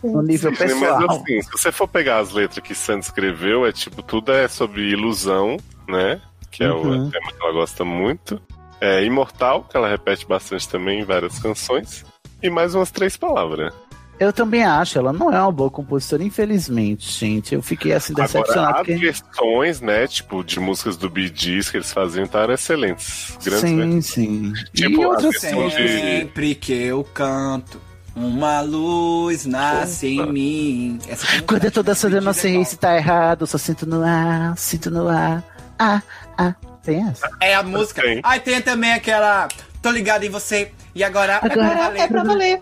Speaker 2: no nível
Speaker 1: Cisne, mas
Speaker 2: pessoal.
Speaker 1: assim, se você for pegar as letras que Sandy escreveu, é tipo, tudo é sobre ilusão, né? Que é
Speaker 2: Uhum.
Speaker 1: o tema que ela gosta muito. É Imortal, que ela repete bastante também em várias canções. E mais umas três palavras.
Speaker 2: Eu também acho, ela não é uma boa compositora, infelizmente, gente. Eu fiquei assim decepcionado.
Speaker 1: Agora, as
Speaker 2: porque...
Speaker 1: versões, né, tipo, de músicas do Bee Gees que eles faziam, então eram excelentes. Grandes
Speaker 2: Sim,
Speaker 1: versões.
Speaker 2: sim.
Speaker 1: Tipo, a versão de...
Speaker 3: Sempre que eu canto, uma luz nasce em mim. Essa é
Speaker 2: Quando eu tô dançando, eu não sei se tá errado, eu só sinto no ar, sinto no ar. Ah, ah, tem essa?
Speaker 3: É a música. Aí tem também aquela. Tô ligado em você. E agora.
Speaker 2: Agora é pra valer.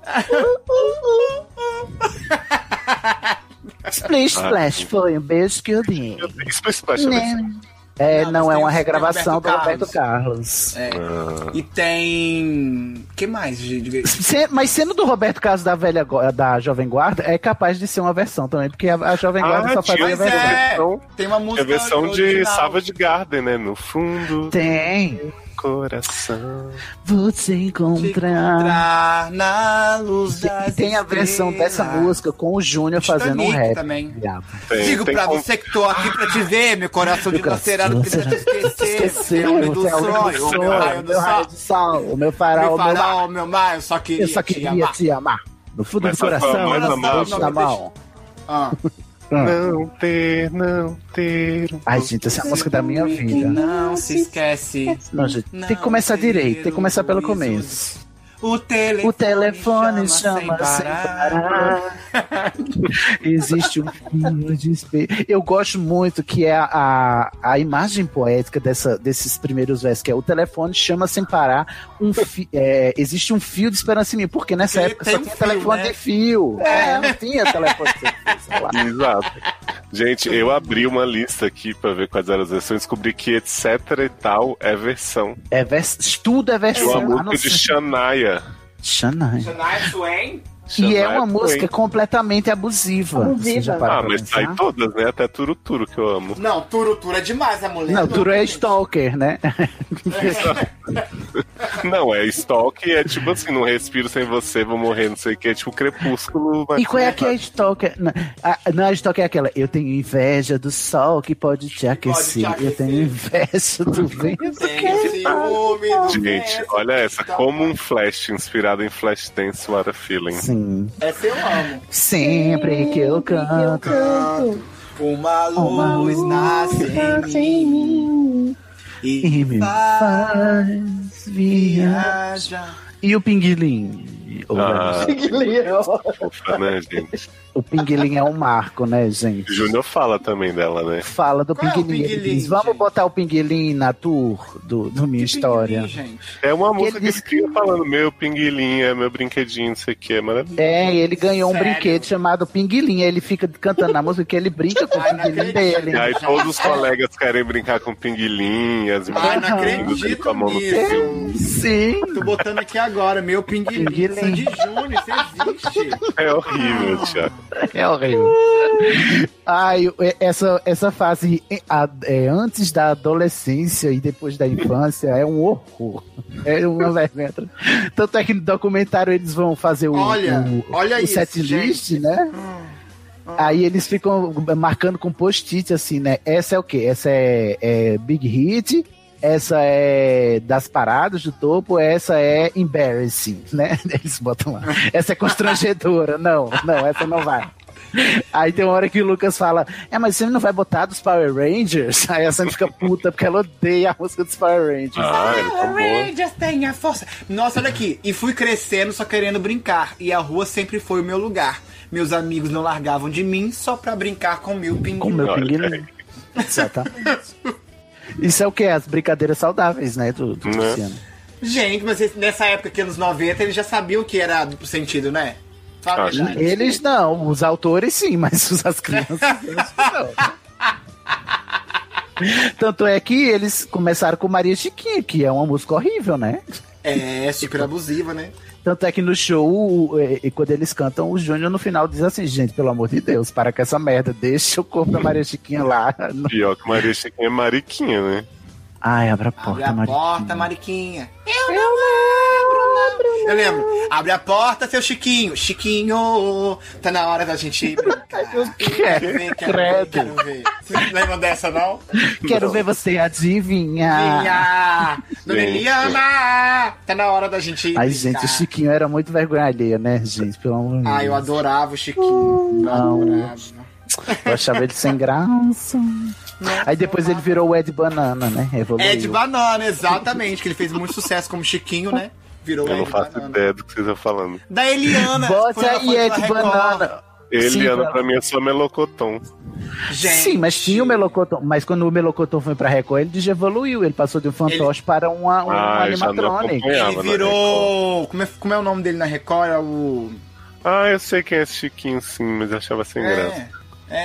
Speaker 2: Splish
Speaker 3: Ah,
Speaker 2: Splash foi um beijo que eu dei.
Speaker 1: Splish
Speaker 3: Splash, eu
Speaker 2: né?
Speaker 3: lembro.
Speaker 2: É,
Speaker 3: Não,
Speaker 2: não,
Speaker 3: mas
Speaker 2: é
Speaker 3: tem
Speaker 2: uma
Speaker 3: o
Speaker 2: regravação do
Speaker 3: Roberto
Speaker 2: Roberto Carlos.
Speaker 3: É.
Speaker 2: Ah.
Speaker 3: E tem. que mais? de- de-
Speaker 2: Se- mas sendo do Roberto Carlos da velha go- da Jovem Guarda, é capaz de ser uma versão também, porque a, a Jovem Guarda Ah,
Speaker 3: Ah,
Speaker 2: só fazia a
Speaker 1: tinha
Speaker 2: versão.
Speaker 3: é.
Speaker 1: essa versão-
Speaker 3: tem uma
Speaker 1: A versão de Savage Garden, né? No fundo.
Speaker 2: Tem.
Speaker 1: Coração.
Speaker 2: Vou te encontrar.
Speaker 3: Ah, na luz
Speaker 2: Tem-
Speaker 3: das
Speaker 2: Tem a versão dessa música com o Júnior fazendo um
Speaker 3: Titanic
Speaker 2: rap.
Speaker 3: também.
Speaker 2: viado.
Speaker 3: Digo
Speaker 2: tem
Speaker 3: pra
Speaker 2: como-
Speaker 3: você que tô aqui pra te ver, meu coração de lacerado, precisa te esquecer.
Speaker 2: Esqueceu,
Speaker 3: meu homem do
Speaker 2: você é o meu
Speaker 3: sonho, o meu raio do sol.
Speaker 2: de sal, o meu farol,
Speaker 3: Meu
Speaker 2: o meu
Speaker 3: farol,
Speaker 2: mar.
Speaker 3: meu mar, eu só queria,
Speaker 2: Eu só queria te amar. No fundo do
Speaker 1: Mas essa
Speaker 2: coração,
Speaker 1: famosa
Speaker 2: eu
Speaker 1: música-
Speaker 2: não na mão.
Speaker 3: Ah.
Speaker 1: Não ter, não ter.
Speaker 2: Ai, gente, essa é a música da minha vida.
Speaker 3: Não se esquece.
Speaker 2: Não, gente, tem que começar direito, tem que começar pelo começo.
Speaker 3: O telefone,
Speaker 2: O telefone chama sem parar. Existe um fio de espelho. Eu gosto muito que é a, a, a imagem poética dessa, desses primeiros versos, que é o telefone chama sem parar. Um fi- é, existe um fio de esperança em mim, porque nessa época só tinha telefone de fio. É, não tinha telefone de fio. sei lá.
Speaker 1: Exato. Gente, eu abri uma lista aqui pra ver quais eram as versões, descobri que etc e tal é versão.
Speaker 2: É vers... Tudo
Speaker 1: De
Speaker 2: é
Speaker 1: uma
Speaker 2: versão. Ah, não
Speaker 1: música de
Speaker 2: sei.
Speaker 1: Shania.
Speaker 2: Shania.
Speaker 3: Shania Twain?
Speaker 2: E é uma
Speaker 1: Shania
Speaker 2: música
Speaker 1: Twain.
Speaker 2: completamente abusiva. Você já parou
Speaker 1: Ah,
Speaker 2: pra
Speaker 1: mas
Speaker 2: pensar?
Speaker 1: sai todas, né? Até Turu Turu que eu amo.
Speaker 3: Não, Turuturu é demais a mulher.
Speaker 2: Não, Turo é stalker, né?
Speaker 1: Não, é estoque, é tipo assim, não respiro sem você, vou morrer, não sei o que, é tipo crepúsculo. mas-
Speaker 2: E qual é que é a stalker? Não, a, não, a stalker é aquela. Eu tenho inveja do sol que pode te aquecer. Eu tenho inveja do vento. É,
Speaker 1: Gente, olha essa, como um flash inspirado em Flash Dance What a Feeling.
Speaker 2: Sim.
Speaker 3: Essa eu amo.
Speaker 2: Sempre que eu canto.
Speaker 3: Uma
Speaker 2: Uma
Speaker 3: luz nasce em mim.
Speaker 2: E me faz viajar. E o pinguilim? Ô,
Speaker 1: Ah.
Speaker 2: Vanessa.
Speaker 1: Fofa, né, gente?
Speaker 2: O pinguilim é um marco, né, gente?
Speaker 1: Júnior fala também dela, né?
Speaker 2: Fala do pinguilim. Ele diz, Vamos botar o pinguilim na tour do, do minha história.
Speaker 1: É uma música que fica falando, meu pinguilinho, é meu brinquedinho, não sei o que, é maravilhoso.
Speaker 2: É, e ele ganhou um
Speaker 1: Sério?
Speaker 2: brinquete chamado Pinguilim. Ele fica cantando a música que ele brinca com o pinguilim dele.
Speaker 1: E aí todos os colegas querem brincar com pinguilinhas,
Speaker 2: Ah, não
Speaker 1: com a mão no
Speaker 2: acredito
Speaker 1: pinguim.
Speaker 2: Sim.
Speaker 3: Tô botando aqui agora, meu pinguim. Sandy Júnior, você existe.
Speaker 1: É horrível, Thiago.
Speaker 2: É horrível. Ai, eu- é- essa, essa fase é, a- é, antes da adolescência e depois da infância é um horror. É uma vergonha. Tanto é que no documentário eles vão fazer o,
Speaker 3: Olha,
Speaker 2: o,
Speaker 3: olha
Speaker 2: o
Speaker 3: isso, Ah,
Speaker 2: set list, né? Aí eles ficam marcando com post-it assim, né? Essa é o quê? Essa é, é Big Hit, essa é das paradas do topo, essa é embarrassing, né? Eles botam lá. Essa é constrangedora. não, não, essa não vai. Aí tem uma hora que o Lucas fala: É, mas você não vai botar dos Power Rangers? Aí a Sandy fica puta porque ela odeia a música dos Power Rangers.
Speaker 3: Ah,
Speaker 2: Tá
Speaker 3: é, tá Rangers tem a força. Nossa, olha aqui. E fui crescendo só querendo brincar. E a rua sempre foi o meu lugar. Meus amigos não largavam de mim só pra brincar com meu pinguim.
Speaker 2: Com meu tá. pinguim. Exatamente. Isso é o que? As brincadeiras saudáveis, né? Do, do Luciano.
Speaker 3: Gente, mas esse- nessa época aqui, nos 90, eles já sabiam que era duplo sentido, né? Fala a
Speaker 2: Ah,
Speaker 3: verdade.
Speaker 2: Eles não, os autores sim, mas os- as crianças. Tanto é que eles começaram com Maria Chiquinha, que é uma música horrível, né?
Speaker 3: é, super abusiva, né?
Speaker 2: Tanto é que no show, o- é, e- e quando eles cantam, o Júnior no final diz assim: gente, pelo amor de Deus, para com essa merda, deixa o corpo da Maria Chiquinha lá.
Speaker 1: Pior que Maria Chiquinha é Mariquinha, né?
Speaker 2: Ai, abre a
Speaker 3: Abre
Speaker 2: porta,
Speaker 3: a
Speaker 2: Maria.
Speaker 3: porta, Mariquinha. Eu não abro, não. Eu lembro. Abre a porta, seu Chiquinho. Chiquinho, tá na hora da gente brincar. Quero ver, quero ver,
Speaker 2: Credo.
Speaker 3: quero ver. Vocês lembram dessa, não?
Speaker 2: Quero ver você adivinhar.
Speaker 3: Minha, Dona
Speaker 2: Gente.
Speaker 3: Eliana, tá na hora da gente
Speaker 2: Ai,
Speaker 3: brincar.
Speaker 2: gente, o Chiquinho era muito vergonha alheia, né, gente? Pelo amor de Deus.
Speaker 3: Ah, eu adorava o Chiquinho.
Speaker 2: Não.
Speaker 3: Adorava.
Speaker 2: Eu achava ele sem graça. Aí depois ele virou o Ed Banana, né? Evoluiu.
Speaker 3: É de banana, exatamente, que ele fez muito sucesso como Chiquinho, né? Virou
Speaker 1: Eu não
Speaker 3: Ed
Speaker 1: faço ideia do que vocês estão falando.
Speaker 3: Da Eliana. quando
Speaker 2: Bota
Speaker 3: ela foi
Speaker 2: e Ed
Speaker 3: pra Record.
Speaker 2: Banana.
Speaker 1: Eliana,
Speaker 2: Sim,
Speaker 1: pra mim, é só melocotom.
Speaker 2: Sim, mas tinha o Melocoton. Mas quando o Melocoton foi pra Record, ele desevoluiu. Ele passou de um fantoche para uma, um
Speaker 1: Ah, eu já não
Speaker 2: animatronic.
Speaker 1: acompanhava, né?
Speaker 3: Ele virou. Como é, como é o nome dele na Record? É o.
Speaker 1: Ah, eu sei quem é esse Chiquinho, sim, mas eu achava sem
Speaker 3: É.
Speaker 1: graça.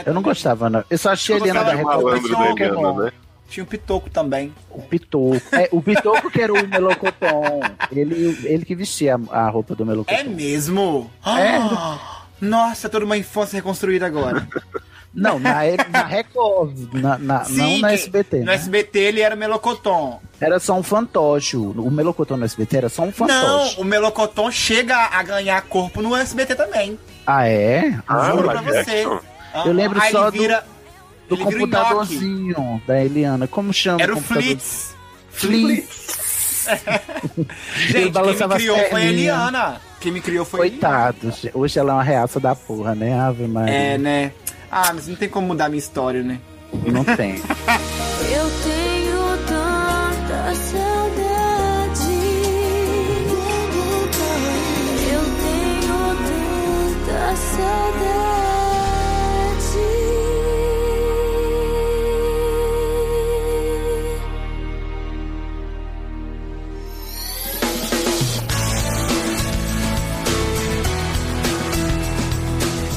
Speaker 2: Eu não gostava, não. Eu só achei ele na da
Speaker 1: gostava do
Speaker 2: Record.
Speaker 1: malandro da Eliana, né?
Speaker 3: Tinha o Pitoco também.
Speaker 2: O Pitoco. É, o Pitoco que era o Melocoton. Ele, ele que vestia a, a roupa do Melocoton. É.
Speaker 3: É mesmo? Ah, Nossa, toda uma infância reconstruída agora.
Speaker 2: Não, na, na Record. Na, na- não na
Speaker 3: que-
Speaker 2: SBT.
Speaker 3: No
Speaker 2: né?
Speaker 3: SBT ele era o Melocoton.
Speaker 2: Era só um fantoche. O o Melocoton no SBT era só um
Speaker 3: Não,
Speaker 2: fantoche.
Speaker 3: o Melocoton chega a ganhar corpo no SBT também.
Speaker 2: Ah, é?
Speaker 3: Ah,
Speaker 2: Juro
Speaker 3: pra você. Ah,
Speaker 2: Eu lembro
Speaker 3: aí
Speaker 2: só
Speaker 3: ele vira-
Speaker 2: do, do
Speaker 3: ele vira o
Speaker 2: computadorzinho da Eliana. Como chama?
Speaker 3: Era o
Speaker 2: computador?
Speaker 3: Flitz.
Speaker 2: Flitz. Ele
Speaker 3: Gente, quem
Speaker 2: balançava as
Speaker 3: me criou foi a
Speaker 2: perninhas.
Speaker 3: Eliana. Quem me criou foi a Eliana.
Speaker 2: Coitado. Hoje ela é uma reaça da porra, né? Ave Maria.
Speaker 3: É, né? Ah, mas não tem como mudar minha história, né?
Speaker 2: Não tem.
Speaker 13: Eu tenho tanta saudade. Eu tenho tanta saudade.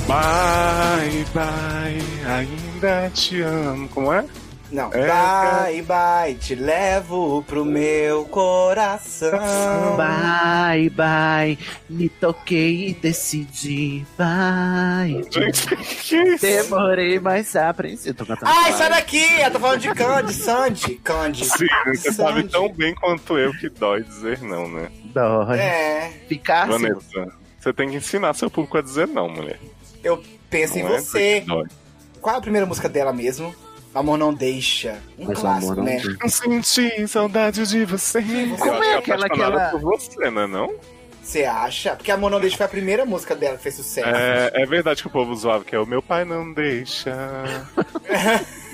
Speaker 1: Bye, bye, ainda te amo. Como é?
Speaker 3: Não.
Speaker 1: É,
Speaker 3: bye, bye, te levo pro meu coração.
Speaker 2: Bye, bye. Me toquei e decidi. Bye. Demorei, mas aprendi. Eu tô cantando.
Speaker 3: Ai, sai daqui! Eu tô falando de Candy, Sandy. Candy.
Speaker 1: Sim, você sabe tão bem quanto eu que dói dizer não, né?
Speaker 2: Dói.
Speaker 3: É.
Speaker 2: Ficar assim.
Speaker 1: Vanessa, você tem que ensinar seu público a dizer não, mulher.
Speaker 3: Eu penso em
Speaker 1: Não é
Speaker 3: você.
Speaker 1: que dói.
Speaker 3: Qual é a primeira música dela mesmo? Amor não deixa. Um
Speaker 1: Mas
Speaker 3: clássico,
Speaker 1: Amor Não
Speaker 3: né?
Speaker 1: Deixa.
Speaker 3: Eu senti saudade de você. é
Speaker 1: Eu
Speaker 2: é
Speaker 1: acho que apaixonada por você, né, não?
Speaker 3: Você acha? Porque Amor não deixa foi a primeira música dela que fez sucesso.
Speaker 1: É, é verdade que o povo zoava que é o meu pai não deixa.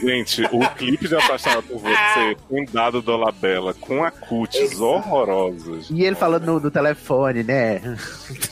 Speaker 1: Gente, o clipe de Apaixonado por Você, com dado Dolabella, com acutes horrorosas.
Speaker 2: E ele falando no, no telefone, né?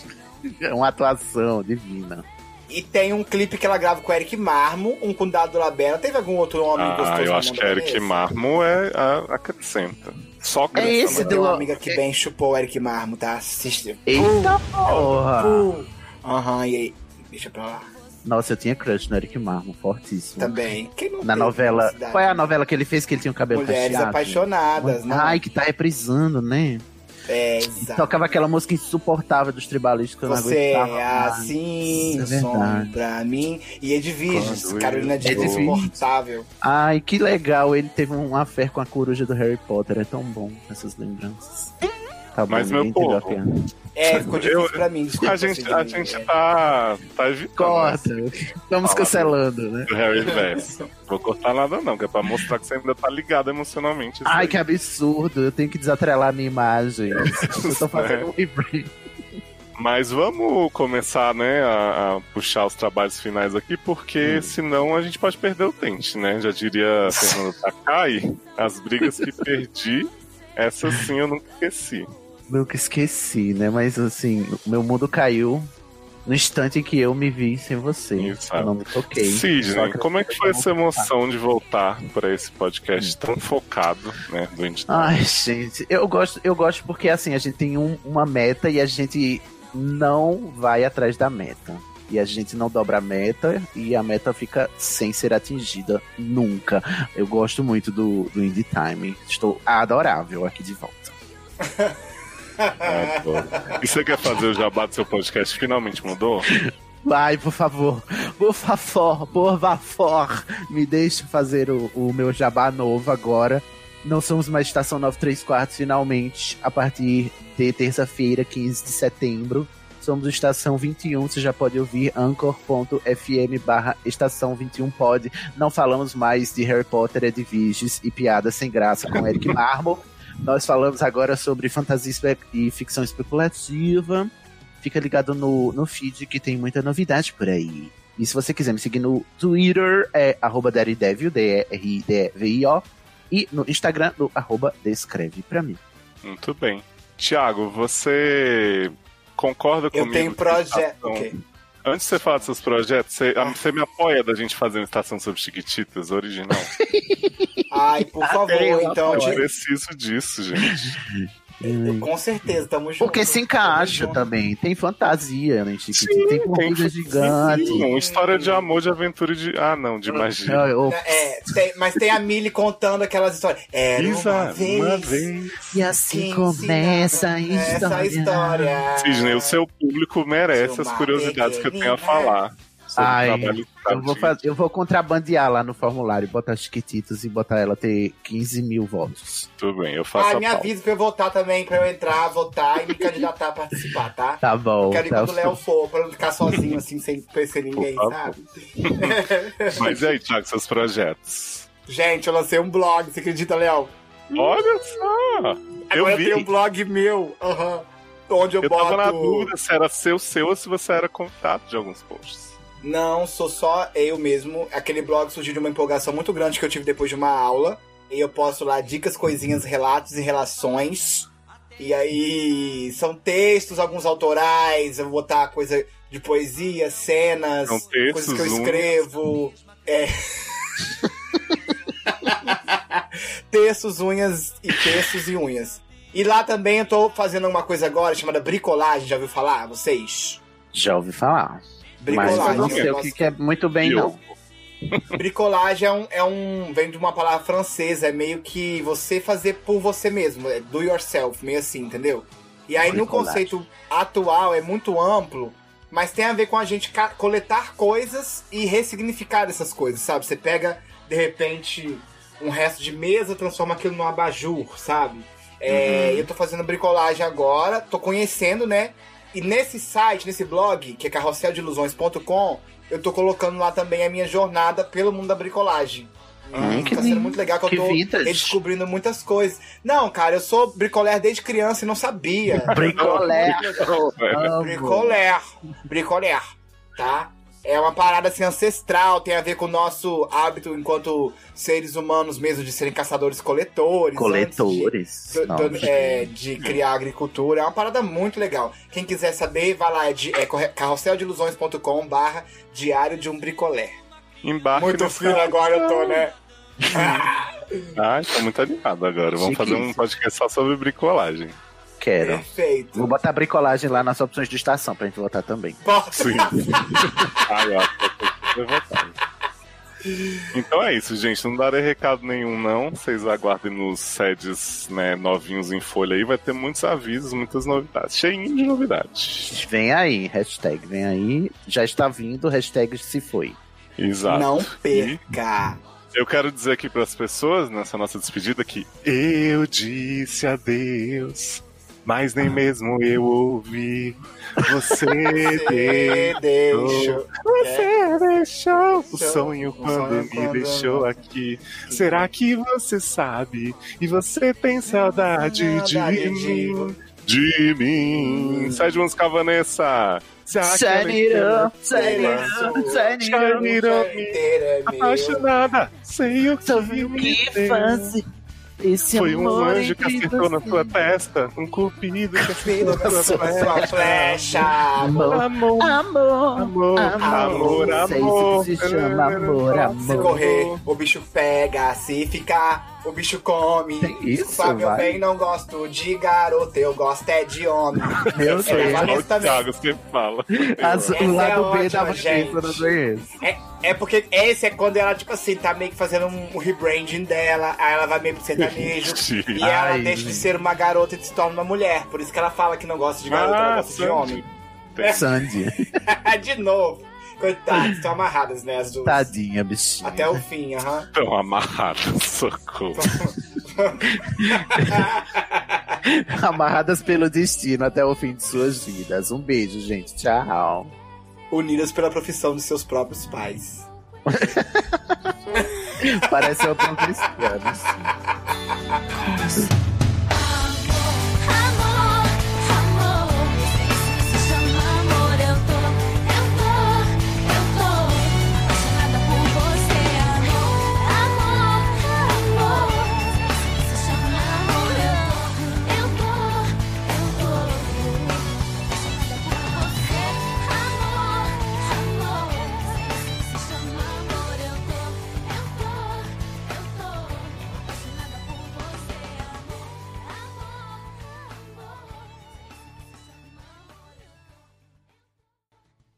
Speaker 2: É uma atuação divina.
Speaker 3: E tem um clipe que ela grava com o Eric Marmo, um com o Dado Labella. Teve algum outro homem gostoso?
Speaker 1: Ah, eu
Speaker 3: na
Speaker 1: acho
Speaker 3: mão
Speaker 1: que
Speaker 3: da
Speaker 1: Eric
Speaker 3: Vanessa?
Speaker 1: Marmo é, a- acrescenta. Só
Speaker 3: É
Speaker 1: acrescenta.
Speaker 3: esse do... uma amiga que bem chupou o Eric Marmo, tá? Assiste.
Speaker 2: Eita porra!
Speaker 3: Pum. Aham, e aí? Deixa pra lá.
Speaker 2: Nossa, eu tinha crush no Eric Marmo, fortíssimo.
Speaker 3: Também. Quem não
Speaker 2: Na
Speaker 3: tem
Speaker 2: novela.
Speaker 3: curiosidade?
Speaker 2: Qual é a novela que ele fez que ele tinha o cabelo
Speaker 3: Mulheres
Speaker 2: cacheado?
Speaker 3: apaixonadas, né? É,
Speaker 2: Ai, que tá reprisando, né? E tocava aquela música insuportável dos tribalistas que eu não
Speaker 3: Você
Speaker 2: aguentava.
Speaker 3: é
Speaker 2: mais.
Speaker 3: assim,
Speaker 2: Isso
Speaker 3: um
Speaker 2: é
Speaker 3: som
Speaker 2: verdade.
Speaker 3: pra mim. E Edviges,
Speaker 2: Quando
Speaker 3: Carolina
Speaker 2: eu
Speaker 3: de
Speaker 2: vou-
Speaker 3: insuportável.
Speaker 2: Ai, que legal. Ele teve um afé com a coruja do Harry Potter. É tão bom essas lembranças. Tá bom,
Speaker 1: Mas, meu
Speaker 2: ninguém entendeu a
Speaker 1: povo,
Speaker 2: piada.
Speaker 3: É, ficou difícil
Speaker 1: Eu-
Speaker 3: pra mim. Desculpa,
Speaker 1: a gente,
Speaker 3: Sidney.
Speaker 1: a gente tá, tá evitando.
Speaker 2: Corta. Estamos
Speaker 1: Fala.
Speaker 2: cancelando, né?
Speaker 1: Do Harry Verso. Vou cortar nada, não, que é pra mostrar que você ainda tá ligado emocionalmente.
Speaker 3: Ah,
Speaker 2: Ai, que absurdo. Eu tenho que desatrelar a minha imagem. Eu tô fazendo um rebrand.
Speaker 1: Mas vamos começar, né, a, a puxar os trabalhos finais aqui, porque
Speaker 2: Hum.
Speaker 1: senão a gente pode perder o dente, né? Já diria Fernando Takai, as brigas que perdi, essas sim eu nunca esqueci.
Speaker 2: Nunca esqueci, né? Mas assim, o meu mundo caiu no instante em que eu me vi sem você. Eu não me toquei. Só
Speaker 1: Sidney,
Speaker 2: que-
Speaker 1: como é que foi essa emoção de voltar pra esse podcast tão focado, né, do Indie
Speaker 2: Hum. Ai, gente, eu gosto, eu gosto porque assim, a gente tem um- uma meta e a gente não vai atrás da meta. E a gente não dobra a meta e a meta fica sem ser atingida nunca. Eu gosto muito do, do Indie Time. Estou adorável aqui de volta.
Speaker 1: Ah, pô. E você quer fazer o jabá do seu podcast? Finalmente mudou?
Speaker 2: Vai, por favor. Por favor, por favor. Me deixe fazer o, o meu jabá novo agora. Não somos mais Estação 93 Quartos, finalmente, a partir de terça-feira, 15 de setembro. Somos o Estação 21, você já pode ouvir anchor.fm barra Estação 21 Pod. Não falamos mais de Harry Potter, Edviges e Piadas Sem Graça com Eric Marmo. Nós falamos agora sobre fantasia espe- e ficção especulativa. Fica ligado no, no feed que tem muita novidade por aí. E se você quiser me seguir no Twitter, é arroba Daredevil, D-E-R-D-V-I-O. E no Instagram, no arroba Descreve Pra Mim.
Speaker 1: Muito bem. Tiago, você concorda comigo?
Speaker 3: tenho
Speaker 1: que
Speaker 3: projeto-
Speaker 1: Estação-
Speaker 3: ok.
Speaker 1: Antes de você falar dos seus projetos, você, ah, você me apoia da gente fazer uma estação sobre Chiquititas original?
Speaker 3: Ai, por favor, então.
Speaker 1: Eu
Speaker 3: gente,
Speaker 1: preciso disso, gente.
Speaker 3: Com certeza, tamo junto.
Speaker 2: Porque se encaixa também. Tem fantasia, né, gente?
Speaker 1: Sim,
Speaker 2: tem corrida gigante.
Speaker 1: Sim, uma história de amor, de aventura e de. Ah, não, de magia.
Speaker 2: Não, eu-
Speaker 3: É, tem- mas tem a Millie contando aquelas histórias. Era uma
Speaker 1: Isa,
Speaker 3: vez.
Speaker 1: é, uma vez.
Speaker 2: E assim começa a
Speaker 3: Essa é história.
Speaker 1: Sidney, o seu público merece as curiosidades que eu tenho a
Speaker 3: né?
Speaker 1: falar. sobre
Speaker 2: Ai,
Speaker 1: o trabalho
Speaker 2: eu vou, fazer, eu vou contrabandear lá no formulário, botar Chiquititos e botar ela ter 15 mil votos.
Speaker 1: Tudo bem, eu
Speaker 3: Ah, me avisa pra eu votar também, pra eu entrar, votar e me candidatar a participar, tá?
Speaker 2: Tá bom.
Speaker 3: Quero ir
Speaker 2: tá
Speaker 3: quando o Léo for, pra eu não ficar sozinho, assim, sem conhecer ninguém,
Speaker 1: Por
Speaker 3: sabe?
Speaker 1: Mas e aí, Tiago, seus projetos?
Speaker 3: Gente, eu lancei um blog, você acredita, Léo?
Speaker 1: Olha só!
Speaker 3: Agora
Speaker 1: eu vi.
Speaker 3: tem um blog meu, aham, onde eu,
Speaker 1: Eu
Speaker 3: boto...
Speaker 1: tava na dúvida se era seu, seu ou se você era contato de alguns posts.
Speaker 3: Não, sou só eu mesmo. Aquele blog surgiu de uma empolgação muito grande que eu tive depois de uma aula. E eu posto lá dicas, coisinhas, relatos e relações. E aí são textos, alguns autorais, eu vou botar coisa de poesia, cenas,
Speaker 1: São textos
Speaker 3: coisas que eu
Speaker 1: únicos.
Speaker 3: escrevo. É. textos, unhas e textos e unhas. E lá também eu tô fazendo uma coisa agora chamada bricolagem, já ouviu falar? Vocês?
Speaker 2: Já ouvi falar.
Speaker 3: Bricolagem,
Speaker 2: Mas eu não sei
Speaker 3: eu
Speaker 2: o que,
Speaker 3: gosto.
Speaker 2: que é muito bem, não.
Speaker 3: Bricolagem é um, é um. vem de uma palavra francesa, é meio que você fazer por você mesmo, é do yourself, meio assim, entendeu? E aí no
Speaker 2: Bricolagem.
Speaker 3: conceito atual é muito amplo, mas tem a ver com a gente ca- coletar coisas e ressignificar essas coisas, sabe? Você pega, de repente, um resto de mesa, transforma aquilo num abajur, sabe?
Speaker 2: Uhum.
Speaker 3: É, Eu tô fazendo bricolagem agora, tô conhecendo, né? E nesse site, nesse blog, que é carrosseldeilusões.com, eu tô colocando lá também a minha jornada pelo mundo da bricolagem.
Speaker 2: Hum,
Speaker 3: Isso
Speaker 2: que
Speaker 3: tá sendo
Speaker 2: lindo.
Speaker 3: muito legal que,
Speaker 2: Que
Speaker 3: eu tô
Speaker 2: vintage.
Speaker 3: descobrindo muitas coisas. Não, cara, eu sou bricolé desde criança e não sabia.
Speaker 2: Bricolé. Amo.
Speaker 3: bricolé. Bricolé. Tá? É uma parada assim ancestral, tem a ver com o nosso hábito enquanto seres humanos mesmo de serem caçadores-coletores.
Speaker 2: Coletores.
Speaker 3: Do- do-
Speaker 2: Não.
Speaker 3: é, de criar agricultura. É uma parada muito legal. Quem quiser saber, vai lá, é, de- é corre- carrosseldeilusões.com barra diário de um bricolé.
Speaker 1: Embarque
Speaker 3: muito
Speaker 1: nessa-
Speaker 3: frio agora eu tô, né?
Speaker 1: Ai, tô muito animado agora. Vamos fazer um podcast só sobre bricolagem.
Speaker 2: Quero.
Speaker 3: Perfeito.
Speaker 2: Vou botar bricolagem lá nas opções de estação pra gente votar também.
Speaker 3: Bota.
Speaker 1: Ah, Sim. Ai, ó, tô- tô- tô revoltado. Então é isso, gente. Não darei recado nenhum, não. Vocês aguardem nos sedes né, novinhos em folha aí. Vai ter muitos avisos, muitas novidades. Cheinho de novidades.
Speaker 2: Vem aí, hashtag, vem aí. Já está vindo, hashtag se foi.
Speaker 1: Exato.
Speaker 2: Não
Speaker 1: perca! Tá. Eu quero dizer aqui para as pessoas, nessa nossa despedida, que eu disse adeus, mas nem mesmo eu ouvi. Você deixou.
Speaker 13: deixou.
Speaker 1: Você deixou o sonho
Speaker 13: sonho
Speaker 1: quando me
Speaker 13: quando
Speaker 1: deixou aqui. Será que você sabe? E você tem saudade de mim? De mim. Sai de música, Vanessa.
Speaker 13: Shine it up, shine it up, shine it up.
Speaker 1: Shine it up. Apaixonada, sei o que,
Speaker 13: que fazer. Esse
Speaker 1: Foi um
Speaker 13: amor
Speaker 1: anjo que
Speaker 13: entre
Speaker 1: acertou na
Speaker 13: você.
Speaker 1: sua testa, um cupido que acertou na
Speaker 13: Sua-
Speaker 1: sua
Speaker 13: sua
Speaker 1: flecha.
Speaker 2: Amor,
Speaker 1: amor,
Speaker 2: amor,
Speaker 1: amor,
Speaker 3: Não sei se
Speaker 1: amor.
Speaker 3: se chama
Speaker 2: amor,
Speaker 3: Se
Speaker 2: amor.
Speaker 3: correr, o bicho pega, se ficar, o bicho come.
Speaker 2: isso,
Speaker 3: Desculpa, meu
Speaker 2: vai.
Speaker 3: bem, não gosto de garoto, eu gosto é de homem.
Speaker 1: Eu
Speaker 3: Essa é
Speaker 1: sei,
Speaker 3: da
Speaker 1: só o
Speaker 3: Vanessa também.
Speaker 1: Thiago sempre fala.
Speaker 2: As- o
Speaker 3: Essa é
Speaker 2: lado B né?
Speaker 3: ótima,
Speaker 2: da
Speaker 3: gente.
Speaker 2: Vanessa, não conheço.
Speaker 3: É, é porque esse é quando ela, tipo assim, tá meio que fazendo um rebranding dela, aí ela vai meio pro sertanejo, e ela
Speaker 2: Ai,
Speaker 3: deixa de
Speaker 2: gente.
Speaker 3: ser uma garota e se torna uma mulher. Por isso que ela fala que não gosta de garota, ela
Speaker 1: Ah,
Speaker 3: gosta de homem.
Speaker 1: Sandy.
Speaker 2: Sandy.
Speaker 3: de novo. Coitadas, estão amarradas, né, as duas.
Speaker 2: Tá. Tadinha, bichinha.
Speaker 3: Até o fim, aham.
Speaker 1: Tão amarrado, socorro.
Speaker 2: Amarradas pelo destino até o fim de suas vidas. Um beijo, gente. Tchau.
Speaker 3: Unidas pela profissão de seus próprios pais.
Speaker 2: Parece o Pão Cristiano. É?